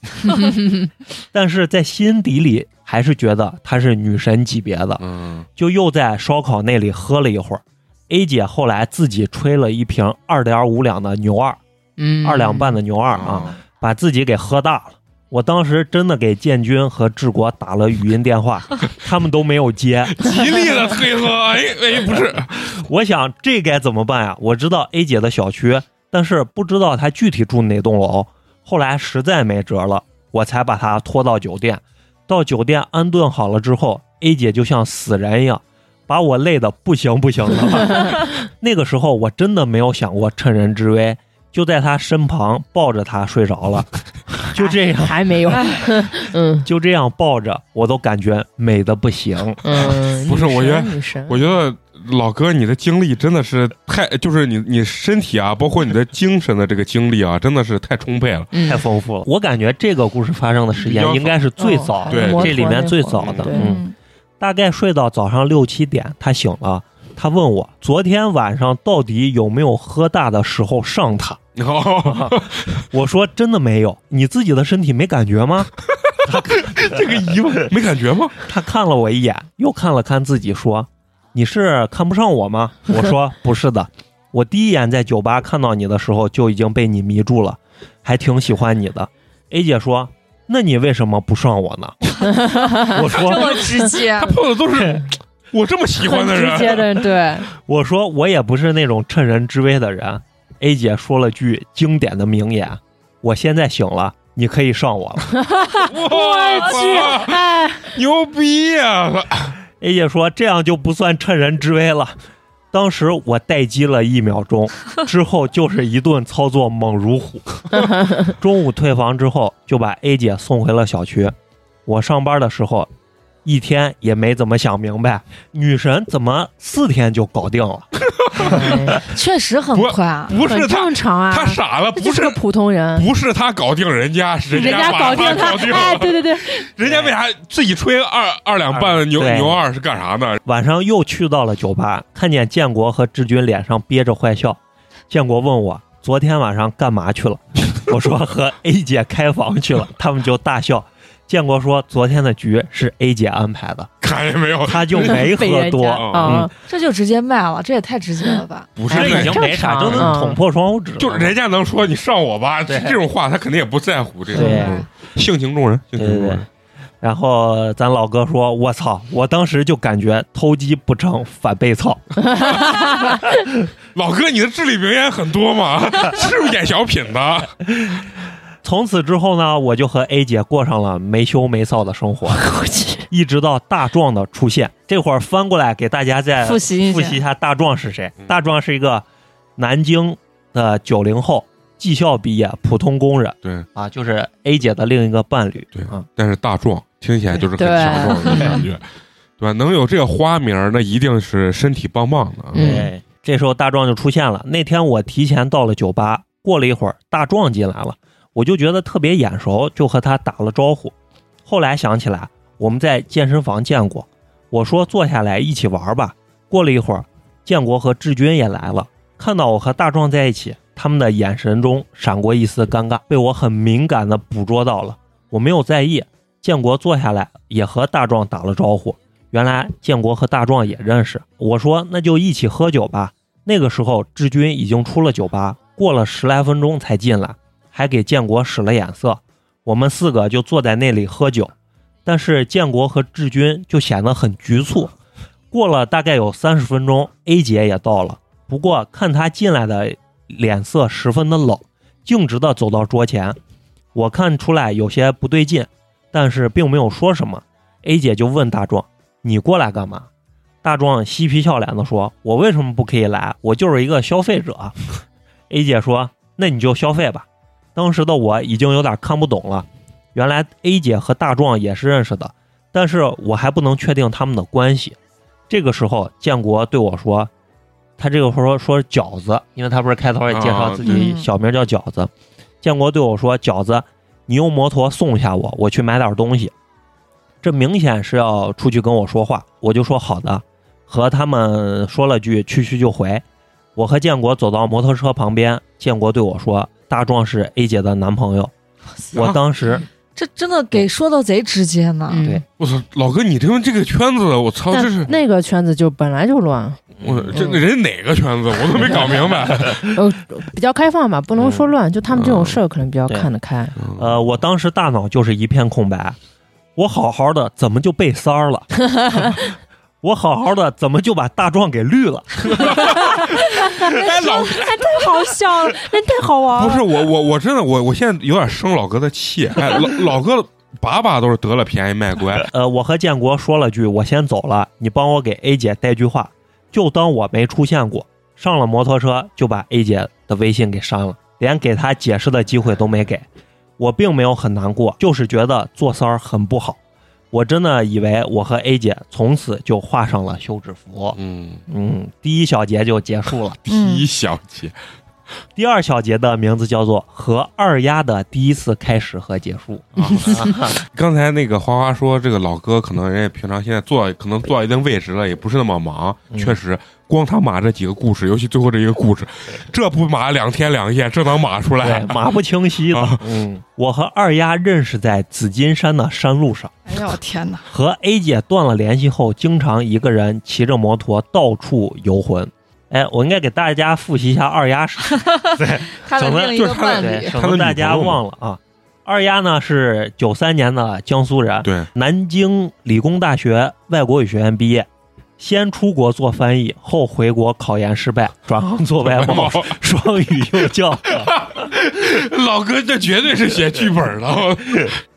S4: 但是在心底里还是觉得她是女神级别的，
S2: 嗯，
S4: 就又在烧烤那里喝了一会儿。A 姐后来自己吹了一瓶二点五两的牛二，
S5: 嗯
S4: 二两半的牛二啊，
S2: 哦
S4: 把自己给喝大了。我当时真的给建军和志国打了语音电话，他们都没有接。
S2: 极力的推脱，哎哎，不 <laughs> 是，
S4: 我想这该怎么办呀？我知道 A 姐的小区，但是不知道她具体住哪栋楼。后来实在没辙了，我才把她拖到酒店。到酒店安顿好了之后，A 姐就像死人一样，把我累得不行不行了。那个时候我真的没有想过趁人之危，就在她身旁抱着她睡着了，就这样
S5: 还没有，嗯
S4: 就这样抱着，我都感觉美的不行。
S5: 嗯，
S2: 不是
S5: 女神
S2: 我觉得
S5: 女神，
S2: 我觉得老哥你的经历真的是太，就是你你身体啊，包括你的精神的这个经历啊，真的是太充沛 <laughs> 了。
S5: 嗯
S4: 太丰富了。我感觉这个故事发生的时间应该是最早
S5: 哦
S2: 对
S4: 的，这里面最早
S2: 摩
S4: 的
S2: 托那会。
S5: 儿
S4: 嗯，
S3: 嗯，
S4: 大概睡到早上六七点，他醒了，他问我昨天晚上到底有没有喝大的时候上他。
S2: 哦，
S4: <laughs> 我说真的没有，你自己的身体没感觉吗？
S2: 这个疑问没感觉吗？
S4: 他看了我一眼，又看了看自己，说：“你是看不上我吗？”我说：“不是的， <laughs> 我第一眼在酒吧看到你的时候就已经被你迷住了，还挺喜欢你的。”A 姐说：“那你为什么不上我呢？” <laughs> 我说 <laughs>
S3: 么直接
S2: 他碰的都 <laughs> 是我这么喜欢
S6: 很
S2: 的
S6: 直
S2: 人，
S6: 接的，对，：“
S4: 我说我也不是那种趁人之危的人。”A 姐说了句经典的名言：“我现在醒了，你可以上我了。”
S2: 我去，
S6: 哎，
S2: 牛逼呀！
S4: A 姐说：“这样就不算趁人之危了。”当时我待机了一秒钟，之后就是一顿操作猛如虎。 <laughs> 中午退房之后，就把 A 姐送回了小区。我上班的时候，一天也没怎么想明白，女神怎么四天就搞定了。
S5: <laughs>
S3: 确实很
S2: 不
S3: 快啊。
S2: 不
S5: 很
S2: 是他
S5: 正，常啊，
S2: 他傻了，不
S5: 就是
S2: 是
S5: 个普通人，
S2: 不是他搞定人家，是
S6: 人
S2: 家
S6: 家
S2: 把
S6: 搞定
S2: 他
S6: 他
S2: 搞定，
S6: 哎，对
S2: <laughs>
S6: 对对，
S2: 人家为啥自己吹二二两半的牛
S4: 对
S2: 牛二是干啥呢？ <laughs>
S4: 晚上又去到了酒吧，看见建国和志军脸上憋着坏笑。建国问我昨天晚上干嘛去了， <laughs> 我说和 A 姐开房去了，他们就大笑。建国说昨天的局是 A 姐安排的，
S2: 看见没有？嗯
S4: 他就没
S5: 被
S4: 喝
S5: 人
S2: <laughs>
S5: 家
S4: 多，
S5: 啊，
S3: 这就直接卖了，这也太直接了吧！
S2: 不是
S4: 哎这已经
S2: 那，
S4: 没啥，
S5: 正
S4: 就
S5: 常
S4: 能捅破双手指了。
S2: 就人家能说你上我吧，
S4: 对
S2: 这种话他肯定也不在乎，这种
S4: 对
S2: 嗯性情中人，性情
S4: 对
S2: 中
S4: 对
S2: 人。
S4: 然后咱老哥说：“我操！我当时就感觉偷鸡不成反被操。
S2: 老哥，你的至理名言很多嘛，是不是演小品的？”
S4: 从此之后呢，我就和 A 姐过上了没羞没臊的生
S3: <laughs>
S4: 活。
S6: 我去，
S4: 一直到大壮的出现。这会儿翻过来给大家再
S3: 复习一下
S4: 哎复习一下大壮是谁。大壮是一个南京的九零后，技校毕业，普通工人
S2: 对，
S4: 啊，就是 A 姐的另一个伴侣。
S2: 对
S4: 啊，
S2: 但是大壮听起来就是很
S6: 对
S2: 强壮的感觉，对吧？能有这个花名儿，那一定是身体棒棒的啊。
S5: 嗯
S4: 哎，这时候大壮就出现了。那天我提前到了酒吧，过了一会儿，大壮进来了。我就觉得特别眼熟，就和他打了招呼。后来想起来，我们在健身房见过。我说坐下来一起玩吧。过了一会儿，建国和志军也来了，看到我和大壮在一起，他们的眼神中闪过一丝尴尬，被我很敏感的捕捉到了。我没有在意。建国坐下来也和大壮打了招呼。原来建国和大壮也认识。我说那就一起喝酒吧。那个时候志军已经出了酒吧，过了十来分钟才进来，还给建国使了眼色。我们四个就坐在那里喝酒，但是建国和志军就显得很局促。过了大概有三十分钟，A 姐也到了，不过看她进来的脸色十分的冷，径直的走到桌前。我看出来有些不对劲，但是并没有说什么。A 姐就问大壮：“你过来干嘛？”大壮嬉皮笑脸的说：“我为什么不可以来？我就是一个消费者。”A 姐说：“那你就消费吧。”当时的我已经有点看不懂了。原来 A 姐和大壮也是认识的，但是我还不能确定他们的关系。这个时候，建国对我说：“他这个时候说饺子，因为他不是开头也介绍自己
S3: 嗯
S4: 小名叫饺子。建国对我说：‘饺子，你用摩托送一下我，我去买点东西。’这明显是要出去跟我说话，我就说好的，和他们说了句去去就回。我和建国走到摩托车旁边，建国对我说：“大壮是 A 姐的男朋友。”我当时
S3: 这真的给说到贼直接呢。
S5: 嗯
S4: 对
S2: 我操，老哥，你他妈这个圈子，我操，
S5: 但
S2: 这是
S5: 那个圈子就本来就乱，
S2: 我这人哪个圈子我都没搞明白。
S5: 呃，比较开放吧，不能说乱，就他们这种事儿可能比较
S4: 对
S5: 看得 <laughs> 开。
S2: 嗯
S4: 呃，我当时大脑就是一片空白，我好好的怎么就被三儿了？ <laughs> 我好好的怎么就把大壮给绿了？
S2: 哎，老哥，
S6: 太好笑了，那太好玩
S2: 不
S6: 了。
S2: 是我，我我真的我我现在有点生老哥的气。哎，老 <laughs> 老哥把把都是得了便宜卖乖。
S4: 呃，我和建国说了句我先走了，你帮我给 A 姐带句话，就当我没出现过。上了摩托车就把 A 姐的微信给删了，连给她解释的机会都没给。我并没有很难过，就是觉得做三儿很不好。我真的以为我和 A 姐从此就画上了休止符。
S2: 嗯，
S4: 嗯，第一小节就结束了。
S2: 第一小节，
S4: 第二小节的名字叫做“和二丫的第一次开始和结束”
S2: 嗯
S4: 啊。
S2: 刚才那个花花说，这个老哥可能人家平常现在做，可能做到一定位置了，也不是那么忙。
S4: 嗯
S2: 确实，光他码这几个故事，尤其最后这一个故事，这不码两天两夜，这能码出来
S4: 对，？马不清晰
S2: <laughs>
S4: 的。
S2: 啊
S4: 嗯，我和二丫认识在紫金山的山路上，
S3: 哎呀，我天哪！
S4: 和 A 姐断了联系后，经常一个人骑着摩托到处游魂。哎，我应该给大家复习一下二丫是，
S3: 他的
S4: 怎么
S3: 另一
S2: 就
S3: 个
S2: 他的
S3: 伴
S4: 对，
S3: 侣，
S4: 省得大家忘了啊。二丫呢是九三年的江苏人，
S2: 对，
S4: 南京理工大学外国语学院毕业，先出国做翻译，后回国考研失败，转行做
S2: 哎 <laughs>
S4: 外贸，双语幼教。
S2: 老哥这绝对是写剧本了。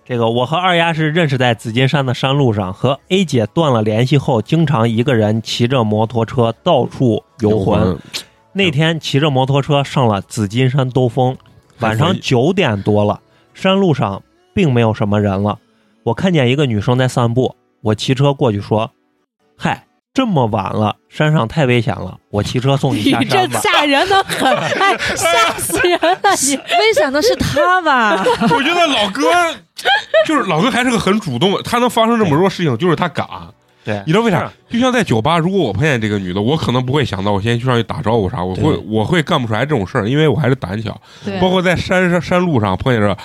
S4: 这个我和二丫是认识在紫金山的山路上，和 A 姐断了联系后，经常一个人骑着摩托车到处游魂。那天骑着摩托车上了紫金山兜风，晚
S2: 还
S4: 上
S2: 可以
S4: 九点多了，山路上并没有什么人了。我看见一个女生在散步，我骑车过去说：“嗨，这么晚了，山上太危险了，我骑车送你下
S6: 你这
S4: 山吧。”
S6: 吓人的
S2: <laughs>
S6: 很，哎，吓死人了！你
S3: 危险的是他吧？
S2: <laughs> 我觉得老哥 <laughs> 就是老哥还是个很主动的，他能发生这么多事情，就是他敢。
S4: 对
S2: 你知道为
S4: 是
S2: 啥
S4: 啊？
S2: 就像在酒吧，如果我碰见这个女的，我可能不会想到我先去上去打招呼啥，我会
S4: 对
S2: 我会干不出来这种事儿，因为我还是胆小。
S3: 对
S2: 包括在山上山路上碰见这，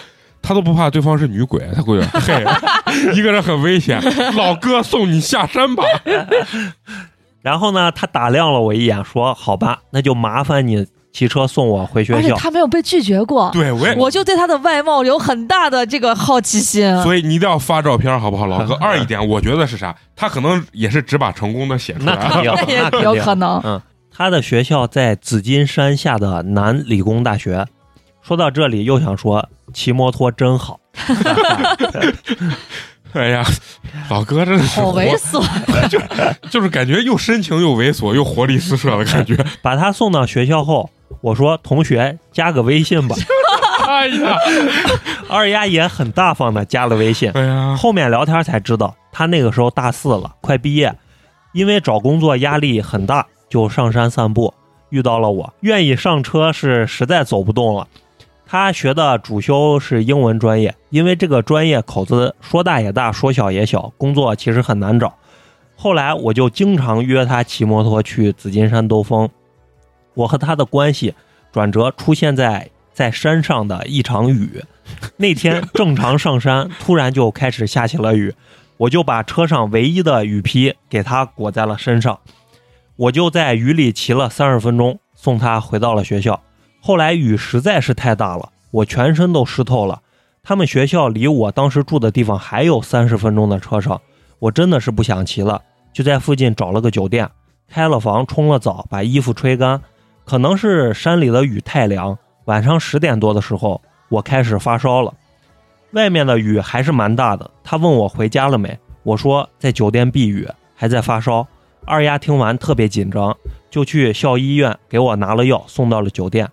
S2: 他都不怕对方是女鬼，他会嘿， <laughs> 一个人很危险，老哥送你下山吧。
S4: 然后呢，他打量了我一眼，说：“好吧，那就麻烦你骑车送我回学
S3: 而且
S4: 校。”
S3: 他没有被拒绝过。
S2: 对，我也。
S3: 我就对他的外貌有很大的这个好奇心。
S2: 所以你一定要发照片，好不好，老哥？二一点，我觉得是啥？他可能也是只把成功的写出
S4: 那
S2: 来
S4: 肯
S2: 了。
S4: 定，
S3: <laughs> 那也
S4: 那肯
S3: 有
S4: 定
S3: 可能。
S4: 他的学校在紫金山下的南理工大学。说到这里，又想说骑摩托真好。
S2: 哎呀，老哥真的是
S3: 好
S2: 活
S3: 猥琐，
S2: 就是感觉又深情又猥琐又活力四射的感觉。
S4: 把他送到学校后，我说：“同学，加个微信吧。
S2: 哎呀，”
S4: 二丫也很大方的加了微信。
S2: 哎呀，
S4: 后面聊天才知道，他那个时候大四了，快毕业，因为找工作压力很大，就上山散步，遇到了我，愿意上车是实在走不动了。他学的主修是英文专业，因为这个专业口子说大也大，说小也小，工作其实很难找。后来我就经常约他骑摩托去紫金山兜风，我和他的关系转折出现在在山上的一场雨。那天正常上山，突然就开始下起了雨，我就把车上唯一的雨披给他裹在了身上，我就在雨里骑了三十分钟，送他回到了学校。后来雨实在是太大了，我全身都湿透了。他们学校离我当时住的地方还有三十分钟的车程，我真的是不想骑了，就在附近找了个酒店，开了房，冲了澡，把衣服吹干。可能是山里的雨太凉，晚上十点多的时候，我开始发烧了。外面的雨还是蛮大的。他问我回家了没，我说在酒店避雨，还在发烧。二丫听完特别紧张，就去校医院给我拿了药，送到了酒店。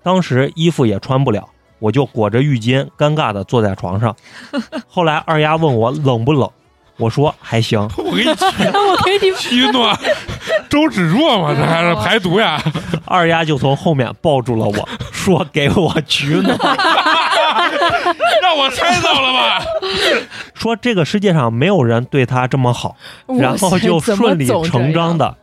S4: 当时衣服也穿不了，我就裹着浴巾，尴尬的坐在床上。后来二丫问我冷不冷，我说还行。
S2: 我给你取
S6: 我给你
S2: 取暖，周芷若嘛，这还是排毒呀。
S4: 二丫就从后面抱住了我，说给我取暖，
S2: 让我猜到了吧？
S4: 说这个世界上没有人对她这么好，然
S5: 哇
S4: 后
S5: 塞
S4: 就
S5: 怎么
S4: 顺理
S5: 总这
S4: 成章
S5: 样。
S4: 的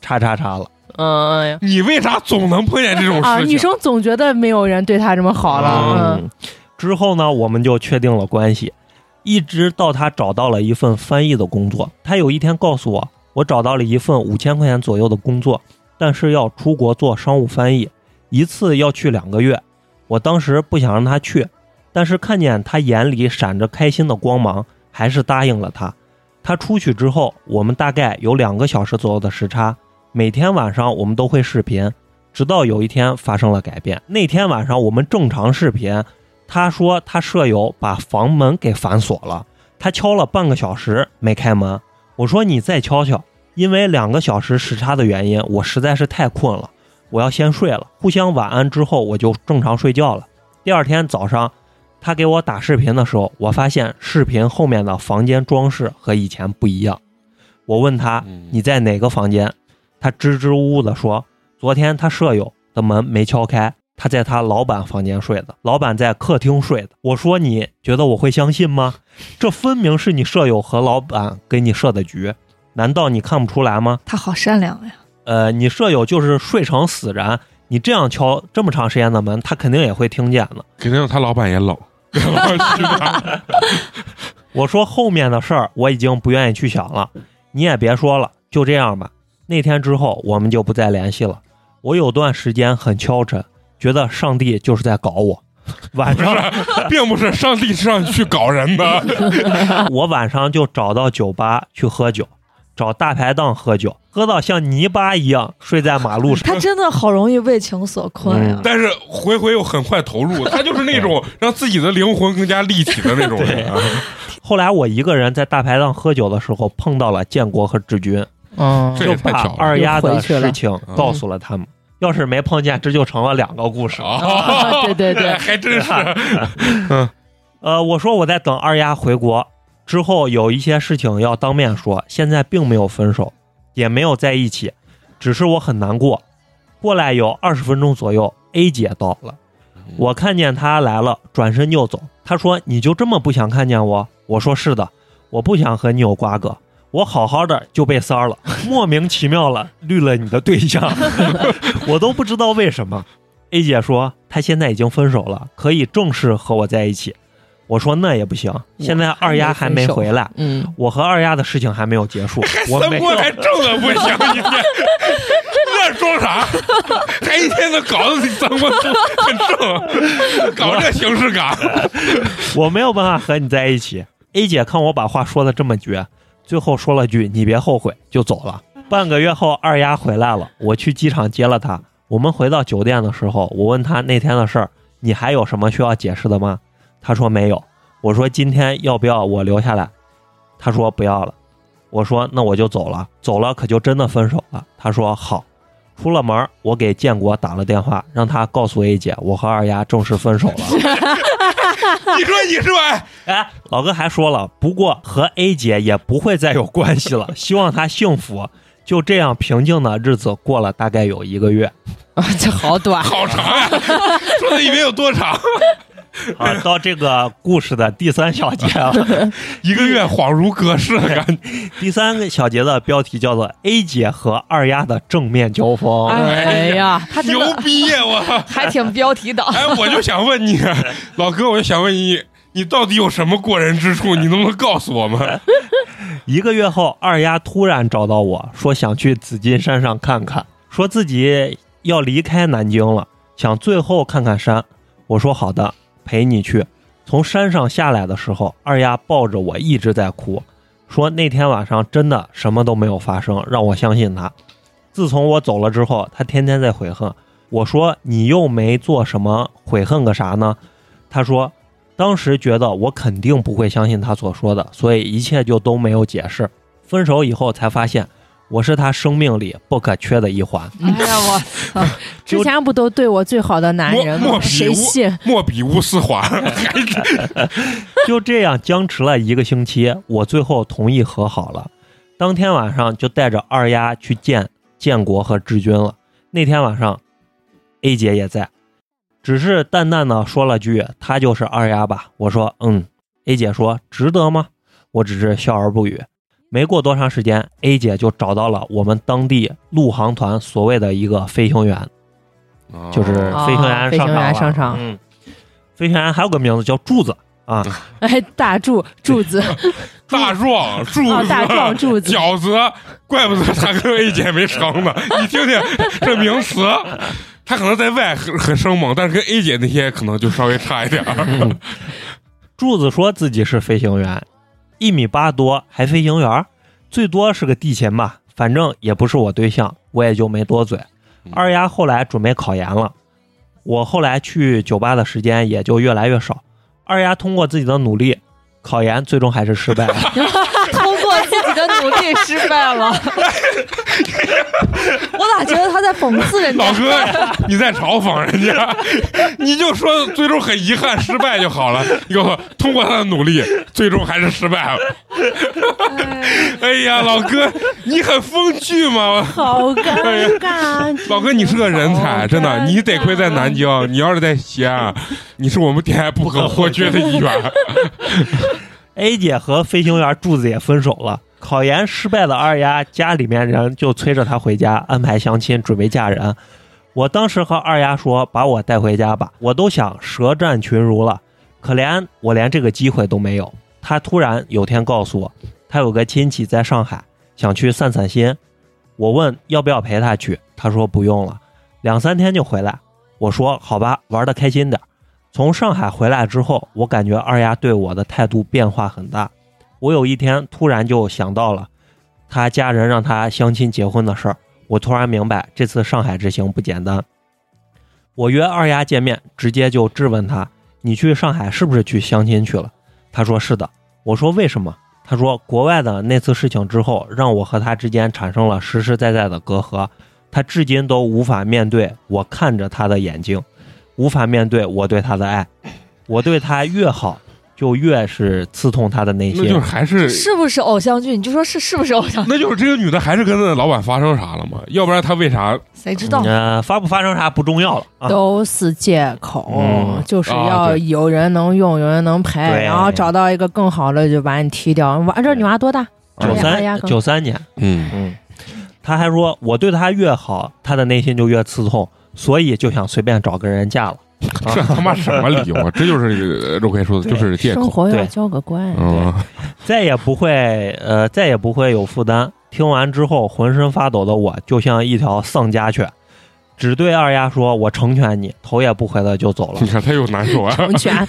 S4: 叉叉叉了。
S5: 嗯哎呀
S2: 你为啥总能碰见这种
S5: 啊，
S2: 事
S5: 女
S2: 情？
S5: 生总觉得没有人对她这么好了。嗯，
S4: 嗯，之后呢，我们就确定了关系，一直到他找到了一份翻译的工作。他有一天告诉我，我找到了一份五千块钱左右的工作，但是要出国做商务翻译，一次要去两个月。我当时不想让他去，但是看见他眼里闪着开心的光芒，还是答应了他。他出去之后，我们大概有两个小时左右的时差，每天晚上我们都会视频，直到有一天发生了改变。那天晚上我们正常视频，他说他舍友把房门给反锁了，他敲了半个小时没开门。我说你再敲敲，因为两个小时时差的原因，我实在是太困了，我要先睡了。互相晚安之后，我就正常睡觉了。第二天早上，他给我打视频的时候，我发现视频后面的房间装饰和以前不一样。我问他
S2: 嗯
S4: 你在哪个房间？他支支吾吾地说，昨天他舍友的门没敲开，他在他老板房间睡的，老板在客厅睡的。我说你觉得我会相信吗？这分明是你舍友和老板给你设的局，难道你看不出来吗？
S3: 他好善良呀，
S4: 呃，你舍友就是睡成死人，你这样敲这么长时间的门，他肯定也会听见的。
S2: 肯定他老板也冷， <laughs> 去吧
S4: 我说后面的事儿我已经不愿意去想了，你也别说了，就这样吧。那天之后我们就不再联系了。我有段时间很消沉，觉得上帝就是在搞我。晚上
S2: 并不是上帝是让你去搞人的。
S4: 我晚上就找到酒吧去喝酒，找大排档喝酒，喝到像泥巴一样睡在马路
S5: <laughs>
S4: 上。
S3: 他真的好容易为情所困
S4: 嗯
S3: 呀、
S2: 但是回回又很快投入，他就是那种让自己的灵魂更加立体的那种人啊。
S4: 后来我一个人在大排档喝酒的时候碰到了建国和志军，
S5: 嗯
S2: 这
S4: 就
S2: 也太
S4: 把
S2: 巧了啊
S4: 二丫
S5: 又
S4: 的
S5: 回去了
S4: 事情
S2: 嗯
S4: 告诉了他们。要是没碰见，这就成了两个
S2: <laughs>
S4: 故事。
S2: 啊
S5: 对对对
S2: <laughs> 还真是。
S4: 呃，我说我在等二丫回国之后，有一些事情要当面说，现在并没有分手，也没有在一起，只是我很难过。过来有二十分钟左右，A 姐到了，我看见她来了，转身就走。她说：“你就这么不想看见我？”我说：“是的，我不想和你有瓜葛。”我好好的就被三儿了，莫名其妙了绿了你的对象， <laughs> 我都不知道为什么。A 姐说她现在已经分手了，可以正式和我在一起。我说那也不行，现在二丫还没回来，
S5: 嗯，
S4: 我和二丫的事情还没有结束，我
S2: 三
S4: 没
S2: 锅还挣的不行，一天 <laughs> 那装啥？还一天都搞得自己三锅都很正，搞这形式感。
S4: <laughs> 我没有办法和你在一起。A 姐看我把话说的这么绝，最后说了句“你别后悔”，就走了。半个月后，二丫回来了，我去机场接了她。我们回到酒店的时候，我问她那天的事儿，你还有什么需要解释的吗？她说没有。我说今天要不要我留下来？她说不要了。我说那我就走了，走了可就真的分手了。她说好。出了门儿，我给建国打了电话，让他告诉 A 姐，我和二丫正式分手了。
S2: 你说你是吧？
S4: 哎， <laughs> 老哥还说了，不过和 A 姐也不会再有关系了，希望她幸福。就这样平静的日子过了大概有一个月
S5: 啊， <laughs> 这好短，
S2: 好长呀、说的以为有多长，
S4: 啊，到这个故事的第三小节了。 <laughs>
S2: 一个月恍如隔世的感觉。
S4: 第三个小节的标题叫做 “A 姐和二丫的正面交
S2: 哦
S4: 锋”
S3: 哎呀，他真
S2: 牛
S3: 的
S2: 逼呀、我！
S3: 还挺标题党。
S2: <laughs> 哎，我就想问你，老哥，我就想问你，你到底有什么过人之处？你能不能告诉我们？
S4: 一个月后，二丫突然找到我说想去紫金山上看看，说自己要离开南京了，想最后看看山。我说好的，陪你去。从山上下来的时候，二丫抱着我一直在哭，说那天晚上真的什么都没有发生，让我相信她。自从我走了之后，她天天在悔恨。我说你又没做什么，悔恨个啥呢？她说当时觉得我肯定不会相信他所说的，所以一切就都没有解释。分手以后才发现，我是他生命里不可缺的一环。
S3: 哎呀，我操！
S5: 之前不都对我最好的男人
S2: 莫莫
S5: 吗？
S2: 比
S5: 谁
S2: 乌
S5: 信？ <laughs>
S2: 莫比乌斯环，还是
S4: <laughs> 就这样僵持了一个星期，我最后同意和好了。当天晚上就带着二丫去见建国和志军了。那天晚上，A 姐也在，只是淡淡的说了句：“她就是二丫吧。”我说：“嗯。”A 姐说：“值得吗？”我只是笑而不语。没过多长时间，A 姐就找到了我们当地陆航团所谓的一个飞行员， <laughs> 就是
S5: 哦
S4: 飞行员
S5: 飞行
S4: 上场了、
S5: 员上场
S4: 嗯，飞行员还有个名字叫柱子啊，
S5: 哎，大柱柱子
S2: 大壮柱
S5: 啊，
S2: 子。
S5: 大壮柱子，
S2: 饺子，怪不得他跟 A 姐没成呢。你听听这名词，他可能在外很很生猛，但是跟 A 姐那些可能就稍微差一点儿。
S4: 柱子说自己是飞行员，一米八多还飞行员儿，最多是个地勤吧，反正也不是我对象，我也就没多嘴。二丫后来准备考研了，我后来去酒吧的时间也就越来越少。二丫通过自己的努力，考研最终还是失败了。
S3: 通过自己的努力失
S2: <laughs>
S3: 败了。我咋觉得他在讽刺人
S2: <laughs> 老
S3: 家？
S2: 哥，你在嘲讽人家，你就说最终很遗憾失败就好了。你告诉我，通过他的努力，最终还是失败了。 <laughs> 哎呀，老哥，你很风趣嘛！哎
S5: 好尴尬。啊
S2: 老哥，你是个人才，真的，你得亏在南京，你要是在西安，啊你是我们电台啊不可或缺的一员。
S4: A 姐和飞行员柱子也分手了。考研失败的二丫，家里面人就催着她回家，安排相亲，准备嫁人。我当时和二丫说：“把我带回家吧，我都想舌战群儒了，可怜我连这个机会都没有。”她突然有天告诉我，她有个亲戚在上海，想去散散心。我问要不要陪她去，她说不用了，两三天就回来。我说好吧，玩的开心点。从上海回来之后，我感觉二丫对我的态度变化很大。我有一天突然就想到了她家人让她相亲结婚的事儿，我突然明白这次上海之行不简单。我约二丫见面，直接就质问她：“你去上海是不是去相亲去了？”她说：“是的。”我说：“为什么？”她说：“国外的那次事情之后，让我和她之间产生了实实在在的隔阂，她至今都无法面对我看着她的眼睛。”无法面对我对他的爱，我对他越好，就越是刺痛他的内
S2: 那就是
S4: 心。
S2: 还是啊
S3: 是不是偶像剧？你就说是是不是偶像？
S2: 那就是这个女的还是跟那老板发生啥了嘛？要不然她为啥
S3: 谁知道？
S2: 嗯
S4: 呃，发不发生啥不重要了啊。
S5: 都是借口，
S4: 嗯
S5: 就是
S2: 啊
S5: 要
S2: 对
S5: 有人能用，有人能陪，
S4: 对
S5: 然后找到一个更好的就把你踢掉。完，这女娃多大？
S2: 嗯
S4: 九
S5: 哎呀
S4: 三
S5: 更
S4: 九三年，
S2: 嗯
S4: 嗯，他还说我对他越好，他的内心就越刺痛，所以就想随便找个人嫁了。
S2: 这他妈什么理由啊？这就是肉葵说的，
S4: 对
S2: 就是借
S5: 生
S2: 口。
S5: 活要
S4: 对
S5: 交个关。
S2: 嗯，
S4: 再也不会呃，再也不会有负担。听完之后，浑身发抖的我就像一条丧家犬，只对二丫说：“我成全你。”头也不回的就走了
S2: 你。看她又难受啊。
S5: 成
S4: <laughs>
S5: 全，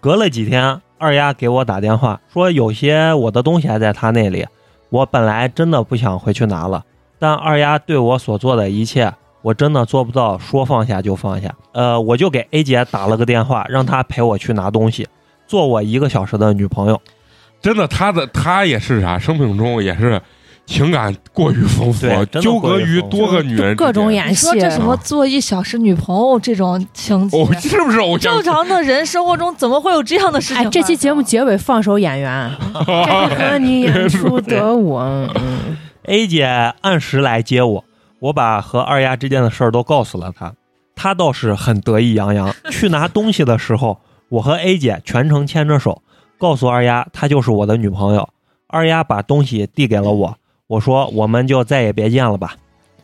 S4: 隔了几天，二丫给我打电话说，有些我的东西还在她那里。我本来真的不想回去拿了，但二丫对我所做的一切，我真的做不到说放下就放下。呃，我就给 A 姐打了个电话，让她陪我去拿东西，做我一个小时的女朋友。
S2: <laughs> 真的，她的她也是啥，生命中也是情感过于丰富
S4: 对，真的
S2: 纠葛于
S4: 过于丰富
S2: 多个女人之间，
S5: 各种
S3: 你
S5: 演戏
S3: 说，这什么做一小时女朋友这种情节
S2: 偶，哦是不是偶像
S3: 正？常的人生活中怎么会有这样的事
S5: 哎
S3: 情？，啊
S5: 这
S4: <laughs> <laughs>
S5: 期节目结尾放首演员，该和你演出的我，嗯
S4: A 姐按时来接我，我把和二丫之间的事儿都告诉了她。她倒是很得意洋洋。去拿东西的时候，我和 A 姐全程牵着手，告诉二丫她就是我的女朋友。二丫把东西递给了我，我说我们就再也别见了吧。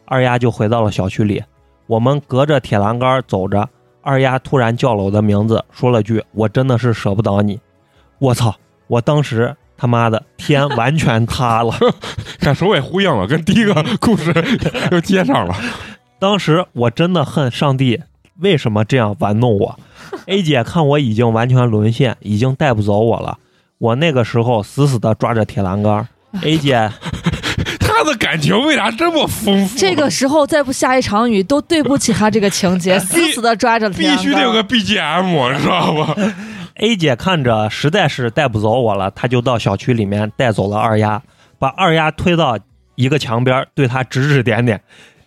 S4: 二丫就回到了小区里，我们隔着铁栏杆走着，二丫突然叫了我的名字，说了句“我真的是舍不得你”，我操！我当时他妈的天完全塌了。
S2: 看哎首尾呼应了，跟第一
S5: 嗯
S2: 个故事 <laughs> 又接上了。
S4: 当时我真的恨上帝，为什么这样玩弄我？A 姐看我已经完全沦陷，已经带不走我了。我那个时候死死的抓着铁栏杆儿。A 姐，
S2: 他的感情为啥这么丰富？
S3: 这个时候再不下一场雨，都对不起他这个情节，死死的抓着
S2: 哎必
S3: 梁
S2: 须
S3: 杆
S2: 得
S3: 儿
S2: 有个 BGM，你知道吧？
S4: A 姐看着实在是带不走我了，她就到小区里面带走了二丫，把二丫推到一个墙边，对她指指点点。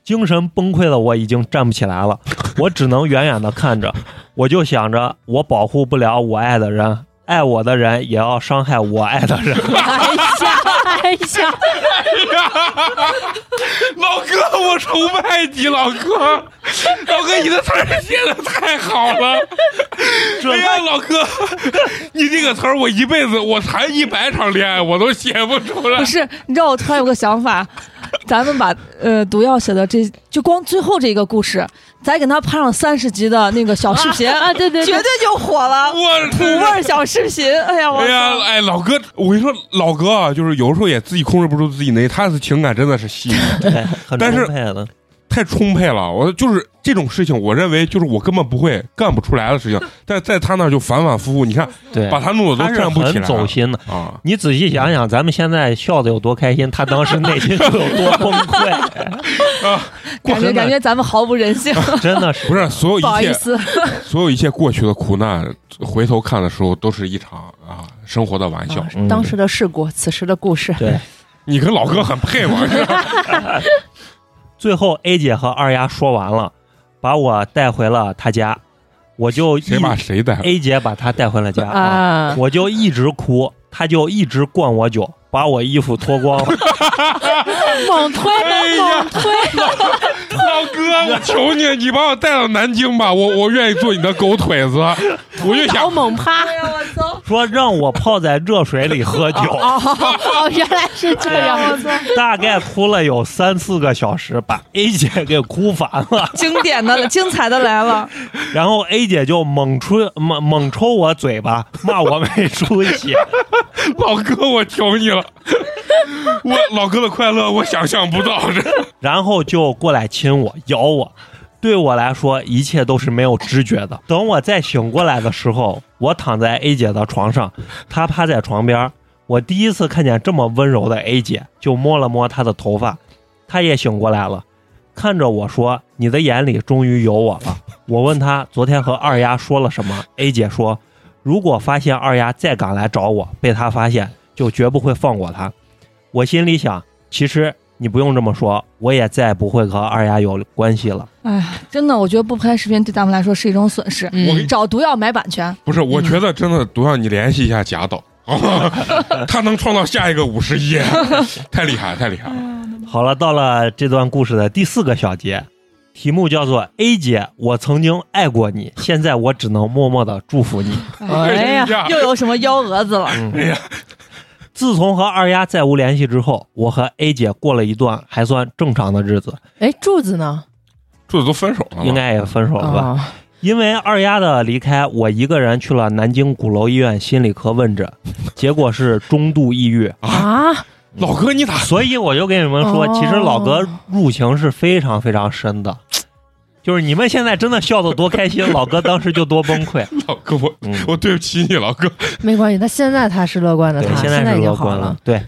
S4: 精神崩溃的我已经站不起来了，我只能远远的看着。我就想着，我保护不了我爱的人，爱我的人也要伤害我爱的人。
S6: 哎呀，哎呀，
S2: 老哥，我崇拜你，老哥，老哥，你的词儿写的太好了。哎呀，老哥，你这个词儿我一辈子我谈一百场恋爱我都写不出来
S3: 不。是，你知道我突然有个想法，咱们把呃毒药写的这就光最后这个故事，咱给它拍上三十集的那个小视频，
S6: 啊，对对
S3: 绝
S6: 对
S3: 对，就火了。
S2: 我
S3: 土味儿小视频，哎呀，我
S2: 哎呀，
S3: 操
S2: 哎，老哥，我跟你说，老哥啊，就是有时候也自己控制不住自己内，他的情感真的是细腻，
S4: 对， <laughs> 很
S2: 但是
S4: 充沛的。
S2: 太充沛了。我就是这种事情，我认为就是我根本不会干不出来的事情，但在他那儿就反反复复，你看
S4: 对，
S2: 把他弄得
S4: 他
S2: 都
S4: 是
S2: 站不起
S4: 很
S2: 来
S4: 走
S2: 了
S4: 心的。
S2: 啊。
S4: 你仔细想想，咱们现在笑的有多开心，他当时内心是有多崩
S2: <laughs>
S4: 溃，
S3: 感觉
S4: 真的
S3: 感觉咱们毫无人性，
S4: 真的是
S2: 不是所有
S3: 不好
S2: 一
S3: 意
S2: 切，
S3: 思，
S2: 所有一切过去的苦难，回头看的时候都是一场啊生活的玩笑。
S4: 嗯
S5: 当时的事故，此时的故事。
S4: 对。
S2: 你跟老哥很配嘛？
S4: 最后 A 姐和二丫说完了，把我带回了她家，我就一
S2: 谁啊把谁带？
S4: A 姐把她带回了家啊，
S5: 啊，
S4: 我就一直哭，她就一直灌我酒，把我衣服脱光了。
S6: 猛推
S2: 哎呀
S6: 猛推，
S2: 老哥，我求你，你把我带到南京吧，我我愿意做你的狗腿子。我就
S6: 倒
S2: 想，
S6: 猛趴。
S4: 说让我泡在热水里喝酒，哎
S6: 哦，原来是这样，
S4: 大概哭了有三四个小时，把 A 姐给哭烦了。
S3: 经典的、精彩的
S6: <laughs>
S3: 来了。
S4: 然后 A 姐就猛吹猛猛抽我嘴巴，骂我没出息。
S2: 老哥，我求你了，我老哥的快乐我想象不到，这
S4: 然后就过来亲我、咬我。对我来说，一切都是没有知觉的。等我再醒过来的时候，我躺在 A 姐的床上，她趴在床边儿。我第一次看见这么温柔的 A 姐，就摸了摸她的头发。她也醒过来了，看着我说：“你的眼里终于有我了。”我问她昨天和二丫说了什么，A 姐说：“如果发现二丫再敢来找我，被她发现，就绝不会放过她。”我心里想，其实你不用这么说，我也再也不会和二丫有关系了。
S3: 哎呀，真的，我觉得不拍视频对咱们来说是一种损失。
S2: <laughs> 我给
S3: 找毒药买版权，
S2: 不是？我觉得真的都让你联系一下贾导，他能创造下一个五十一，太厉害，太厉害了！
S4: 好了，到了这段故事的第四个小节，题目叫做 “A 姐，我曾经爱过你，现在我只能默默的祝福你”。嗯
S3: 哎呀
S2: 这样，
S3: 又有什么幺蛾子了？
S2: 哎呀，
S4: 自从和二丫再无联系之后，我和 A 姐过了一段还算正常的日子，
S5: 哎，柱子呢？
S2: 柱子都分手了
S4: 应
S2: 吗？
S4: 该也分手了吧？
S5: 啊，
S4: 因为二丫的离开，我一个人去了南京鼓楼医院心理科问诊，结果是中度抑郁。
S5: 啊
S2: 老哥，你咋
S4: <laughs> 所以我就跟你们说，
S5: 哦
S4: 其实老哥入情是非常非常深的，就是你们现在真的笑得多开心，老哥当时就多崩
S5: <laughs>
S4: 溃。
S2: 老哥，我
S4: 嗯，
S2: <laughs> 我对不起你，
S4: <laughs>
S2: 老哥。
S5: 没关系，他现在他是乐观的，
S4: 对
S5: 他，
S4: 现
S5: 在
S4: 是
S5: 已经
S4: 乐
S5: 好
S4: 观。。对，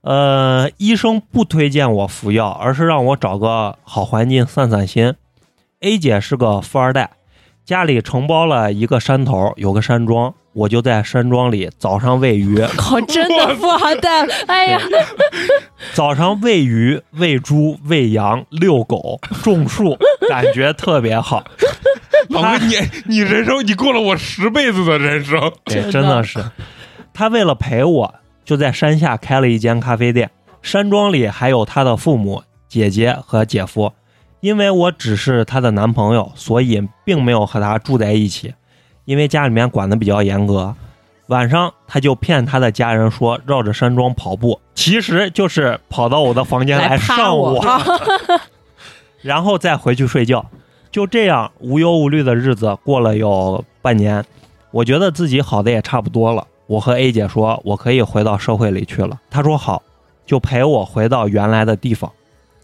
S4: 呃，医生不推荐我服药，而是让我找个好环境散散心。A 姐是个富二代，家里承包了一个山头，有个山庄，我就在山庄里早上喂
S5: <laughs>
S4: 鱼，
S6: 靠，真的富二代， <laughs> 哎呀，
S4: 早上喂鱼、喂猪、喂羊、遛狗、种树，感觉特别好。
S2: 老
S4: 他
S2: 哥，你你人生你过了我十辈子的人生，
S4: 对，
S3: 真
S4: 真
S3: 的
S4: 的是。他为了陪我，就在山下开了一间咖啡店。山庄里还有她的父母、姐姐和姐夫。因为我只是她的男朋友，所以并没有和她住在一起，因为家里面管的比较严格。晚上，她就骗她的家人说绕着山庄跑步，其实就是跑到我的房间
S6: 来趴
S4: 上
S6: 我
S4: 我，然后再回去睡觉。就这样无忧无虑的日子过了有半年，我觉得自己好的也差不多了。我和 A 姐说，我可以回到社会里去了。她说好，就陪我回到原来的地方。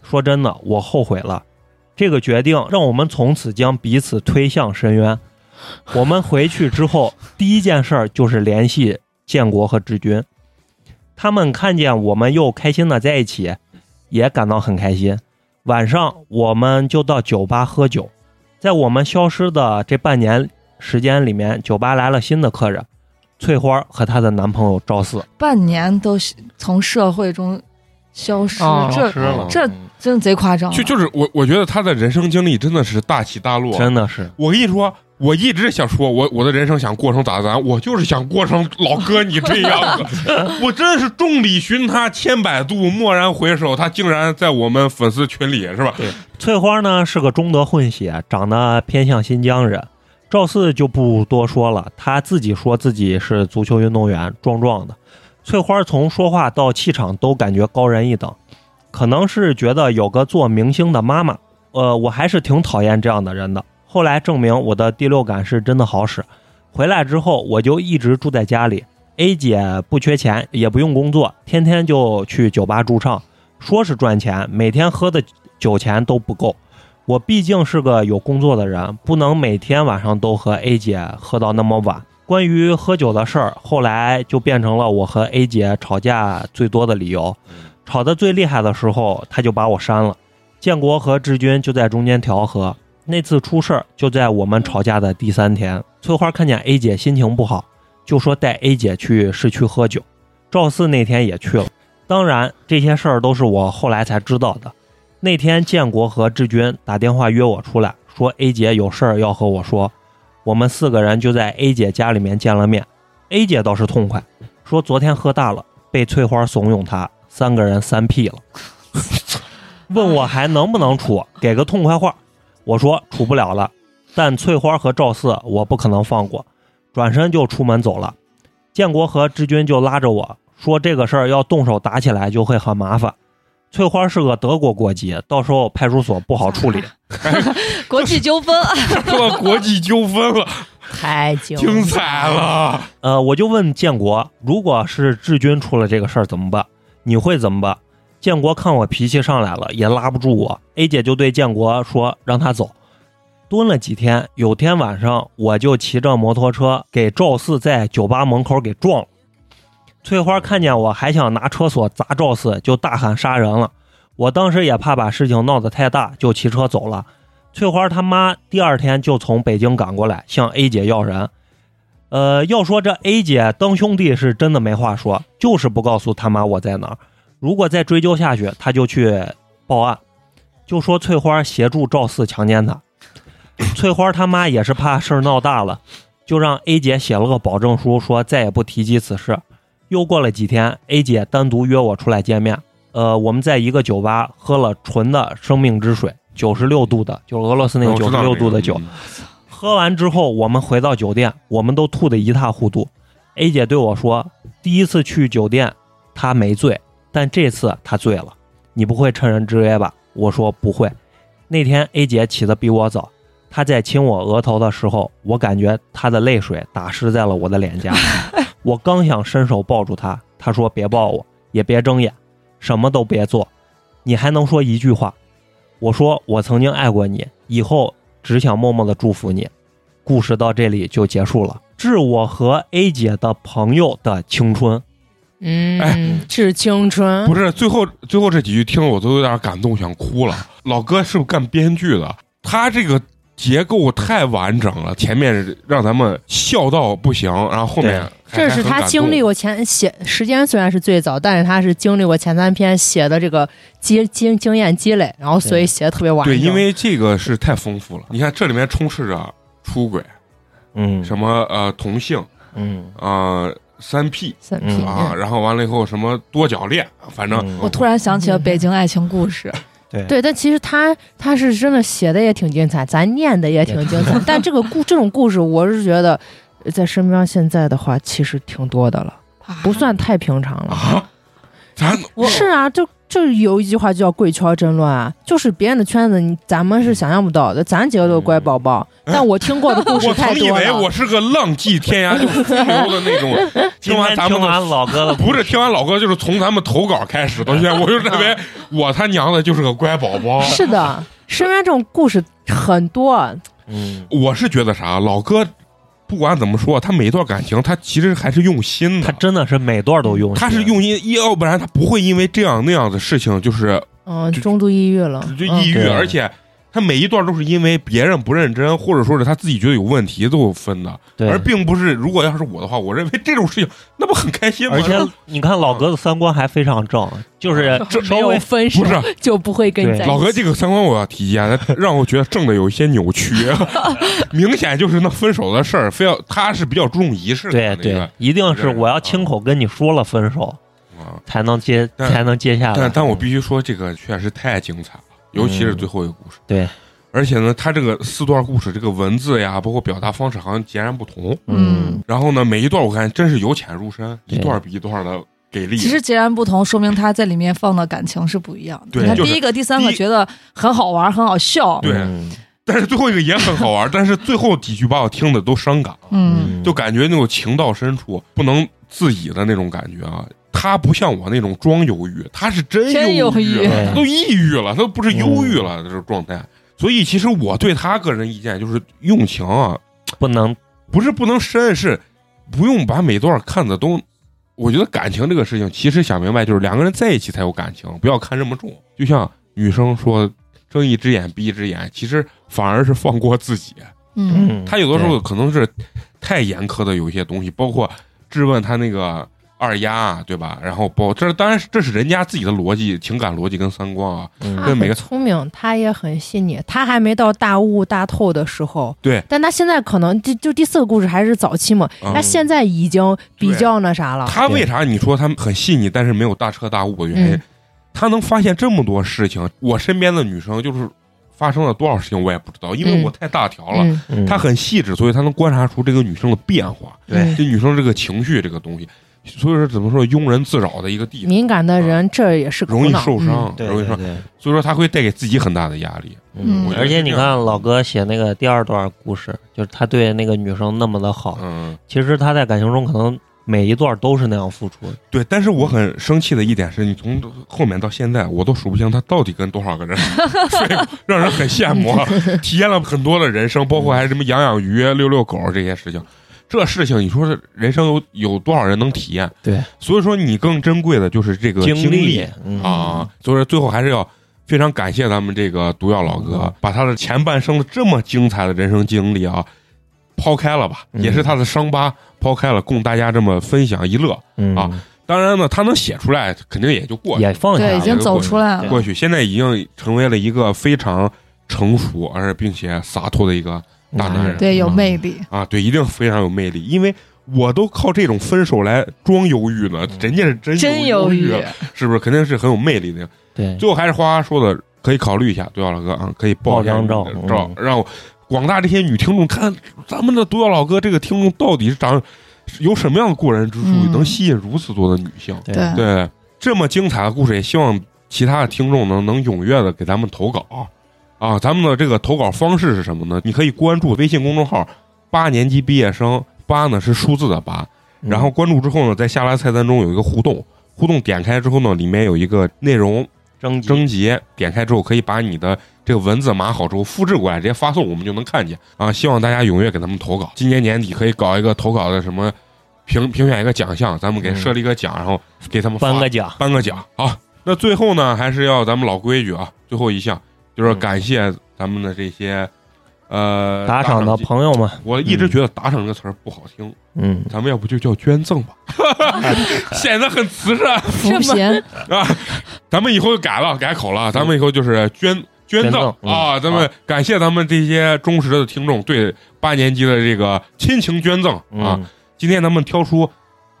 S4: 说真的，我后悔了。这个决定让我们从此将彼此推向深渊。我们回去之后，第一件事儿就是联系建国和志军。他们看见我们又开心的在一起，也感到很开心。晚上我们就到酒吧喝酒。在我们消失的这半年时间里面，酒吧来了新的客人，翠花和她的男朋友赵四。
S3: 半年都是从社会中消失，
S5: 哦
S3: 这
S4: 吃了
S3: 这真的贼夸张了。啊
S2: 就就是我，我觉得他的人生经历真的是大起大落。
S4: 真的是
S2: 我跟你说，我一直想说，我我的人生想过成咋咱，我就是想过成老哥你这样
S4: <laughs>
S2: 子。我真的是众里寻他千百度，蓦然回首，他竟然在我们粉丝群里，是吧？
S4: 翠花呢是个中德混血，长得偏向新疆人。赵四就不多说了，他自己说自己是足球运动员，壮壮的。翠花从说话到气场都感觉高人一等，可能是觉得有个做明星的妈妈。呃，我还是挺讨厌这样的人的。后来证明我的第六感是真的好使。回来之后，我就一直住在家里。A 姐不缺钱，也不用工作，天天就去酒吧驻唱，说是赚钱，每天喝的酒钱都不够。我毕竟是个有工作的人，不能每天晚上都和 A 姐喝到那么晚。关于喝酒的事儿，后来就变成了我和 A 姐吵架最多的理由。吵得最厉害的时候，她就把我删了。建国和志军就在中间调和。那次出事儿就在我们吵架的第三天，翠花看见 A 姐心情不好，就说带 A 姐去市区喝酒。赵四那天也去了。当然，这些事儿都是我后来才知道的。那天建国和志军打电话约我出来，说 A 姐有事儿要和我说，我们四个人就在 A 姐家里面见了面。A 姐倒是痛快，说昨天喝大了，被翠花怂恿她，三个人三 P 了， <laughs> 问我还能不能处，给个痛快话。我说处不了了，但翠花和赵四我不可能放过，转身就出门走了。建国和志军就拉着我说这个事儿要动手打起来就会很麻烦。翠花是个德国国籍，到时候派出所不好处理。
S3: 国际纠
S2: <laughs>
S3: 纷，
S2: 说到国际纠纷了，
S6: 太久
S2: 精彩了。
S4: 呃，我就问建国，如果是志军出了这个事儿怎么办？你会怎么办？建国看我脾气上来了，也拉不住我。A 姐就对建国说让他走。蹲了几天，有天晚上我就骑着摩托车给赵四在酒吧门口给撞了。翠花看见我还想拿车锁砸赵四，就大喊杀人了。我当时也怕把事情闹得太大，就骑车走了。翠花他妈第二天就从北京赶过来，向 A 姐要人。呃，要说这 A 姐当兄弟是真的没话说，就是不告诉他妈我在哪儿。如果再追究下去，他就去报案，就说翠花协助赵四强奸她。翠花他妈也是怕事儿闹大了，就让 A 姐写了个保证书，说再也不提及此事。又过了几天，A 姐单独约我出来见面。呃，我们在一个酒吧喝了纯的生命之水，九十六度的，就是俄罗斯那个
S2: 我
S4: 九
S2: 哦知
S4: 十
S2: 道
S4: 六
S2: 这个
S4: 度的酒。，喝完之后，我们回到酒店，我们都吐得一塌糊涂。A 姐对我说，第一次去酒店她没醉，但这次她醉了。你不会趁人之危吧？我说不会。那天 A 姐起得比我早，她在亲我额头的时候，我感觉她的泪水打湿在了我的脸颊。我刚想伸手抱住她，她说别抱我，也别睁眼，什么都别做，你还能说一句话。我说我曾经爱过你，以后只想默默的祝福你。故事到这里就结束了。致我和 A 姐的朋友的青春，
S2: 哎
S5: 嗯，致青春
S2: 不是最后最后这几句听了我都有点感动，想哭了。老哥是不是干编剧的？他这个结构太完整了，前面让咱们笑到不行，然后后面还
S5: 这是他经历。过前写时间虽然是最早，但是他是经历过前三篇写的这个积经经验积累，然后所以写的特别完
S2: 还很感动
S5: 整。
S2: 对，因为这个是太丰富了。你看这里面充斥着出轨，
S4: 嗯
S2: 什么呃同性，
S4: 嗯，
S2: 呃三 P
S5: 三
S4: 嗯
S5: P
S2: 啊，然后完了以后什么多角恋，反正
S4: 嗯
S3: 我突然想起了《北京爱情故事》，
S2: 嗯
S5: 对，但其实他他是真的写的也挺精彩，咱念的也挺精彩。但这个故这种故事，我是觉得呃在身边现在的话，其实挺多的了，不算太平常了。
S2: 啊，咱
S5: 是啊，就就有一句话叫“跪敲争论”啊，就是别人的圈子，你咱们是想象不到的。咱几个都是乖宝宝，但我听过的故
S2: 嗯
S5: 事
S2: 我
S5: 太
S2: 曾以
S5: 多
S2: 为
S5: 了。
S2: 我是个浪迹天涯就自由的那
S4: <laughs>
S2: 种，
S4: 今
S2: 听完
S4: 天
S2: 咱
S4: 听
S2: 们的
S4: 完老哥的
S2: 不是听完老哥，就是从咱们投稿开始
S4: <laughs>
S2: 到现在，我就认为我他娘的就是个乖宝宝。
S5: 是的，身边这种故事很多。
S4: 嗯，
S2: 我是觉得啥，老哥不管怎么说，他每一段感情，他其实还是用心
S4: 他
S2: 的，
S4: 真的是每段都用心，啊
S2: 他是用心，要不然他不会因为这样那样的事情就是
S5: 嗯，
S2: 就
S5: 中度抑郁了，嗯
S2: 就抑郁，
S4: 嗯对
S2: 而且。他每一段都是因为别人不认真，或者说是他自己觉得有问题最后分的，
S4: 对
S2: 而。并不是如果要是我的话，我认为这种事情那不很开心吗？啊
S4: 而且你看老哥的三观还非常正，就是
S2: 这
S4: 稍微
S5: 分
S2: 不是啊
S5: 就不会跟你
S4: 对
S5: 在一起。
S2: 老哥，这个三观我要提一下，他让我觉得正的有一些扭曲，啊
S5: <laughs>
S2: 明显就是那分手的事儿，非要他是比较注重仪式
S4: 对
S2: 感的一
S4: 对
S5: 啊
S2: 个，
S4: 一定是我要亲口跟你说了分手，
S2: 啊。
S4: 才能接
S2: 但
S4: 才能接下来。
S2: 但但我必须说，这个
S5: 嗯
S2: 确实太精彩了，尤其是最后一个故事。
S4: 对，
S2: 而且呢，他这个四段故事，这个文字呀，包括表达方式，好像截然不同。
S4: 嗯，
S2: 然后呢，每一段我看真是由浅入深，一
S4: 对
S2: 段比一段的给力。
S3: 其实截然不同，说明他在里面放的感情是不一样的。
S2: 对
S3: 你看
S2: 就是
S3: 第一个、第三
S2: 第
S3: 个
S2: 一
S3: 觉得很好玩、很好笑，
S2: 对
S4: 嗯
S2: 但是最后一个也很好玩，但是最后几句把我听的都伤感了。
S3: 嗯，
S2: 就感觉那种情到深处不能自已的那种感觉啊。他不像我那种装忧郁，他是真
S3: 真
S2: 忧
S3: 忧郁
S2: 他都抑郁了，他都不是忧郁了这种状态。所以其实我对他个人意见就是用情啊，
S4: 不能
S2: 不是不能深，是不用把每段看的都。我觉得感情这个事情，其实想明白就是两个人在一起才有感情，不要看这么重。就像女生说“睁一只眼闭一只眼”，其实反而是放过自己。
S3: 嗯，
S4: 嗯，
S2: 他有的时候可能是太严苛的有一些东西，包括质问他那个二丫啊，对吧？然后包这当然是这是人家自己的逻辑、情感逻辑跟三观啊。
S4: 对嗯
S5: 他
S2: 跟每
S5: 很
S2: 个
S5: 聪明，他也很细腻，他还没到大悟大透的时候。
S2: 对，
S5: 但他现在可能就就第四个故事还是早期嘛，
S2: 嗯
S5: 他现在已经比较那啥了。
S2: 他为啥你说他很细腻，但是没有大彻大悟的原因
S5: 嗯？
S2: 他能发现这么多事情，我身边的女生就是发生了多少事情我也不知道，因为
S5: 嗯
S2: 我太大条了。
S5: 嗯，
S4: 嗯
S2: 他很细致，所以他能观察出这个女生的变化，
S4: 对
S5: 嗯
S2: 这女生这个情绪这个东西，所以说怎么说庸人自扰的一个地方，
S5: 敏感的人这也是苦恼嗯
S2: 容易受伤，
S4: 对
S2: 容易受伤。
S4: 对对，
S2: 所以说他会带给自己很大的压力。
S4: 嗯
S3: 我觉
S2: 得
S4: 而且
S2: 是
S4: 你
S2: 这样
S4: 看老哥写那个第二段故事，就是他对那个女生那么的好，
S2: 嗯，
S4: 其实他在感情中可能每一段都是那样付出。
S2: 对。但是我很生气的一点是，你从后面到现在，我都数不清他到底跟多少个
S4: <laughs>
S2: 人睡过，让人很羡慕啊，体验了很多的人生，包括还什么养养鱼、遛遛狗这些事情。这事情，你说是人生有有多少人能体验？
S4: 对，
S2: 所以说你更珍贵的就是这个经
S4: 历，嗯
S2: 啊。所以说最后还是要非常感谢咱们这个毒药老哥，把他的前半生这么精彩的人生经历啊，抛开了吧，
S4: 嗯
S2: 也是他的伤疤抛开了，供大家这么分享一乐。
S4: 嗯
S2: 啊当然呢，他能写出来，肯定也就过去
S4: 也放下
S3: 对，
S4: 了
S3: 已经走出来
S4: 对
S3: 了。
S2: 过去，现在已经成为了一个非常成熟而并且洒脱的一个大男人
S3: 对，有
S4: 嗯
S3: 魅力。
S2: 啊，对，一定非常有魅力，因为。我都靠这种分手来装忧郁呢，人家是真
S3: 真
S2: 忧啊
S3: 忧郁，
S2: 是不是？肯定是很有魅力的。
S4: 对，
S2: 最后还是花花说的，可以考虑一下，毒药老哥啊，可以报一下
S4: 报张照嗯
S2: 你的照，让我广大这些女听众看咱们的毒药老哥这个听众到底是长有什么样的过人之处，
S3: 嗯
S2: 能吸引如此多的女性？
S4: 对
S3: 对
S2: 对，这么精彩的故事，也希望其他的听众能能踊跃的给咱们投稿啊！咱们的这个投稿方式是什么呢？你可以关注微信公众号“八年级毕业生”，八呢是数字的八，
S4: 嗯
S2: 然后关注之后呢，在下拉菜单中有一个互动，互动点开之后呢，里面有一个内容
S4: 征集
S2: 征集，点开之后可以把你的这个文字码好之后复制过来，直接发送，我们就能看见啊！希望大家踊跃给他们投稿，今年年底可以搞一个投稿的什么评评选一个奖项，咱们给
S4: 嗯
S2: 设立一个奖，然后给他们发
S4: 颁个奖，
S2: 颁个奖啊！那最后呢，还是要咱们老规矩啊，最后一项就是
S4: 嗯
S2: 感谢咱们的这些。呃，
S4: 打赏的
S2: 机，
S4: 朋友们，
S2: 我一直
S4: 嗯
S2: 觉得“打赏”这个词儿不好听，
S4: 嗯，
S2: 咱们要不就叫捐赠
S4: <laughs>
S2: 吧， <laughs> 显得很慈善。
S3: 扶贫，
S2: 咱们以后就改了，改口了，咱们以后就是捐捐赠
S4: 捐赠嗯
S2: 啊！咱们感谢咱们这些忠实的听众对八年级的这个亲情捐赠啊！
S4: 嗯，
S2: 今天咱们挑出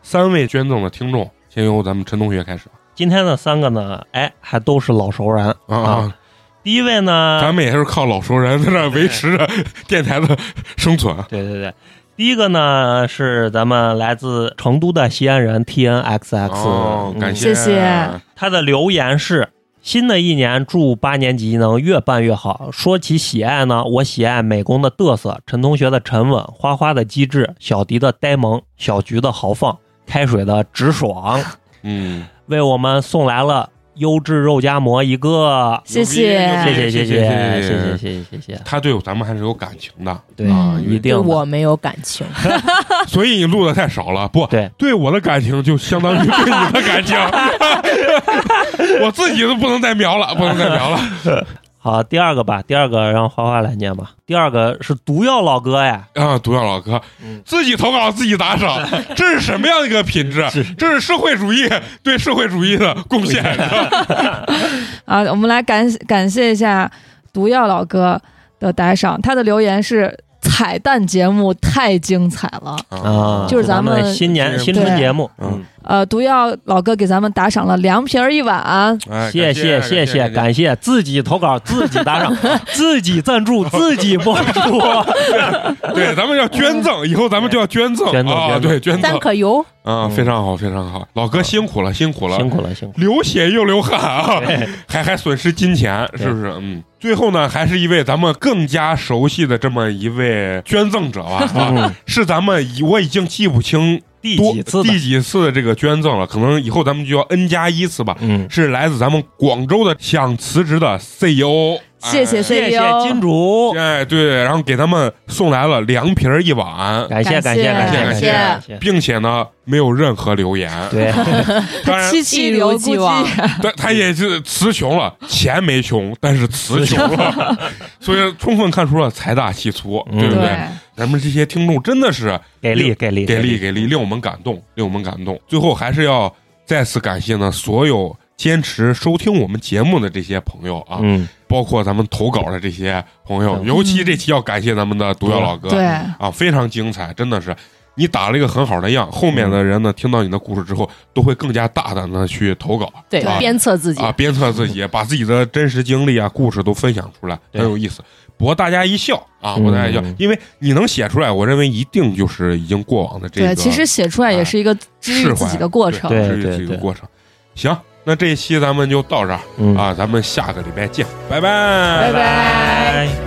S2: 三位捐赠的听众，先由咱们陈同学开始
S4: 今天的三个呢，哎，还都是老熟人。
S2: 啊
S4: 啊
S2: 啊！
S4: 第一位呢，
S2: 咱们也是靠老熟人在这儿维持着电台的生存。
S4: 对对对，第一个呢是咱们来自成都的西安人 T N X X，、
S2: 哦，感
S4: 嗯
S2: 谢
S3: 谢谢
S4: 他的留言是：新的一年祝八年级能越办越好。说起喜爱呢，我喜爱美工的嘚瑟，陈同学的沉稳，花花的机智，小迪的呆萌，小菊的豪放，开水的直 <laughs> 爽，
S2: 嗯，
S4: 为我们送来了优质肉夹馍一个。
S3: 谢谢
S4: 谢谢
S2: 谢
S4: 谢谢哎谢
S2: 谢
S4: 谢
S2: 谢
S4: 谢谢谢谢，
S2: 他对咱们还是有感情的，啊
S4: 对
S3: 嗯，
S4: 啊一定
S5: 对
S4: 的
S5: 我没有感
S4: <laughs>
S5: 情，
S2: 所以你录的太少了。不
S4: 对
S2: 对，我的感情就相当于对你的感 <laughs> 情，我自己都不能再描了，不能再描了。
S4: 好，第二个吧，第二个让花花来念吧。第二个是毒药老哥呀，
S2: 啊，毒药老哥
S4: 嗯，
S2: 自己投稿自己打 <laughs> 赏，这是什么样的一个品质？这是社会主义对社会主义的贡献。 <laughs>
S3: 啊，我们来感感谢一下毒药老哥的打赏，他的留言是彩蛋节目太精彩了。
S4: 啊，
S3: 就是咱们
S4: 们新年新春
S3: 对
S4: 节目，
S2: 嗯
S3: 呃，毒药老哥给咱们打赏了凉皮儿一碗，
S2: 哎
S4: 谢谢
S2: 感
S4: 谢谢，
S2: 谢
S4: 感谢自己投稿，自己打赏， <laughs> 自己赞助，自己播出。
S2: 对，咱们要捐赠，以后咱们就要捐赠
S4: 捐赠
S2: 啊，
S4: 捐赠啊
S2: 对，捐
S5: 三
S2: 赠
S5: 可油。
S2: 啊，非常好，非常好，老哥辛苦了，辛
S4: <laughs>
S2: 苦了
S4: 辛。苦了，辛苦
S2: 流血又流汗啊
S4: <laughs> 对，
S2: 还还损失金钱，
S4: 对
S2: 是不是？嗯，最后呢，还是一位咱们更加熟悉的这么一位捐赠者吧，
S4: 了。
S2: 啊，
S4: <laughs> 嗯
S2: 是咱们已我已经记不清
S4: 第
S2: 多
S4: 几次的？
S2: 第几次这个捐赠了，可能以后咱们就要 N 加一次吧。
S4: 嗯，
S2: 是来自咱们广州的想辞职的 CEO，
S3: 谢谢
S2: 哎
S4: 谢谢
S3: CEO
S4: 金主，
S2: 哎，对，然后给他们送来了凉皮儿一碗，
S4: 感谢
S3: 感
S4: 谢
S3: 谢
S4: 感
S2: 感
S4: 感
S2: 谢
S4: 感谢。
S2: 并且呢，没有任何留言。
S4: <laughs> 对，
S2: 当然，
S3: 一
S6: 一
S3: 如
S6: 如
S3: 既
S6: 既
S3: 往
S6: 往，
S2: 但他也是词穷了，钱没穷，但是词穷
S4: 啊
S2: 了，所以充分看出了财大气粗，
S4: 嗯
S2: 对不对？
S3: 对，
S2: 咱们这些听众真的是
S4: <laughs> 给力给力
S2: 给力！给力，令我们感动，令我们感动。最后还是要再次感谢呢所有坚持收听我们节目的这些朋友啊，
S4: 嗯，
S2: 包括咱们投稿的这些朋友，
S4: 嗯
S2: 尤其这期要感谢咱们的毒药老哥，
S3: 对，
S2: 啊，非常精彩，真的是。你打了一个很好的样，后面的人呢，听到你的故事之后，都会更加大胆的去投稿
S5: 对
S2: 对，
S5: 鞭策自己
S2: 啊，鞭策自己，把自己的真实经历啊、故事都分享出来，
S4: 对
S2: 很有意思，博大家一笑啊，
S4: 嗯
S2: 博大家一笑，因为你能写出来，我认为一定就是已经过往的这个
S3: 对，其实写出来也是一个治
S2: 释
S3: 愈
S2: 怀
S3: 自己的过程。
S4: 对
S2: 是
S4: 对
S2: 这个
S4: 对
S2: 过程。行，那这一期咱们就到这儿
S4: 嗯
S2: 啊，咱们下个礼拜见，拜拜，
S4: 拜拜。